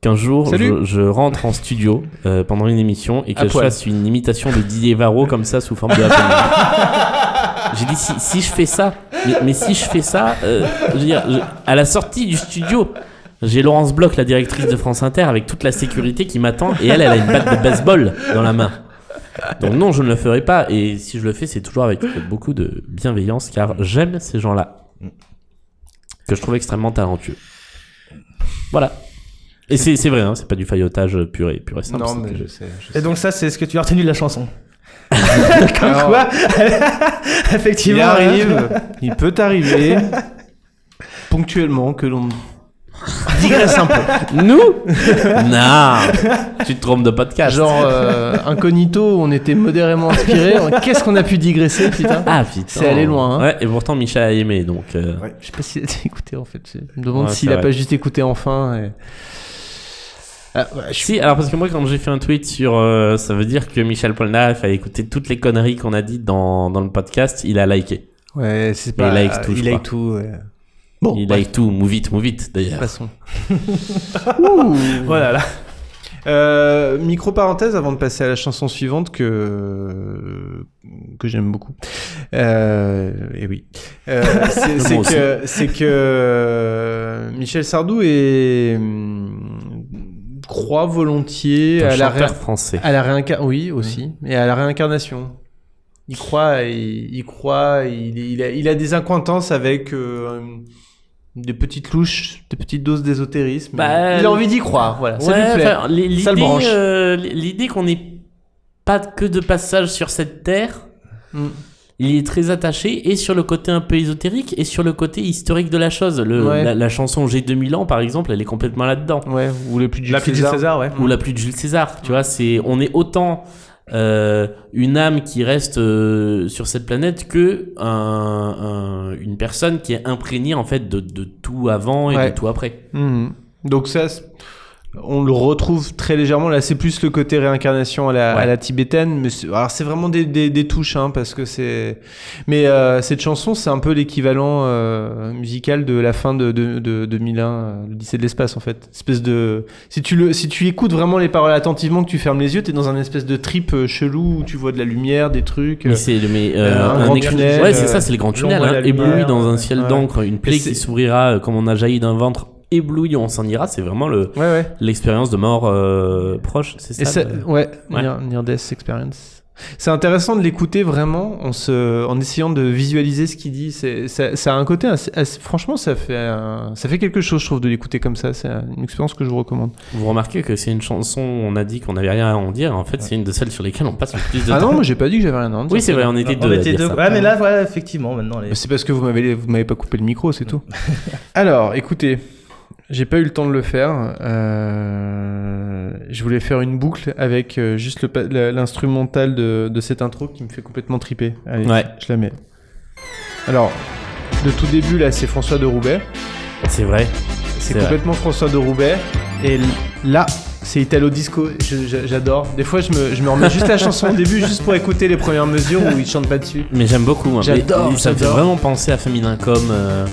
qu'un jour Salut. je, je rentre en studio euh, pendant une émission et que À je poil. fasse une imitation de Didier Varro comme ça sous forme de Apple. J'ai dit si, si je fais ça, mais, mais si je fais ça, euh, je veux dire, je- à la sortie du studio, j'ai Laurence Bloch, la directrice de France Inter, avec toute la sécurité qui m'attend et elle, elle a une batte de baseball dans la main. Donc non, je ne le ferai pas et si je le fais, c'est toujours avec beaucoup de bienveillance car j'aime ces gens-là que je trouve extrêmement talentueux. Voilà. Et c'est c'est vrai, hein, c'est pas du faillotage pur et pur et simple. Non c'était- mais je sais. je sais. Et donc, ça, c'est ce que tu as retenu de la chanson. Comme Ah. quoi, il effectivement. hein. arrive, il peut arriver ponctuellement que l'on digresse un peu. Nous Non Tu te trompes de podcast. Genre, euh, incognito, on était modérément inspirés. Qu'est-ce qu'on a pu digresser, putain Ah putain. C'est allé loin, hein. Ouais, et pourtant Michel a aimé, donc. euh, Je sais pas s'il a écouté en fait. Je me demande Ouais, s'il c'est a vrai. pas juste écouté enfin. et- Ah, ouais, je suis- Si, alors parce que moi quand j'ai fait un tweet sur euh, ça veut dire que Michel Polnareff a écouté toutes les conneries qu'on a dites dans, dans le podcast, il a liké. Ouais, c'est Mais pas. il like tout, je Il crois. like tout. ouais. Bon, il bref, like tout, move it, move it d'ailleurs. passons. Ouh. Voilà, là. Euh, micro parenthèse avant de passer à la chanson suivante que que j'aime beaucoup. Euh, et oui, Euh, c'est c'est Moi aussi. que c'est que Michel Sardou est hum, croit volontiers Un à la, chanteur réin- français. à la réincarnation. Oui, aussi, et à la réincarnation. Il croit, il, il croit, il, il a, il a des accointances avec euh, des petites louches, des petites doses d'ésotérisme. Bah, il a envie d'y croire, voilà. ça Ouais, lui Ah, plaît. enfin, l- Ça le l'idée, branche. euh, l- l'idée qu'on n'est pas que de passage sur cette terre, Mm. il est très attaché et sur le côté un peu ésotérique et sur le côté historique de la chose. Le, Ouais. la, la chanson J'ai 2000 ans par exemple, elle est complètement là-dedans. Ouais, ou les plus du La petite César. César, ouais. Ou la pluie de Jules César, Mm. tu vois, c'est on est autant euh, une âme qui reste euh, sur cette planète que un- un- une personne qui est imprégnée en fait de, de tout avant et Ouais. de tout après. Mhm. Donc ça, c'est- on le retrouve très légèrement. Là, c'est plus le côté réincarnation à la, Ouais. à la tibétaine. Mais c'est- alors, c'est vraiment des, des, des touches, hein, parce que c'est. Mais euh, cette chanson, c'est un peu l'équivalent euh, musical de la fin de, de, de 2001, euh, le lycée de l'espace, en fait. Espèce de. Si tu le, si tu écoutes vraiment les paroles attentivement, que tu fermes les yeux, t'es dans un espèce de trip euh, chelou où tu vois de la lumière, des trucs. euh, Mais c'est le- mais, euh, un grand écran- tunnel, ouais, c'est euh, ça, c'est le grand tunnel, l'ombre et hein, la lumière, ébloui dans un ciel ouais. d'encre, une plaie Et c'est- qui s'ouvrira euh, comme on a jailli d'un ventre ébloui, on s'en ira. C'est vraiment le Ouais, ouais. l'expérience de mort euh, proche, c'est ça. Et ça, le- ouais, Ouais. Near, Near Death Experience. C'est intéressant de l'écouter vraiment en, se, en essayant de visualiser ce qu'il dit. C'est, ça, ça a un côté assez- assez- franchement, ça fait, un- ça fait quelque chose, je trouve, de l'écouter comme ça. C'est une expérience que je vous recommande. Vous remarquez que c'est une chanson, on a dit qu'on n'avait rien à en dire. En fait, c'est une de celles sur lesquelles on passe le plus de Ah temps. non, moi j'ai pas dit que j'avais rien à dire. oui, c'est vrai, on était On deux. à était dire deux. ça. Ouais, mais là, voilà, effectivement, maintenant, les... Mais C'est parce que vous m'avez, vous m'avez pas coupé le micro, c'est tout. Alors, écoutez, j'ai pas eu le temps de le faire. Euh, je voulais faire une boucle avec euh, juste le pa- la- l'instrumental de, de cette intro qui me fait complètement triper. Allez, Ouais. je la mets. Alors, le tout début là, c'est François de Roubaix. C'est vrai. C'est C'est vrai. complètement François de Roubaix. Et l- là, c'est Italo Disco. Je- je- J'adore. Des fois, je me, je me remets juste la chanson au début, juste pour écouter les premières mesures où il chante pas dessus. Mais j'aime beaucoup. Moi. J'adore, Mais Ça me fait j'adore. Mm. vraiment penser à Feminin Com euh,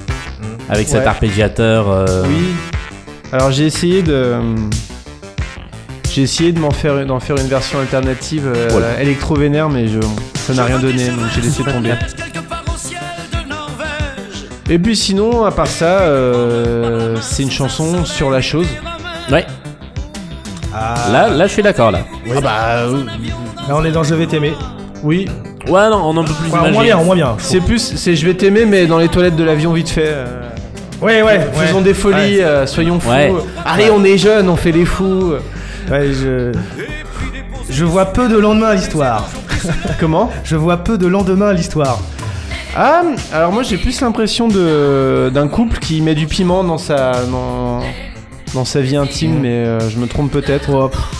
avec cet Ouais. arpégiateur. euh, Oui. Alors j'ai essayé de j'ai essayé de m'en faire d'en faire une version alternative euh, électro-vénère mais je, ça n'a rien donné donc j'ai laissé tomber. Et puis sinon à part ça euh, c'est une chanson sur la chose. Ouais. Là, là, je suis d'accord là. Ah bah euh, Là, on est dans Je vais t'aimer. oui, Ouais, non, on en peut plus Enfin, moins imaginer. bien, moins bien. c'est plus c'est je vais t'aimer mais dans les toilettes de l'avion vite fait. euh, Ouais, ouais. Faisons ouais. des folies, euh, soyons fous. Ouais. Allez, on est jeunes, on fait les fous. Ouais, je... je vois peu de lendemain à l'histoire. Comment Je vois peu de lendemain à l'histoire. Ah, alors moi j'ai plus l'impression de d'un couple qui met du piment dans sa dans, dans sa vie intime, mais euh, je me trompe peut-être. Oh, pff.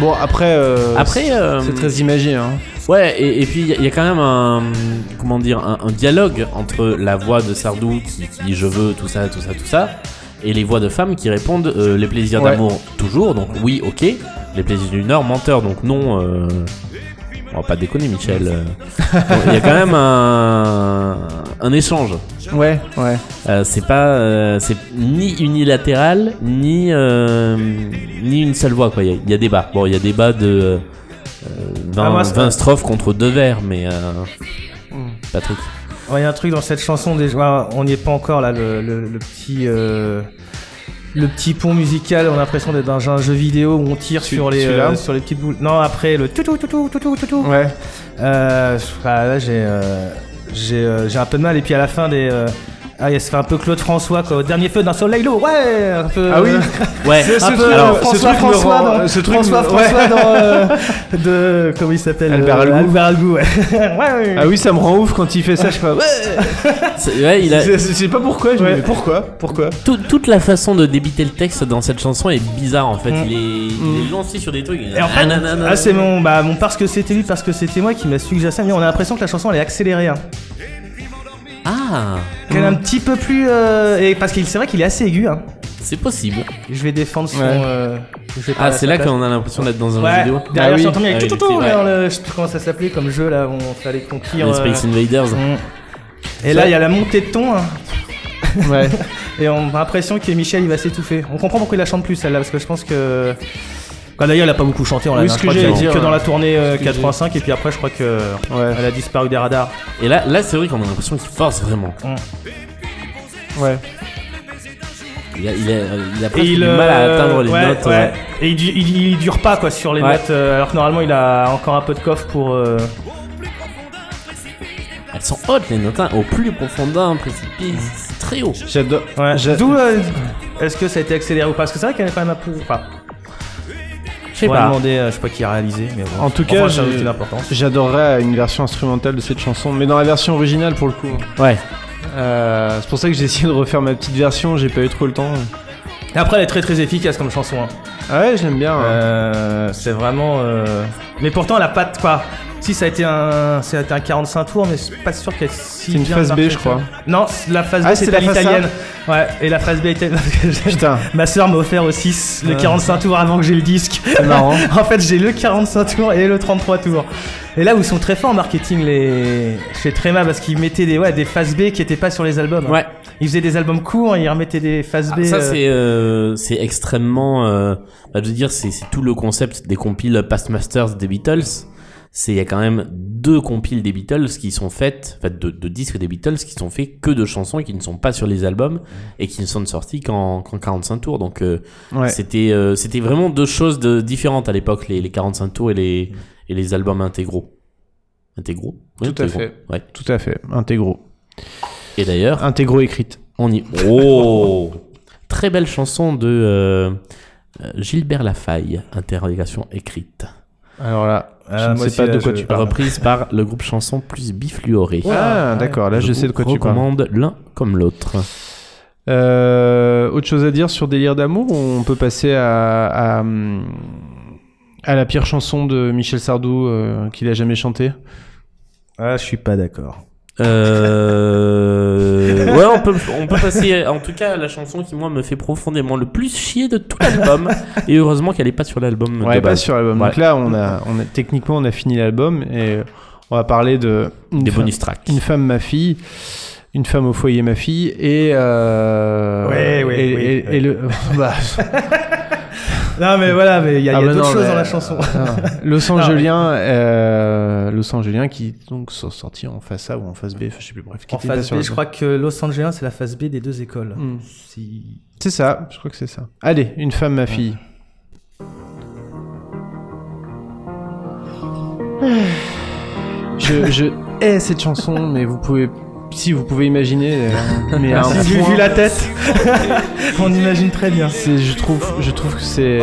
Bon après, euh, Après, c'est- euh, c'est très imagé. Hein. Ouais, et, et puis il y, a- il y a quand même un comment dire un, un dialogue entre la voix de Sardou qui, qui dit je veux tout ça, tout ça, tout ça, et les voix de femmes qui répondent euh, les plaisirs Ouais. d'amour toujours, donc oui, ok, les plaisirs du Nord menteur, donc non. euh, On va pas déconner, Michel. euh. Bon, Il y a quand même un, un échange. Ouais, ouais. Euh, c'est pas, euh, c'est ni unilatéral, ni euh, ni une seule voix quoi. Il y a- il y, a débat. Bon, il y a débat de euh, euh, 20, Ah, moi, c'est- Hmm. 20 strophes contre deux vers, mais euh, Patrick. Ouais, Il y a un truc dans cette chanson, déjà, on n'y est pas encore là, le, le- le petit. euh, Le petit pont musical, on a l'impression d'être dans un jeu vidéo où on tire Celui- sur les, celui-là euh, sur les petites boules. Non, après le toutou toutou toutou toutou. Ouais. Euh, je- ah, là, j'ai euh, j'ai euh, j'ai un peu de mal. Et puis à la fin des, euh, Ah, ça fait un peu Claude François, quoi. Dernier feu d'un soleil lourd, ouais un peu, euh, Ah oui Ouais. C'est- un ce peu truc- euh, ce François truc me François rend- dans- ce truc François me- François dans, euh, de comment il s'appelle Albert euh, Algou. Albert Algou, ouais. ouais, Ah oui, ça me rend ouf quand il fait ça. Je sais pas, ouais, C'est- ouais, il a... je sais pas pourquoi. Je me dis, Ouais. mais pourquoi Pourquoi Tout- toute la façon de débiter le texte dans cette chanson est bizarre en fait. Il, est, il est lancé sur des trucs. Hmm. Et en fait, Nanana. ah, c'est mon, bah, mon parce que c'était lui, parce que c'était moi qui m'a suggéré ça. Mais on a l'impression que la chanson elle est accélérée. hein. Ah, Qu'elle est un petit peu plus. euh, et parce qu'il c'est vrai qu'il est assez aigu. hein. c'est possible. Je vais défendre son. Ouais. euh, je vais pas Ah, à c'est sa là place. qu'on a l'impression d'être dans un Ouais, jeu vidéo. derrière Ah oui. sur ton mur, il y a Ah oui, tout c'est autour, vrai. dans le- je sais plus comment ça s'appelait comme jeu là, où on fallait conquérir. Ah, Les euh, Space Invaders. Mm. Et là, il y a la montée de ton. hein. Ouais. Et on a l'impression que Michel il va s'étouffer. On comprend pourquoi il la chante plus celle-là parce que je pense que. Quoi, D'ailleurs, elle a pas beaucoup chanté. On l'a Oui, vu, ce je que crois qu'il j'allais a dit dire, que dans ouais. la tournée euh, que j'ai- 85 et puis après, je crois que euh, Ouais. elle a disparu des radars. Et là, là c'est vrai qu'on a l'impression qu'il force vraiment. Ouais. Il a, il a, il a Mm. Et presque Ah, du euh, mal à atteindre les ouais, notes. ouais. ouais. Et il, du- il- il dure pas quoi sur les Ouais. notes. euh, alors que normalement, il a encore un peu de coffre pour. euh, Elles sont hautes les notes, hein, au plus profond d'un précipice. C'est très haut. J'adore. ouais. J'a- D'où. euh, Est-ce que ça a été accéléré ou pas Parce que c'est vrai qu'elle est quand même un peu. Enfin, Je je sais pas. demander. euh, je sais pas qui a réalisé, mais bon. En tout cas, Enfin, ça a j'ai- aucune importance. J'adorerais une version instrumentale de cette chanson, mais dans la version originale pour le coup. hein. Ouais. Euh, c'est pour ça que j'ai essayé de refaire ma petite version, j'ai pas eu trop le temps. Et après, elle est très très efficace comme chanson. hein. Ah ouais, je l'aime bien. hein. Euh, c'est vraiment. euh, Mais pourtant, elle a pas de quoi. Si ça a été un, ça a été un 45 tours, mais je suis pas sûr qu'elle si C'est une bien phase B, marché je que crois. ça. Non, c'est- la phase Ah, B c'est c'était la phase A. l'italienne. Ouais, et la phase B était. Putain, Ma soeur m'a offert aussi s- le Ah. 45 tours avant que j'ai le disque. c'est marrant. en fait, j'ai le 45 tours et le 33 tours. Et là où ils sont très forts en marketing, les chez Trema, parce qu'ils mettaient des ouais des phases B qui étaient pas sur les albums. Ouais. Ils faisaient des albums courts, et ils remettaient des phases B. Ah, ça euh, c'est euh, c'est extrêmement euh, bah, je veux dire c'est c'est tout le concept des compiles Past Masters des Beatles c'est il y a quand même deux compiles des Beatles qui sont faites enfin de, de disques des Beatles qui sont faits que de chansons qui ne sont pas sur les albums et qui ne sont sortis qu'en qu'en 45 tours donc euh, Ouais. c'était euh, c'était vraiment deux choses de- différentes à l'époque les, les 45 tours et les et les albums intégraux intégraux Oui, Tout à intégraux. fait. ouais Tout à fait, intégro. et d'ailleurs Intégro écrite. on y. Oh Très belle chanson de euh, euh, Gilbert Lafaille, interrogation écrite, Alors là, Ah, je moi ne sais aussi, pas là, de quoi je- tu parles. reprise par le groupe chanson plus bifluoré. Euh, Ah, d'accord, là je, sais de quoi tu parles. recommande l'un comme l'autre. Euh, autre chose à dire sur Délire d'amour ou On peut passer à, à, hum, à la pire chanson de Michel Sardou euh, qu'il a jamais chantée. Ah, je suis pas d'accord. Euh... Ouais, on peut, on peut passer en tout cas à la chanson qui, moi, me fait profondément le plus chier de tout l'album. Et heureusement qu'elle est pas sur l'album. Ouais, de pas base. sur l'album. Donc Ouais. là, on a, on a, techniquement, on a fini l'album et on va parler de une Des femme, bonus tracks. une femme, ma fille, une femme au foyer, ma fille, et euh, Ouais, ouais, et, oui, et- ouais. et le bah, Non, mais voilà, mais il y a, ah il y a bah d'autres non, choses mais- dans la chanson. Ah, Los Angelien, euh, Los Angelien qui donc sont sortis en face A ou en face B, enfin, je sais plus bref. Qui En était pas phase sur B, je l'album. crois que Los Angeles, c'est la phase B des deux écoles. Hmm. Si- C'est ça, je crois que c'est ça. Allez, une femme, ma fille. Ah. Je, je hais cette chanson, mais vous pouvez, si vous pouvez imaginer, euh, mais à un Ah, Si j'ai point, vu la tête, on imagine très bien. c'est- je trouve, je trouve que c'est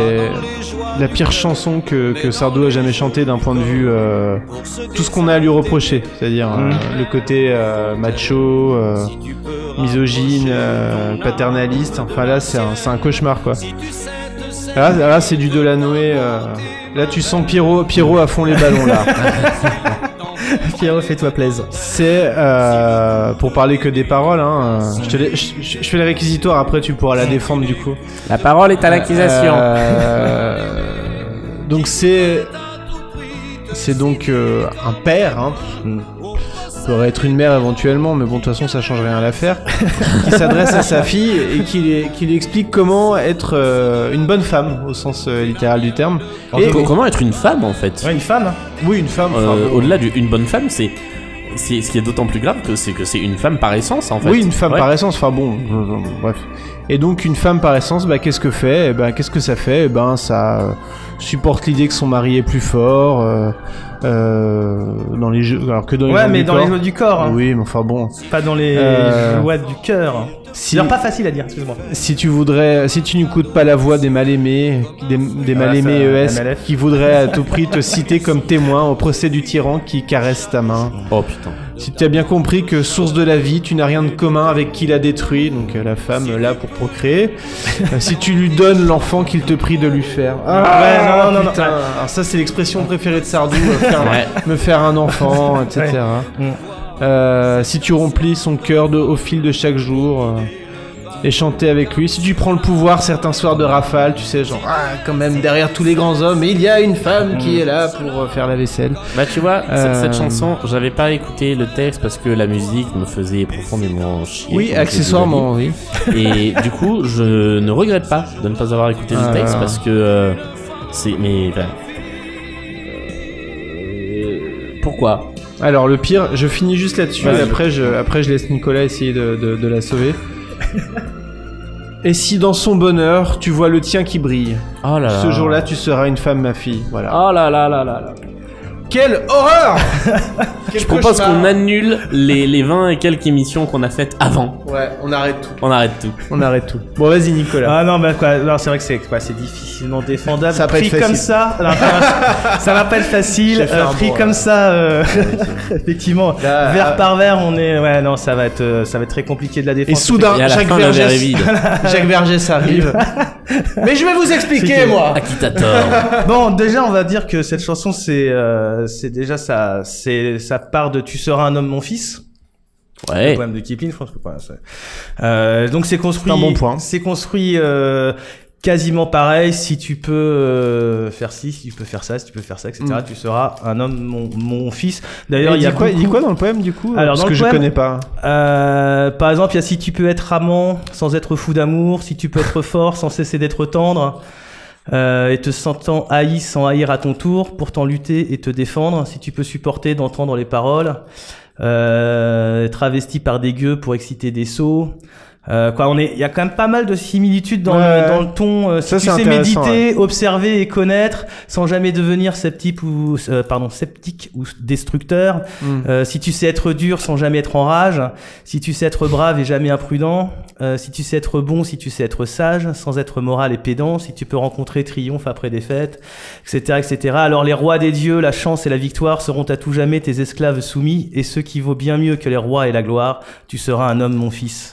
la pire chanson que, que Sardou a jamais chantée d'un point de vue euh, tout ce qu'on a à lui reprocher, c'est-à-dire Mm. euh, le côté euh, macho, euh, misogyne, euh, paternaliste. Enfin là, c'est un, c'est un cauchemar quoi. Là, là, c'est du Delanoé. euh, Là, tu sens Pierrot, Pierrot à fond les ballons là. Pierrot, fais-toi plaisir. C'est euh, pour parler que des paroles. Hein, euh, je, te la- je- je- je fais le réquisitoire après, tu pourras la défendre du coup. La parole est à l'accusation. Euh, donc c'est c'est donc euh, un père. Hein, ça pourrait être une mère éventuellement, mais bon de toute façon ça change rien à l'affaire. qui s'adresse à sa fille et qui lui, qui lui explique comment être euh, une bonne femme au sens euh, littéral du terme. Et- Co- Comment être une femme en fait Ouais, une femme. oui, une femme. enfin, Euh, bon. Au-delà d'une bonne femme, c'est c'est ce qui est d'autant plus grave que c'est que c'est une femme par essence en fait. Oui, une femme Ouais. par essence. Enfin bon, euh, bref. Et donc une femme par essence, bah qu'est-ce que fait Eh ben qu'est-ce que ça fait Eh ben ça euh, supporte l'idée que son mari est plus fort, euh, euh, dans les jeux, alors que dans les Ouais, joies mais du dans corps. les joies du corps, hein. Oui, mais enfin bon. Pas dans les Euh, joies du cœur. si- C'est d'ailleurs pas facile à dire, excuse-moi. Si tu voudrais, si tu n'écoutes pas la voix des mal-aimés, des, des Ah, mal-aimés ça, ES, MLF. qui voudraient à tout prix te citer comme témoin au procès du tyran qui caresse ta main. Oh putain. Si tu as bien compris que source de la vie, tu n'as rien de commun avec qui la détruit, donc euh, la femme euh, là pour procréer. Euh, si tu lui donnes l'enfant qu'il te prie de lui faire. Ah, Ouais, Ah, non, non, non, non. putain. Ouais. Alors Ah, ça c'est l'expression préférée de Sardou, euh, faire- me faire un enfant, etc. Ouais. Mm. Euh, si tu remplis son cœur de- au fil de chaque jour. euh, et chanter avec lui. Si tu prends le pouvoir certains soirs de rafale, tu sais, genre, ah, quand même, derrière tous les grands hommes, il y a une femme Mm. qui est là pour euh, faire la vaisselle. Bah tu vois, Euh, cette, cette chanson, j'avais pas écouté le texte parce que la musique me faisait profondément chier. Oui, comme accessoirement, oui. je l'ai dit. Et du coup, je ne regrette pas de ne pas avoir écouté Ah. le texte parce que euh, c'est... Mais... enfin, euh, pourquoi Alors le pire, je finis juste là-dessus Vas-y. et après je, après je laisse Nicolas essayer de, de- de la sauver. et si dans son bonheur, tu vois le tien qui brille, Oh là là. ce jour-là tu seras une femme, ma fille. Voilà. Oh là là là là là. Ah. Quelle horreur Quel Je propose cauchemar qu'on annule les, les 20 et quelques émissions qu'on a faites avant. Ouais, on arrête tout. On arrête tout. On arrête tout. Bon, vas-y Nicolas. Ah non, bah quoi, non, c'est vrai que c'est quoi, c'est difficilement défendable. Ça va pas pris être facile. comme ça, non, ça- ça va pas être Je facile. vais faire euh, un pris bon, comme ouais. ça, euh, effectivement, Là, vers ah. par vers, on est, ouais, non, ça va être, euh, ça va être très compliqué de la Et défendre. soudain, Et à la Jacques fin, la verre Vergès, est vide. Jacques Vergès arrive. Mais je vais vous expliquer, moi. Acquitator. Bon, déjà, on va dire que cette chanson, c'est, euh, c'est déjà ça, c'est ça part de Tu seras un homme, mon fils. Eh. Le Ouais. poème de Kipling, je pense que voilà, c'est- Euh, donc c'est construit. C'est un bon point. C'est construit euh, quasiment pareil. Si tu peux euh, faire ci, si tu peux faire ça, si tu peux faire ça, etc. Mm. Tu seras un homme, mon, mon fils. D'ailleurs, il y a quoi, il dit beaucoup- quoi dans le poème du coup Alors, Parce dans que le je poème- connais pas. Euh, par exemple, il y a si tu peux être amant sans être fou d'amour, si tu peux être fort sans cesser d'être tendre, euh, et te sentant haï sans haïr à ton tour, pourtant lutter et te défendre, si tu peux supporter d'entendre les paroles, euh, travesti par des gueux pour exciter des sots. Euh, quoi, on est, il y a quand même pas mal de similitudes dans, Ouais. le, dans le ton. euh, si Ça, tu c'est sais intéressant, méditer, observer et connaître, sans jamais devenir sceptique ou euh, pardon sceptique ou destructeur, Mm. euh, si tu sais être dur sans jamais être en rage, si tu sais être brave et jamais imprudent, euh, si tu sais être bon, si tu sais être sage, sans être moral et pédant, si tu peux rencontrer triomphe après défaite, etc., etc. Alors les rois des dieux, la chance et la victoire seront à tout jamais tes esclaves soumis, et ce qui vaut bien mieux que les rois et la gloire, tu seras un homme, mon fils.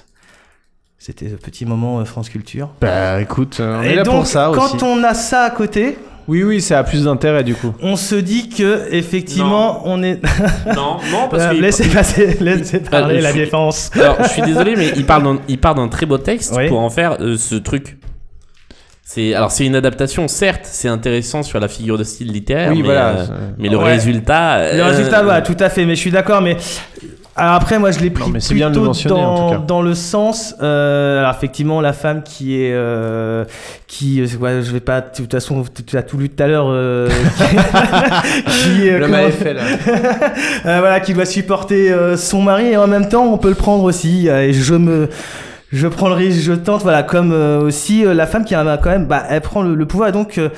C'était le petit moment euh, France Culture. Bah écoute, euh, on est et là donc, pour ça quand aussi. on a ça à côté, Oui, oui, ça a plus d'intérêt du coup. on se dit que effectivement, on est. Non, non, parce Euh, que. laissez passer, laissez Bah, parler je la suis- défense. Alors, je suis désolé, mais il part d'un, il part d'un très beau texte Oui. pour en faire euh, ce truc. C'est, alors, c'est une adaptation, certes, c'est intéressant sur la figure de style littéraire, Oui, mais, voilà, euh, ça- mais le Ouais. résultat. Le euh, résultat, voilà, tout à fait, mais je suis d'accord, mais. Alors après, moi, je l'ai pris mais c'est plutôt bien de le mentionner, dans, en tout cas. dans le sens. euh, alors effectivement, la femme qui est, euh, qui, euh, ouais, je vais pas. De toute façon, tu tu as tout lu tout à l'heure. euh, qui, euh, Le comment- MAFL. Euh, voilà, qui doit supporter euh, son mari et en même temps, on peut le prendre aussi. euh, et je me, je prends le risque, je tente. Voilà, comme euh, aussi euh, la femme qui a quand même, bah, elle prend le, le pouvoir et donc euh,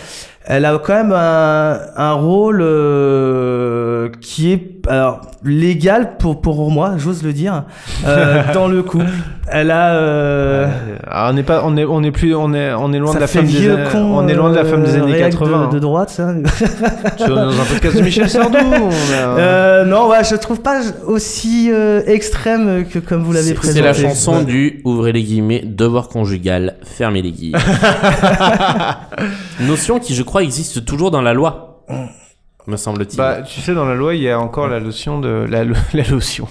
elle a quand même un, un rôle euh, qui est alors légal pour pour moi, j'ose le dire, euh, dans le couple. Elle a euh, Ah, on n'est pas, on est, on est plus, on est, on est loin ça de la fait femme des, vieux années- con, on est loin de la euh, femme des années hein. réac de- 80. de droite, hein. ça. Tu vois, dans un podcast de Michel Sardou. on a- Euh, non, ouais, je trouve pas aussi euh, extrême que comme vous l'avez c'est, présenté. c'est la chanson du ouvrez les guillemets, devoir conjugal, fermez les guillemets. Notion qui, je crois, existe toujours dans la loi, me semble-t-il. Bah, tu sais, dans la loi, il y a encore la notion de la, lo- la lotion,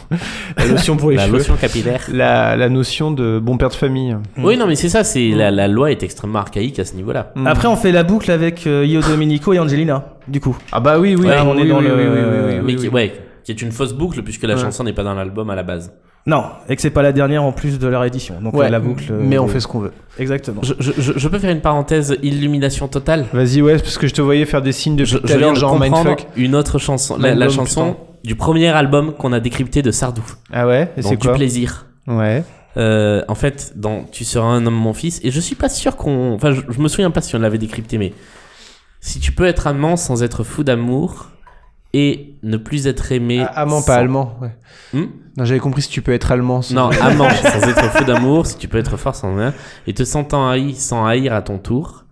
la lotion pour les la cheveux, notion capillaire. La, la notion de bon père de famille. Mm. Oui, non, mais c'est ça, c'est la, la loi est extrêmement archaïque à ce niveau-là. Mm. Après, on fait la boucle avec euh, Io Domenico et Angelina, du coup. ah bah oui, oui, Ouais, oui, on est oui, dans oui, le- oui, oui, oui, Euh, Mais oui, qui, oui. ouais, qui est une fausse boucle puisque la Ouais. chanson n'est pas dans l'album à la base. Non, et que c'est pas la dernière en plus de la réédition. Donc Ouais, euh, la boucle. euh, Mais on des- fait ce qu'on veut. Exactement. Je, je- je- je peux faire une parenthèse illumination totale Vas-y, ouais, parce que je te voyais faire des signes depuis Je, tout je à viens l'heure, de genre comprendre mindfuck. une autre chanson, la, la Mindblown, chanson du premier album qu'on a décrypté de Sardou, Ah ouais, et dans c'est Du quoi plaisir. Ouais. Euh, en fait, dans Tu seras un homme, mon fils, et je suis pas sûr qu'on. Enfin, je, je me souviens pas si on l'avait décrypté, mais. Si tu peux être amant sans être fou d'amour, et ne plus être aimé. Ah, Amant, pas sans- allemand. ouais. Hmm non, j'avais compris si tu peux être allemand. sans- Non, ah. amant, sans être fou d'amour, si tu peux être fort sans rien, et te sentant haï sans haïr à ton tour.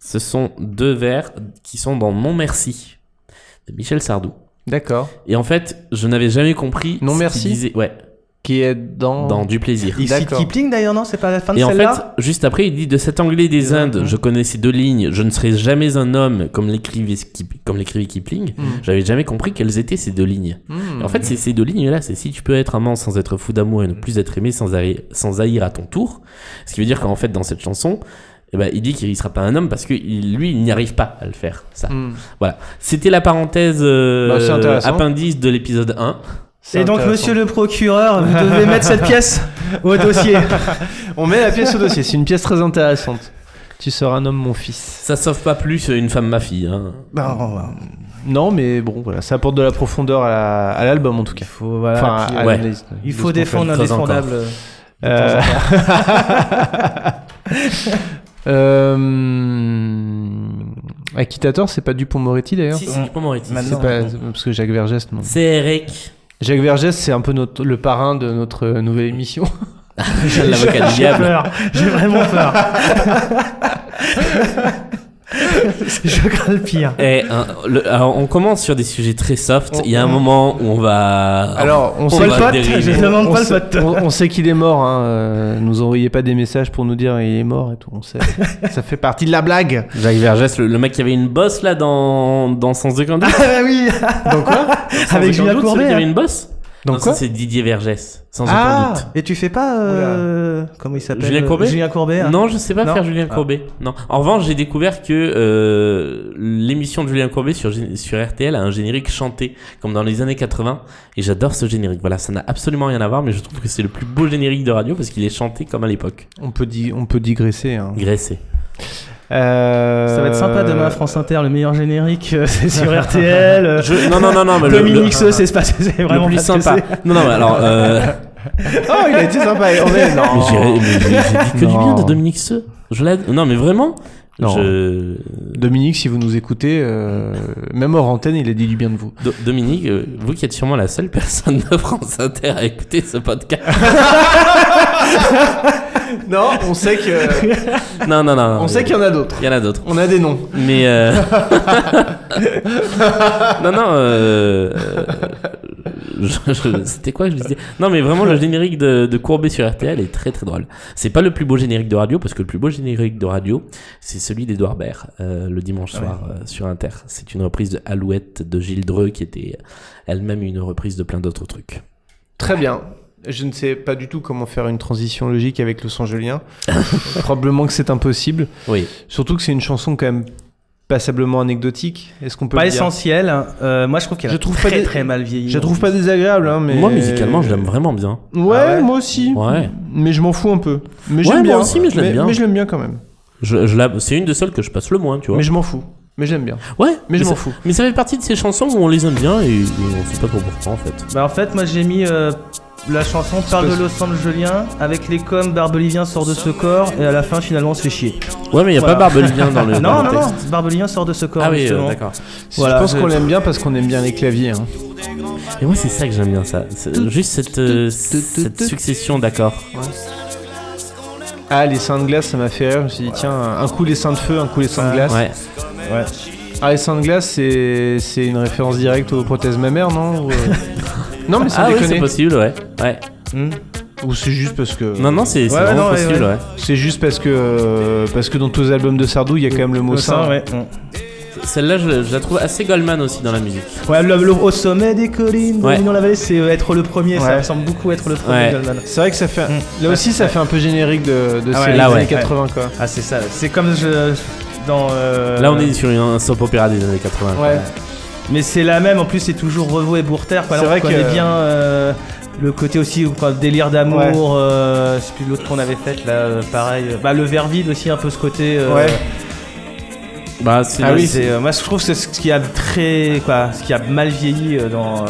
Ce sont deux vers qui sont dans Non Merci de Michel Sardou. D'accord. Et en fait, je n'avais jamais compris. Non ce qu'il Merci disait. Ouais, Qui est dans. dans du plaisir. Il cite D'accord. Kipling d'ailleurs, non C'est pas la fin de Et en fait, celle-là juste après, il dit de cet anglais des Indes, je connais ces deux lignes, je ne serai jamais un homme comme l'écrivait Skip- comme l'écrivait Kipling. Mm. J'avais jamais compris quelles étaient ces deux lignes. Et En fait, c'est ces deux lignes-là, c'est si tu peux être amant sans être fou d'amour et ne plus être aimé sans, haïr- sans haïr à ton tour. Ce qui veut dire qu'en fait, dans cette chanson, eh ben, il dit qu'il ne sera pas un homme parce que il- lui, il n'y arrive pas à le faire. Ça. Hmm. Voilà. C'était la parenthèse euh, Bah, c'est intéressant. appendice de l'épisode 1. C'est Et donc, intéressant. monsieur le procureur, vous devez mettre cette pièce au dossier. On met la pièce au dossier. C'est une pièce très intéressante. Tu seras un homme, mon fils. Ça sauve pas plus une femme, ma fille. hein. Non, mais bon, voilà, ça apporte de la profondeur à la- à l'album en tout cas. Faut, voilà, Enfin, puis, euh, à ouais. l'analyse. De il faut ce qu'on fait. défendre Creuse encore. indéfendable. Euh, euh... Acquitator, c'est pas Dupont Moretti d'ailleurs. Si, c'est du Moretti. C'est pas- parce que Jacques Vergès, non. C'est Eric. Jacques Vergès, c'est un peu notre, le parrain de notre euh, nouvelle émission. L'avocat du J'ai diable. peur, j'ai vraiment peur. Je crains le pire. Eh, hein, le- alors, on commence sur des sujets très soft. Il y a un moment où on va. Alors, on, sait sait le pas- pote, dériver. je demande on pas le sait- pote. on- on sait qu'il est mort. Hein. euh, Nous envoyez pas des messages pour nous dire il est mort et tout. On sait. Ça fait partie de la blague. Oh, Jacques Vergès, le, le mec qui avait une bosse là dans, dans Sens de Candide. Ah bah oui Dans quoi Avec Julien Candide, celui Courbet. qui avait hein. une bosse Dans Non, quoi ça, C'est Didier Vergès, sans Ah, aucun Et tu fais pas... euh, comment il s'appelle Julien euh, Courbet Julien Courbet. hein. doute. Non, je sais pas Non. faire Julien Ah. Courbet. Non. En revanche, j'ai découvert que euh, l'émission de Julien Courbet sur, G- sur RTL a un générique chanté, comme dans les années 80. Et j'adore ce générique. Voilà, ça n'a absolument rien à voir, mais je trouve que c'est le plus beau générique de radio parce qu'il est chanté comme à l'époque. On peut di- on peut digresser. hein. Graissé. Euh, Ça va être sympa demain, France Inter, le meilleur générique, euh, c'est sur RTL. euh, Je- Non, non, non, non, mais le- Dominique le- Seux, c'est pas- c'est le vraiment plus pas ce que sympa. c'est. Non, non, mais alors. Euh, Oh, il a été sympa. On est... mais j'ai mais non. j'ai- j'ai dit que du Non. bien de Dominique Seux. Je l'ad- Non, mais vraiment. Non. Je... Dominique, si vous nous écoutez, euh, même hors antenne, il a dit du bien de vous. Do- Dominique, euh, vous qui êtes sûrement la seule personne de France Inter à écouter ce podcast. Non, on sait que Non, non, non. non. on sait qu'il y en a d'autres. Il y en a d'autres. On a des noms. Mais. euh, non, non. euh, euh, je- je- C'était quoi que je disais Non, mais vraiment, le générique de, de Courbet sur RTL est très très drôle. C'est pas le plus beau générique de radio, parce que le plus beau générique de radio, c'est celui d'Edouard Baird, euh, le dimanche soir euh, sur Inter. C'est une reprise de Alouette de Gilles Dreux, qui était elle-même une reprise de plein d'autres trucs. Très bien. Je ne sais pas du tout comment faire une transition logique avec le sangelien. Probablement que c'est impossible. Oui. Surtout que c'est une chanson quand même passablement anecdotique. Est-ce qu'on peut Pas le dire essentiel. hein. Euh, moi, je trouve qu'elle Je a trouve très pas des- très mal vieilli. Je la trouve pas désagréable, hein, mais Moi, musicalement, je l'aime vraiment bien. Ouais, Ah ouais moi aussi. Ouais. Mais je m'en fous un peu. Mais Ouais, j'aime moi bien. aussi, mais je l'aime bien. Mais je l'aime bien quand même. Je, je la- c'est une des seules que je passe le moins, tu vois. Mais je m'en fous. Mais je l'aime bien. ouais, mais je m'en ça- fous. Mais ça fait partie de ces chansons où on les aime bien et, et on sait pas trop pourquoi en fait. Bah en fait moi j'ai mis euh, la chanson parle de Los Angelesien avec les coms Barbelivien sort de ce corps et à la fin finalement c'est chier. Ouais, mais il y a Voilà. pas Barbelivien dans le, dans non le non texte. non, Barbelivien sort de ce corps Ah oui, euh, justement. d'accord. Voilà, je pense je- qu'on l'aime bien parce qu'on aime bien les claviers. hein. Et moi, c'est ça que j'aime bien ça. C'est juste cette, euh, cette succession d'accords. Ah, les seins de glace, ça m'a fait rire. Je me suis dit, tiens, un coup les seins de feu, un coup les seins de glace. Ouais. Ah, les seins de glace, c'est c'est une référence directe aux prothèses mammaires, non Ou, euh, Non, mais ça Ah oui, déconne. c'est possible, ouais. Ouais. Hmm. Ou c'est juste parce que. Non, non, c'est c'est Ouais, vraiment non, ouais, possible, ouais. ouais. C'est juste parce que. euh, parce que dans tous les albums de Sardou, il y a quand même le mot Au sein, sein. ouais. Hmm. Celle-là, je, je la trouve assez Goldman aussi dans la musique. Ouais, le- le- au sommet des collines, Ouais. dominant la vallée, c'est euh, être le premier, Ouais. ça me semble beaucoup être le premier Ouais. Goldman. C'est vrai que ça fait. un- Mm. Là aussi, ça fait un peu générique de, de Ah ouais, série là, des ouais. années 80, quoi. Ah c'est ça, c'est comme je dans euh, Là, on est sur une- un soap opéra des années 80. Ouais. Mais c'est la même, en plus c'est toujours Revo et Bourter. quoi. C'est Alors, vrai on connaît que- bien euh, le côté aussi quoi, délire d'amour, Ouais. euh, c'est plus l'autre qu'on avait faite là, euh, pareil. Bah le verre vide aussi un peu ce côté. euh, Ouais. Bah, c'est euh, Ah oui, c'est euh, moi je trouve que c'est ce qui a très quoi, ce qui a mal vieilli euh, dans euh,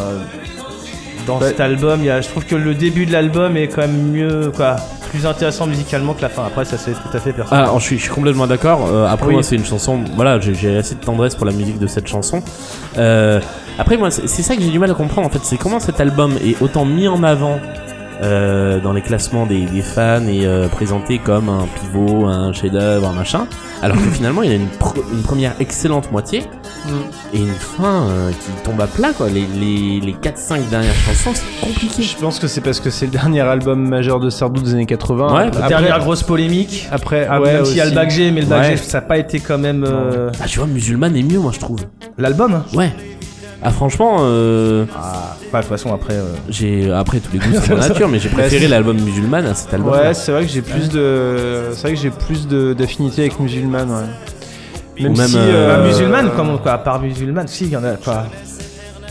dans Ouais. Bah, cet album. Il y a- je trouve que le début de l'album est quand même mieux quoi, plus plus intéressant musicalement que la fin. Après, ça c'est tout à fait personnel. Ah, en- je suis, je suis complètement d'accord. Euh, après, Oui. moi, c'est une chanson. Voilà, j'ai- j'ai assez de tendresse pour la musique de cette chanson. Euh, après, moi, c'est c'est ça que j'ai du mal à comprendre. En fait, c'est comment cet album est autant mis en avant euh, dans les classements des, des fans et euh, présenté comme un pivot, un chef-d'œuvre, un machin, alors que finalement, il a une, pr- une première excellente moitié Mm. et une fin euh, qui tombe à plat. Quoi. Les, les, les 4-5 dernières chansons, c'est compliqué. Je pense que c'est parce que c'est le dernier album majeur de Sardou des années 80. Ouais, Après- peut-être. Dernière grosse polémique. Après, Ah, ouais, même s'il y a aussi. le bac G, mais le bac Ouais. G, ça n'a pas été quand même euh, Ah, tu vois, Musulman est mieux, moi, je trouve. l'album. Ouais. Ah, franchement. Euh... Bah, de toute façon, après. euh, J'ai après tous les goûts c'est la nature, mais Bah, j'ai préféré c'est- l'album musulman à cet album. Ouais, c'est vrai que j'ai plus de, c'est vrai que j'ai plus de- d'affinité avec musulmane. Ouais. Ou même, si, euh, Pas euh, musulmane, comme quoi, à part musulmane, si, il y en a quoi.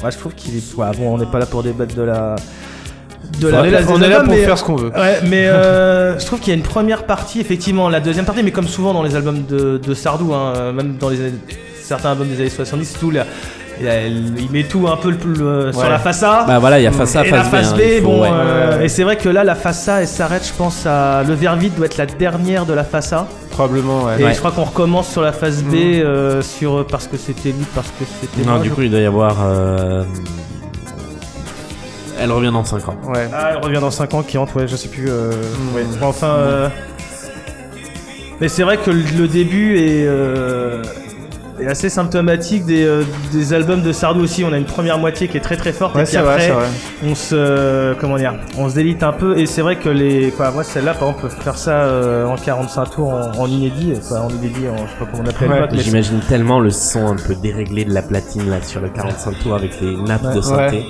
Moi, je trouve qu'il est. ouais, bon, on n'est pas là pour débattre de la. De on est là, place on des est là albums, pour mais- faire ce qu'on veut. Ouais, mais euh, je trouve qu'il y a une première partie, effectivement, la deuxième partie, mais comme souvent dans les albums de, de Sardou, hein, euh, même dans les années- certains albums des années 70, tout là, il a- il met tout un peu le, le- sur Ouais. la façade. Bah voilà, il y a face A, et face la B. face hein, B, il faut- bon, ouais. euh, Ouais, ouais. et c'est vrai que là, la face A, elle s'arrête, je pense, à le verre vide doit être la dernière de la face A. Probablement. Ouais. Et Ouais. je crois qu'on recommence sur la phase B Mm. euh, sur euh, parce que c'était lui, parce que c'était Non, moi, du je- coup, il doit y avoir. euh, Elle revient dans 5 ans. Ouais. Mhm. Ah, elle revient dans 5 ans, qui entre, ouais, je sais plus. euh, ouais. Bon, Enfin. euh, Mais c'est vrai que le le début est, euh, est assez symptomatique des, euh, des albums de Sardou aussi. On a une première moitié qui est très très forte, Ouais, et puis c'est vrai, après, c'est vrai. on se. euh, comment dire On se délite un peu. Et c'est vrai que les. Quoi, moi, celle-là, par exemple, faire ça euh, en 45 tours en, en inédit, quoi, en inédit, en- je sais pas comment on appelle Ouais. l'époque, Ah, mais J'imagine tellement le son un peu déréglé de la platine là sur le 45 tours avec les nappes de synthé. ouais.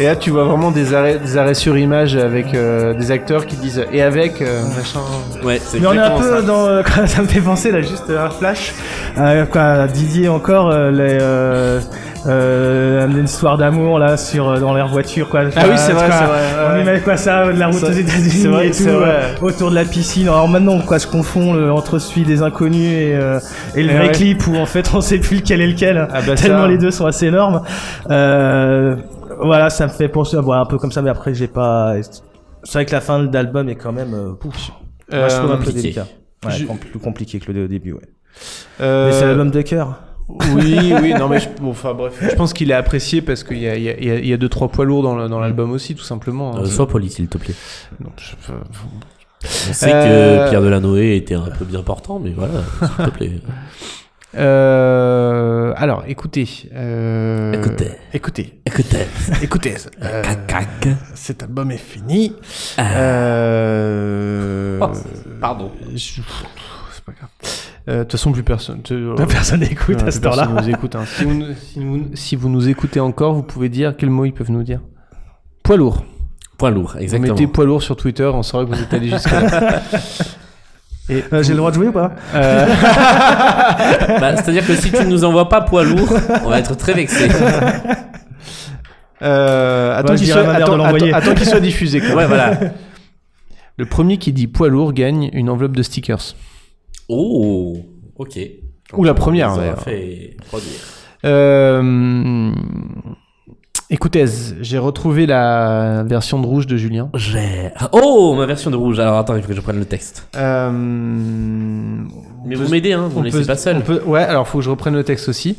Et là, tu vois vraiment des arrêts, des arrêts sur image avec euh, des acteurs qui disent et avec euh, machin. Ouais, c'est Mais on est un exactement peu ça. dans. euh, quoi, ça me fait penser là, juste euh, un flash. Euh, quoi, Didier encore, euh, les, euh, euh, une histoire d'amour là sur euh, dans leur voiture quoi. Ah oui, c'est vrai, Quoi, c'est vrai, ouais, on ouais. met quoi ça euh, de la route C'est- aux États-Unis c'est vrai, et tout c'est vrai. euh, autour de la piscine. Alors maintenant quoi, je confonds le- entre celui des inconnus et, euh, et Eh le Ouais, vrai ouais. clip où en fait on sait plus lequel est lequel. Ah bah ça. tellement les deux sont assez énormes. Euh, voilà, ça me fait penser bon, un peu comme ça, mais après j'ai pas. C'est vrai que la fin de l'album est quand même. euh, pouf. Moi, je trouve un peu compliqué. délicat. Ouais, Je- com- plus compliqué que le dé- au début, ouais. Euh, Mais c'est l'album de cœur. Oui, oui, non mais je, bon, enfin bref, je pense qu'il est apprécié parce qu'il y a, il y, a, il y a- il y a deux trois poids lourds dans, le- dans l'album aussi, tout simplement. hein. Euh, sois poli, s'il te plaît. Non, je- On sait Euh, que Pierre Delanoé était un peu bien portant, mais voilà, s'il te plaît. Euh, alors, écoutez, euh, Écoutez. écoutez, Écoutez, écoutez, euh, cac. Ah. cet album est fini. Euh, Oh, Pardon. je- c'est pas grave. Euh, De toute façon, plus personne. te- Personne n'écoute Ouais, à plus ce temps-là. personne nous écoute, hein. Si, vous, nous- si nous- si vous nous écoutez encore, vous pouvez dire quel mot ils peuvent nous dire. Poids lourd. Point lourd, exactement. Mettez poids lourd sur Twitter, on saura que vous êtes allé jusqu'à là. Et, Euh, J'ai le droit de jouer ou pas euh, Bah, C'est-à-dire que si tu ne nous envoies pas poids lourd, on va être très vexés. euh, attends Ouais, je qu'il dirais à soit, ma mère de attends- l'envoyer. attends- attends qu'il soit diffusé. quand même. Ouais, voilà. Le premier qui dit poids lourd gagne une enveloppe de stickers. Oh, ok. Ou la première, Ça d'ailleurs. fait produire. Euh, écoutez, j'ai retrouvé la version de rouge de Julien. J'ai. Oh, ma version de rouge. Alors attends, il faut que je prenne le texte. Euh, Mais vous m'aidez, hein, vous on me laissez peut- pas seul. on peut- ouais, alors faut que je reprenne le texte aussi.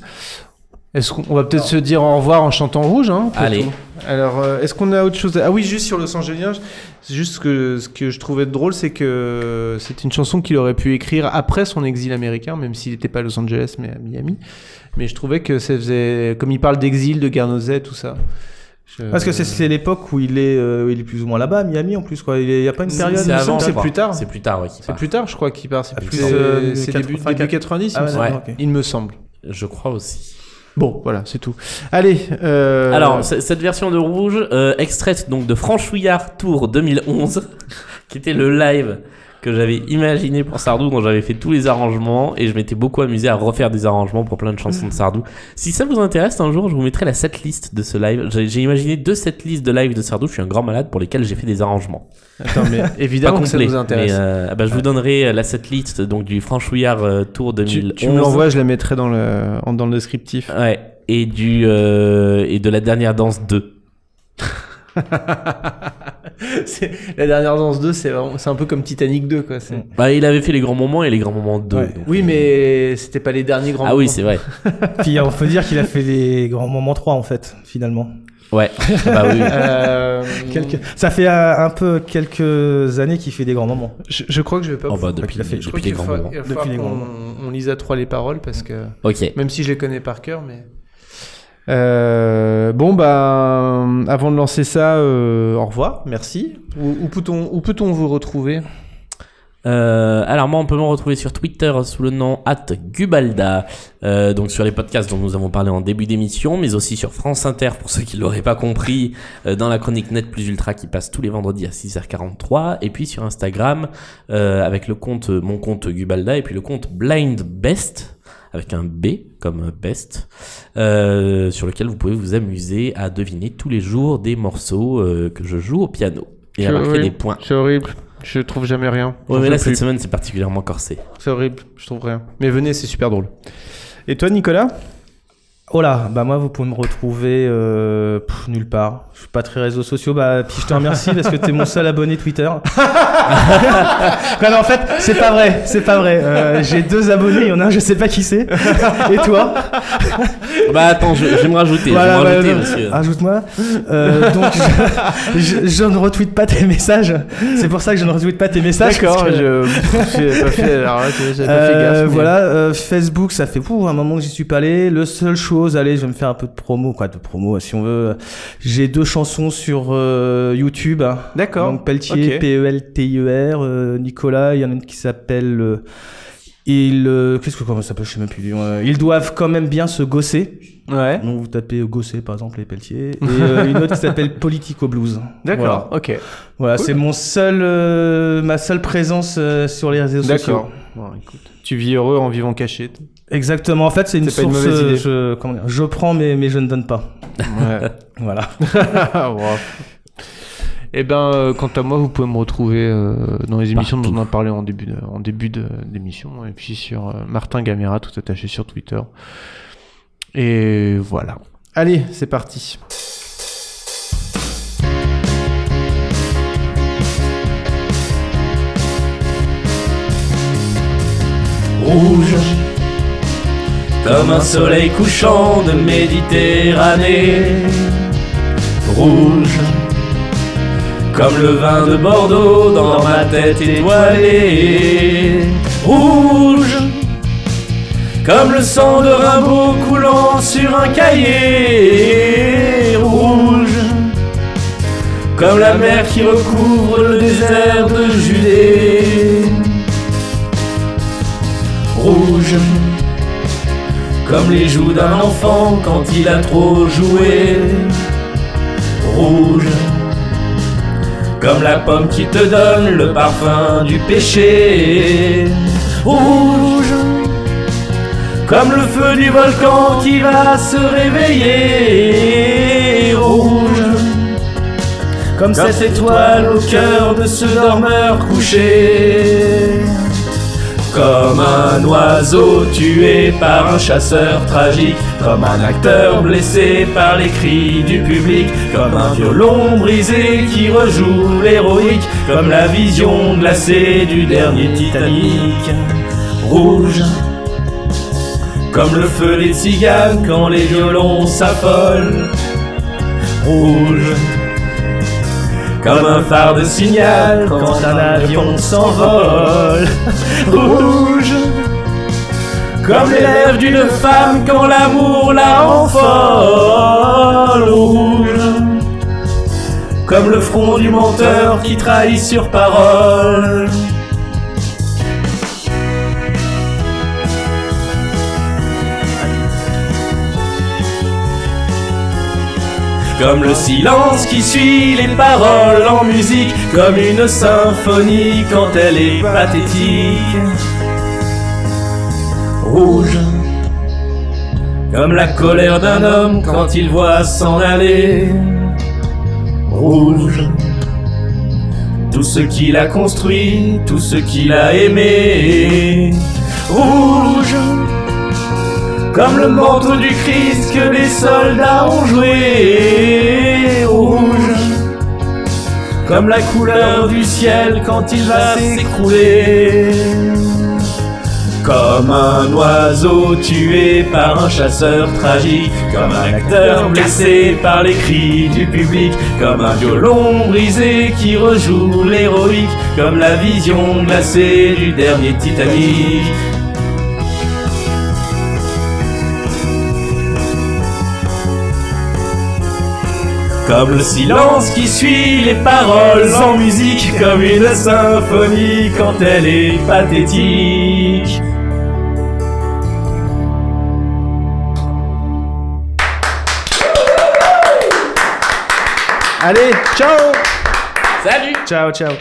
Est-ce qu'on on va peut-être se dire au revoir en chantant rouge hein, après Allez. tout. Alors, euh, est-ce qu'on a autre chose à- Ah oui, juste sur Los Angeles, c'est juste ce que, ce que je trouvais de drôle, c'est que c'est une chanson qu'il aurait pu écrire après son exil américain, même s'il n'était pas à Los Angeles, mais à Miami. Mais je trouvais que ça faisait... Comme il parle d'exil, de Guernesey, tout ça. je- Parce que c'est- c'est l'époque où il est, euh, où il est plus ou moins là-bas, à Miami en plus, quoi. Il n'y a pas une période. c'est il me avant, semble, c'est je crois. plus tard. C'est plus tard, oui. qui C'est part. plus tard, je crois, qu'il part. C'est Ah, plus plus, c'est- euh, c'est début, 84. début 90, il Ah me ouais, semble. d'accord, ok. il me semble. Je crois aussi. Bon, voilà, c'est tout. Allez. euh, Alors, c- cette version de rouge, euh, extraite donc de Franchouillard Tour 2011, qui était le live que j'avais imaginé pour Sardou, dont j'avais fait tous les arrangements, et je m'étais beaucoup amusé à refaire des arrangements pour plein de chansons de Sardou. Si ça vous intéresse, un jour, je vous mettrai la setlist de ce live. J'ai j'ai imaginé deux setlists de live de Sardou, je suis un grand malade, pour lesquels j'ai fait des arrangements. Attends, mais pas évidemment que complet, ça nous mais intéresse. euh, ah bah, je vous donnerai euh, la setlist donc du Franchouillard euh, Tour 2011 tu, tu me l'envoies, je la mettrai dans le, en- dans le descriptif. ouais, et du euh, et de la dernière danse 2 C'est- la dernière danse 2, c'est vraiment- c'est un peu comme Titanic 2, quoi. c'est- Bah, il avait fait les grands moments et les grands moments 2. Ouais. Oui, mais c'était pas les derniers grands Ah oui, moments. c'est vrai. Puis on peut dire qu'il a fait des grands moments 3 en fait, finalement. Ouais. bah oui. Euh, Quelques- Ça fait euh, un peu quelques années qu'il fait des grands moments. je, je crois que je vais pas. Oh, bah, Je depuis, il a fait- je crois depuis les qu'il grands faut- moments. il va Depuis falloir les grands qu'on- on lise à trois les paroles parce que. Ok. Même si je les connais par cœur, mais. Euh, bon, bah, avant de lancer ça, euh, au revoir, merci. Où, où peut-on où peut-on vous retrouver Euh, alors moi, on peut me retrouver sur Twitter sous le nom @gubalda, euh, donc sur les podcasts dont nous avons parlé en début d'émission, mais aussi sur France Inter pour ceux qui l'auraient pas compris, euh, dans la chronique Net Plus Ultra qui passe tous les vendredis à 6h43, et puis sur Instagram euh, avec le compte mon compte Gubalda et puis le compte Blind Best avec un B comme best, euh, sur lequel vous pouvez vous amuser à deviner tous les jours des morceaux euh, que je joue au piano et à Je- marquer oui. des points. C'est horrible, je trouve jamais rien. Ouais, mais là, cette semaine, c'est particulièrement corsé. C'est horrible, je trouve rien. Mais venez, c'est super drôle. Et toi, Nicolas Oh là, bah moi vous pouvez me retrouver euh, pff, nulle part. Je suis pas très réseaux sociaux, bah puis je te remercie parce que t'es mon seul abonné Twitter. non, non, en fait c'est pas vrai, c'est pas vrai. Euh, J'ai deux abonnés, il y en a un je sais pas qui c'est. Et toi Bah attends, je, je vais me rajouter. je Voilà, vais me rajouter, bah, monsieur. Rajoute-moi. Euh, donc je, je- je ne retweete pas tes messages. C'est pour ça que je ne retweete pas tes messages. parce que- je. j'ai pas fait, alors là, tu vois, j'avais pas fait Euh, gaffe, mais- voilà, euh, Facebook, ça fait pour un moment que j'y suis pas allé. Le seul chose, allez, je vais me faire un peu de promo, quoi, de promo, si on veut. J'ai deux chansons sur euh, YouTube. D'accord. Donc Pelletier, E Ok. P-E-L-T-I-E-R, euh, Nicolas, il y en a une qui s'appelle. euh, ils, euh, qu'est-ce que comment ça s'appelle Je sais même plus. Euh, ils doivent quand même bien se gosser. Ouais. Donc vous tapez euh, gosser par exemple les Pelletier. Et euh, une autre qui s'appelle Politico Blues. D'accord, Voilà, ok. Voilà, Cool. c'est mon seul, euh, ma seule présence euh, sur les réseaux sociaux. D'accord. Bon, écoute, tu vis heureux en vivant caché. Exactement. En fait, c'est une C'est pas une source. mauvaise euh, idée. Je, comment dire, je prends, mais, mais je ne donne pas. Ouais. Voilà. Et ben, euh, quant à moi, vous pouvez me retrouver euh, dans les émissions dont on a parlé en début de- en début de- d'émission, et puis sur euh, Martin Gamera, tout attaché sur Twitter. Et voilà. Allez, c'est parti. Rouge, comme un soleil couchant de Méditerranée. Rouge, comme le vin de Bordeaux dans ma tête étoilée. Rouge, comme le sang de Rimbaud coulant sur un cahier. Rouge, comme la mer qui recouvre le désert de Judée rouge Comme les joues d'un enfant quand il a trop joué Rouge Comme la pomme qui te donne le parfum du péché Rouge Comme le feu du volcan qui va se réveiller Rouge Comme cette étoile au cœur de ce dormeur couché comme un oiseau tué par un chasseur tragique, comme un acteur blessé par les cris du public, comme un violon brisé qui rejoue l'héroïque, comme la vision glacée du dernier Titanic. Rouge, comme le feu des ciganes quand les violons s'affolent. Rouge, comme un phare de signal quand un avion s'envole rouge Comme les lèvres d'une femme quand l'amour la rend folle Rouge Comme le front du menteur qui trahit sur parole Comme le silence qui suit les paroles en musique, comme une symphonie quand elle est pathétique. Rouge, comme la colère d'un homme quand il voit s'en aller. Rouge, tout ce qu'il a construit, tout ce qu'il a aimé. Rouge comme le manteau du Christ que les soldats ont joué. Rouge, comme la couleur du ciel quand il va s'écrouler. Comme un oiseau tué par un chasseur tragique, comme un acteur blessé par les cris du public, comme un violon brisé qui rejoue l'héroïque, comme la vision glacée du dernier Titanic. Comme le silence qui suit les paroles en musique, comme une symphonie quand elle est pathétique. Allez, ciao Salut Ciao, ciao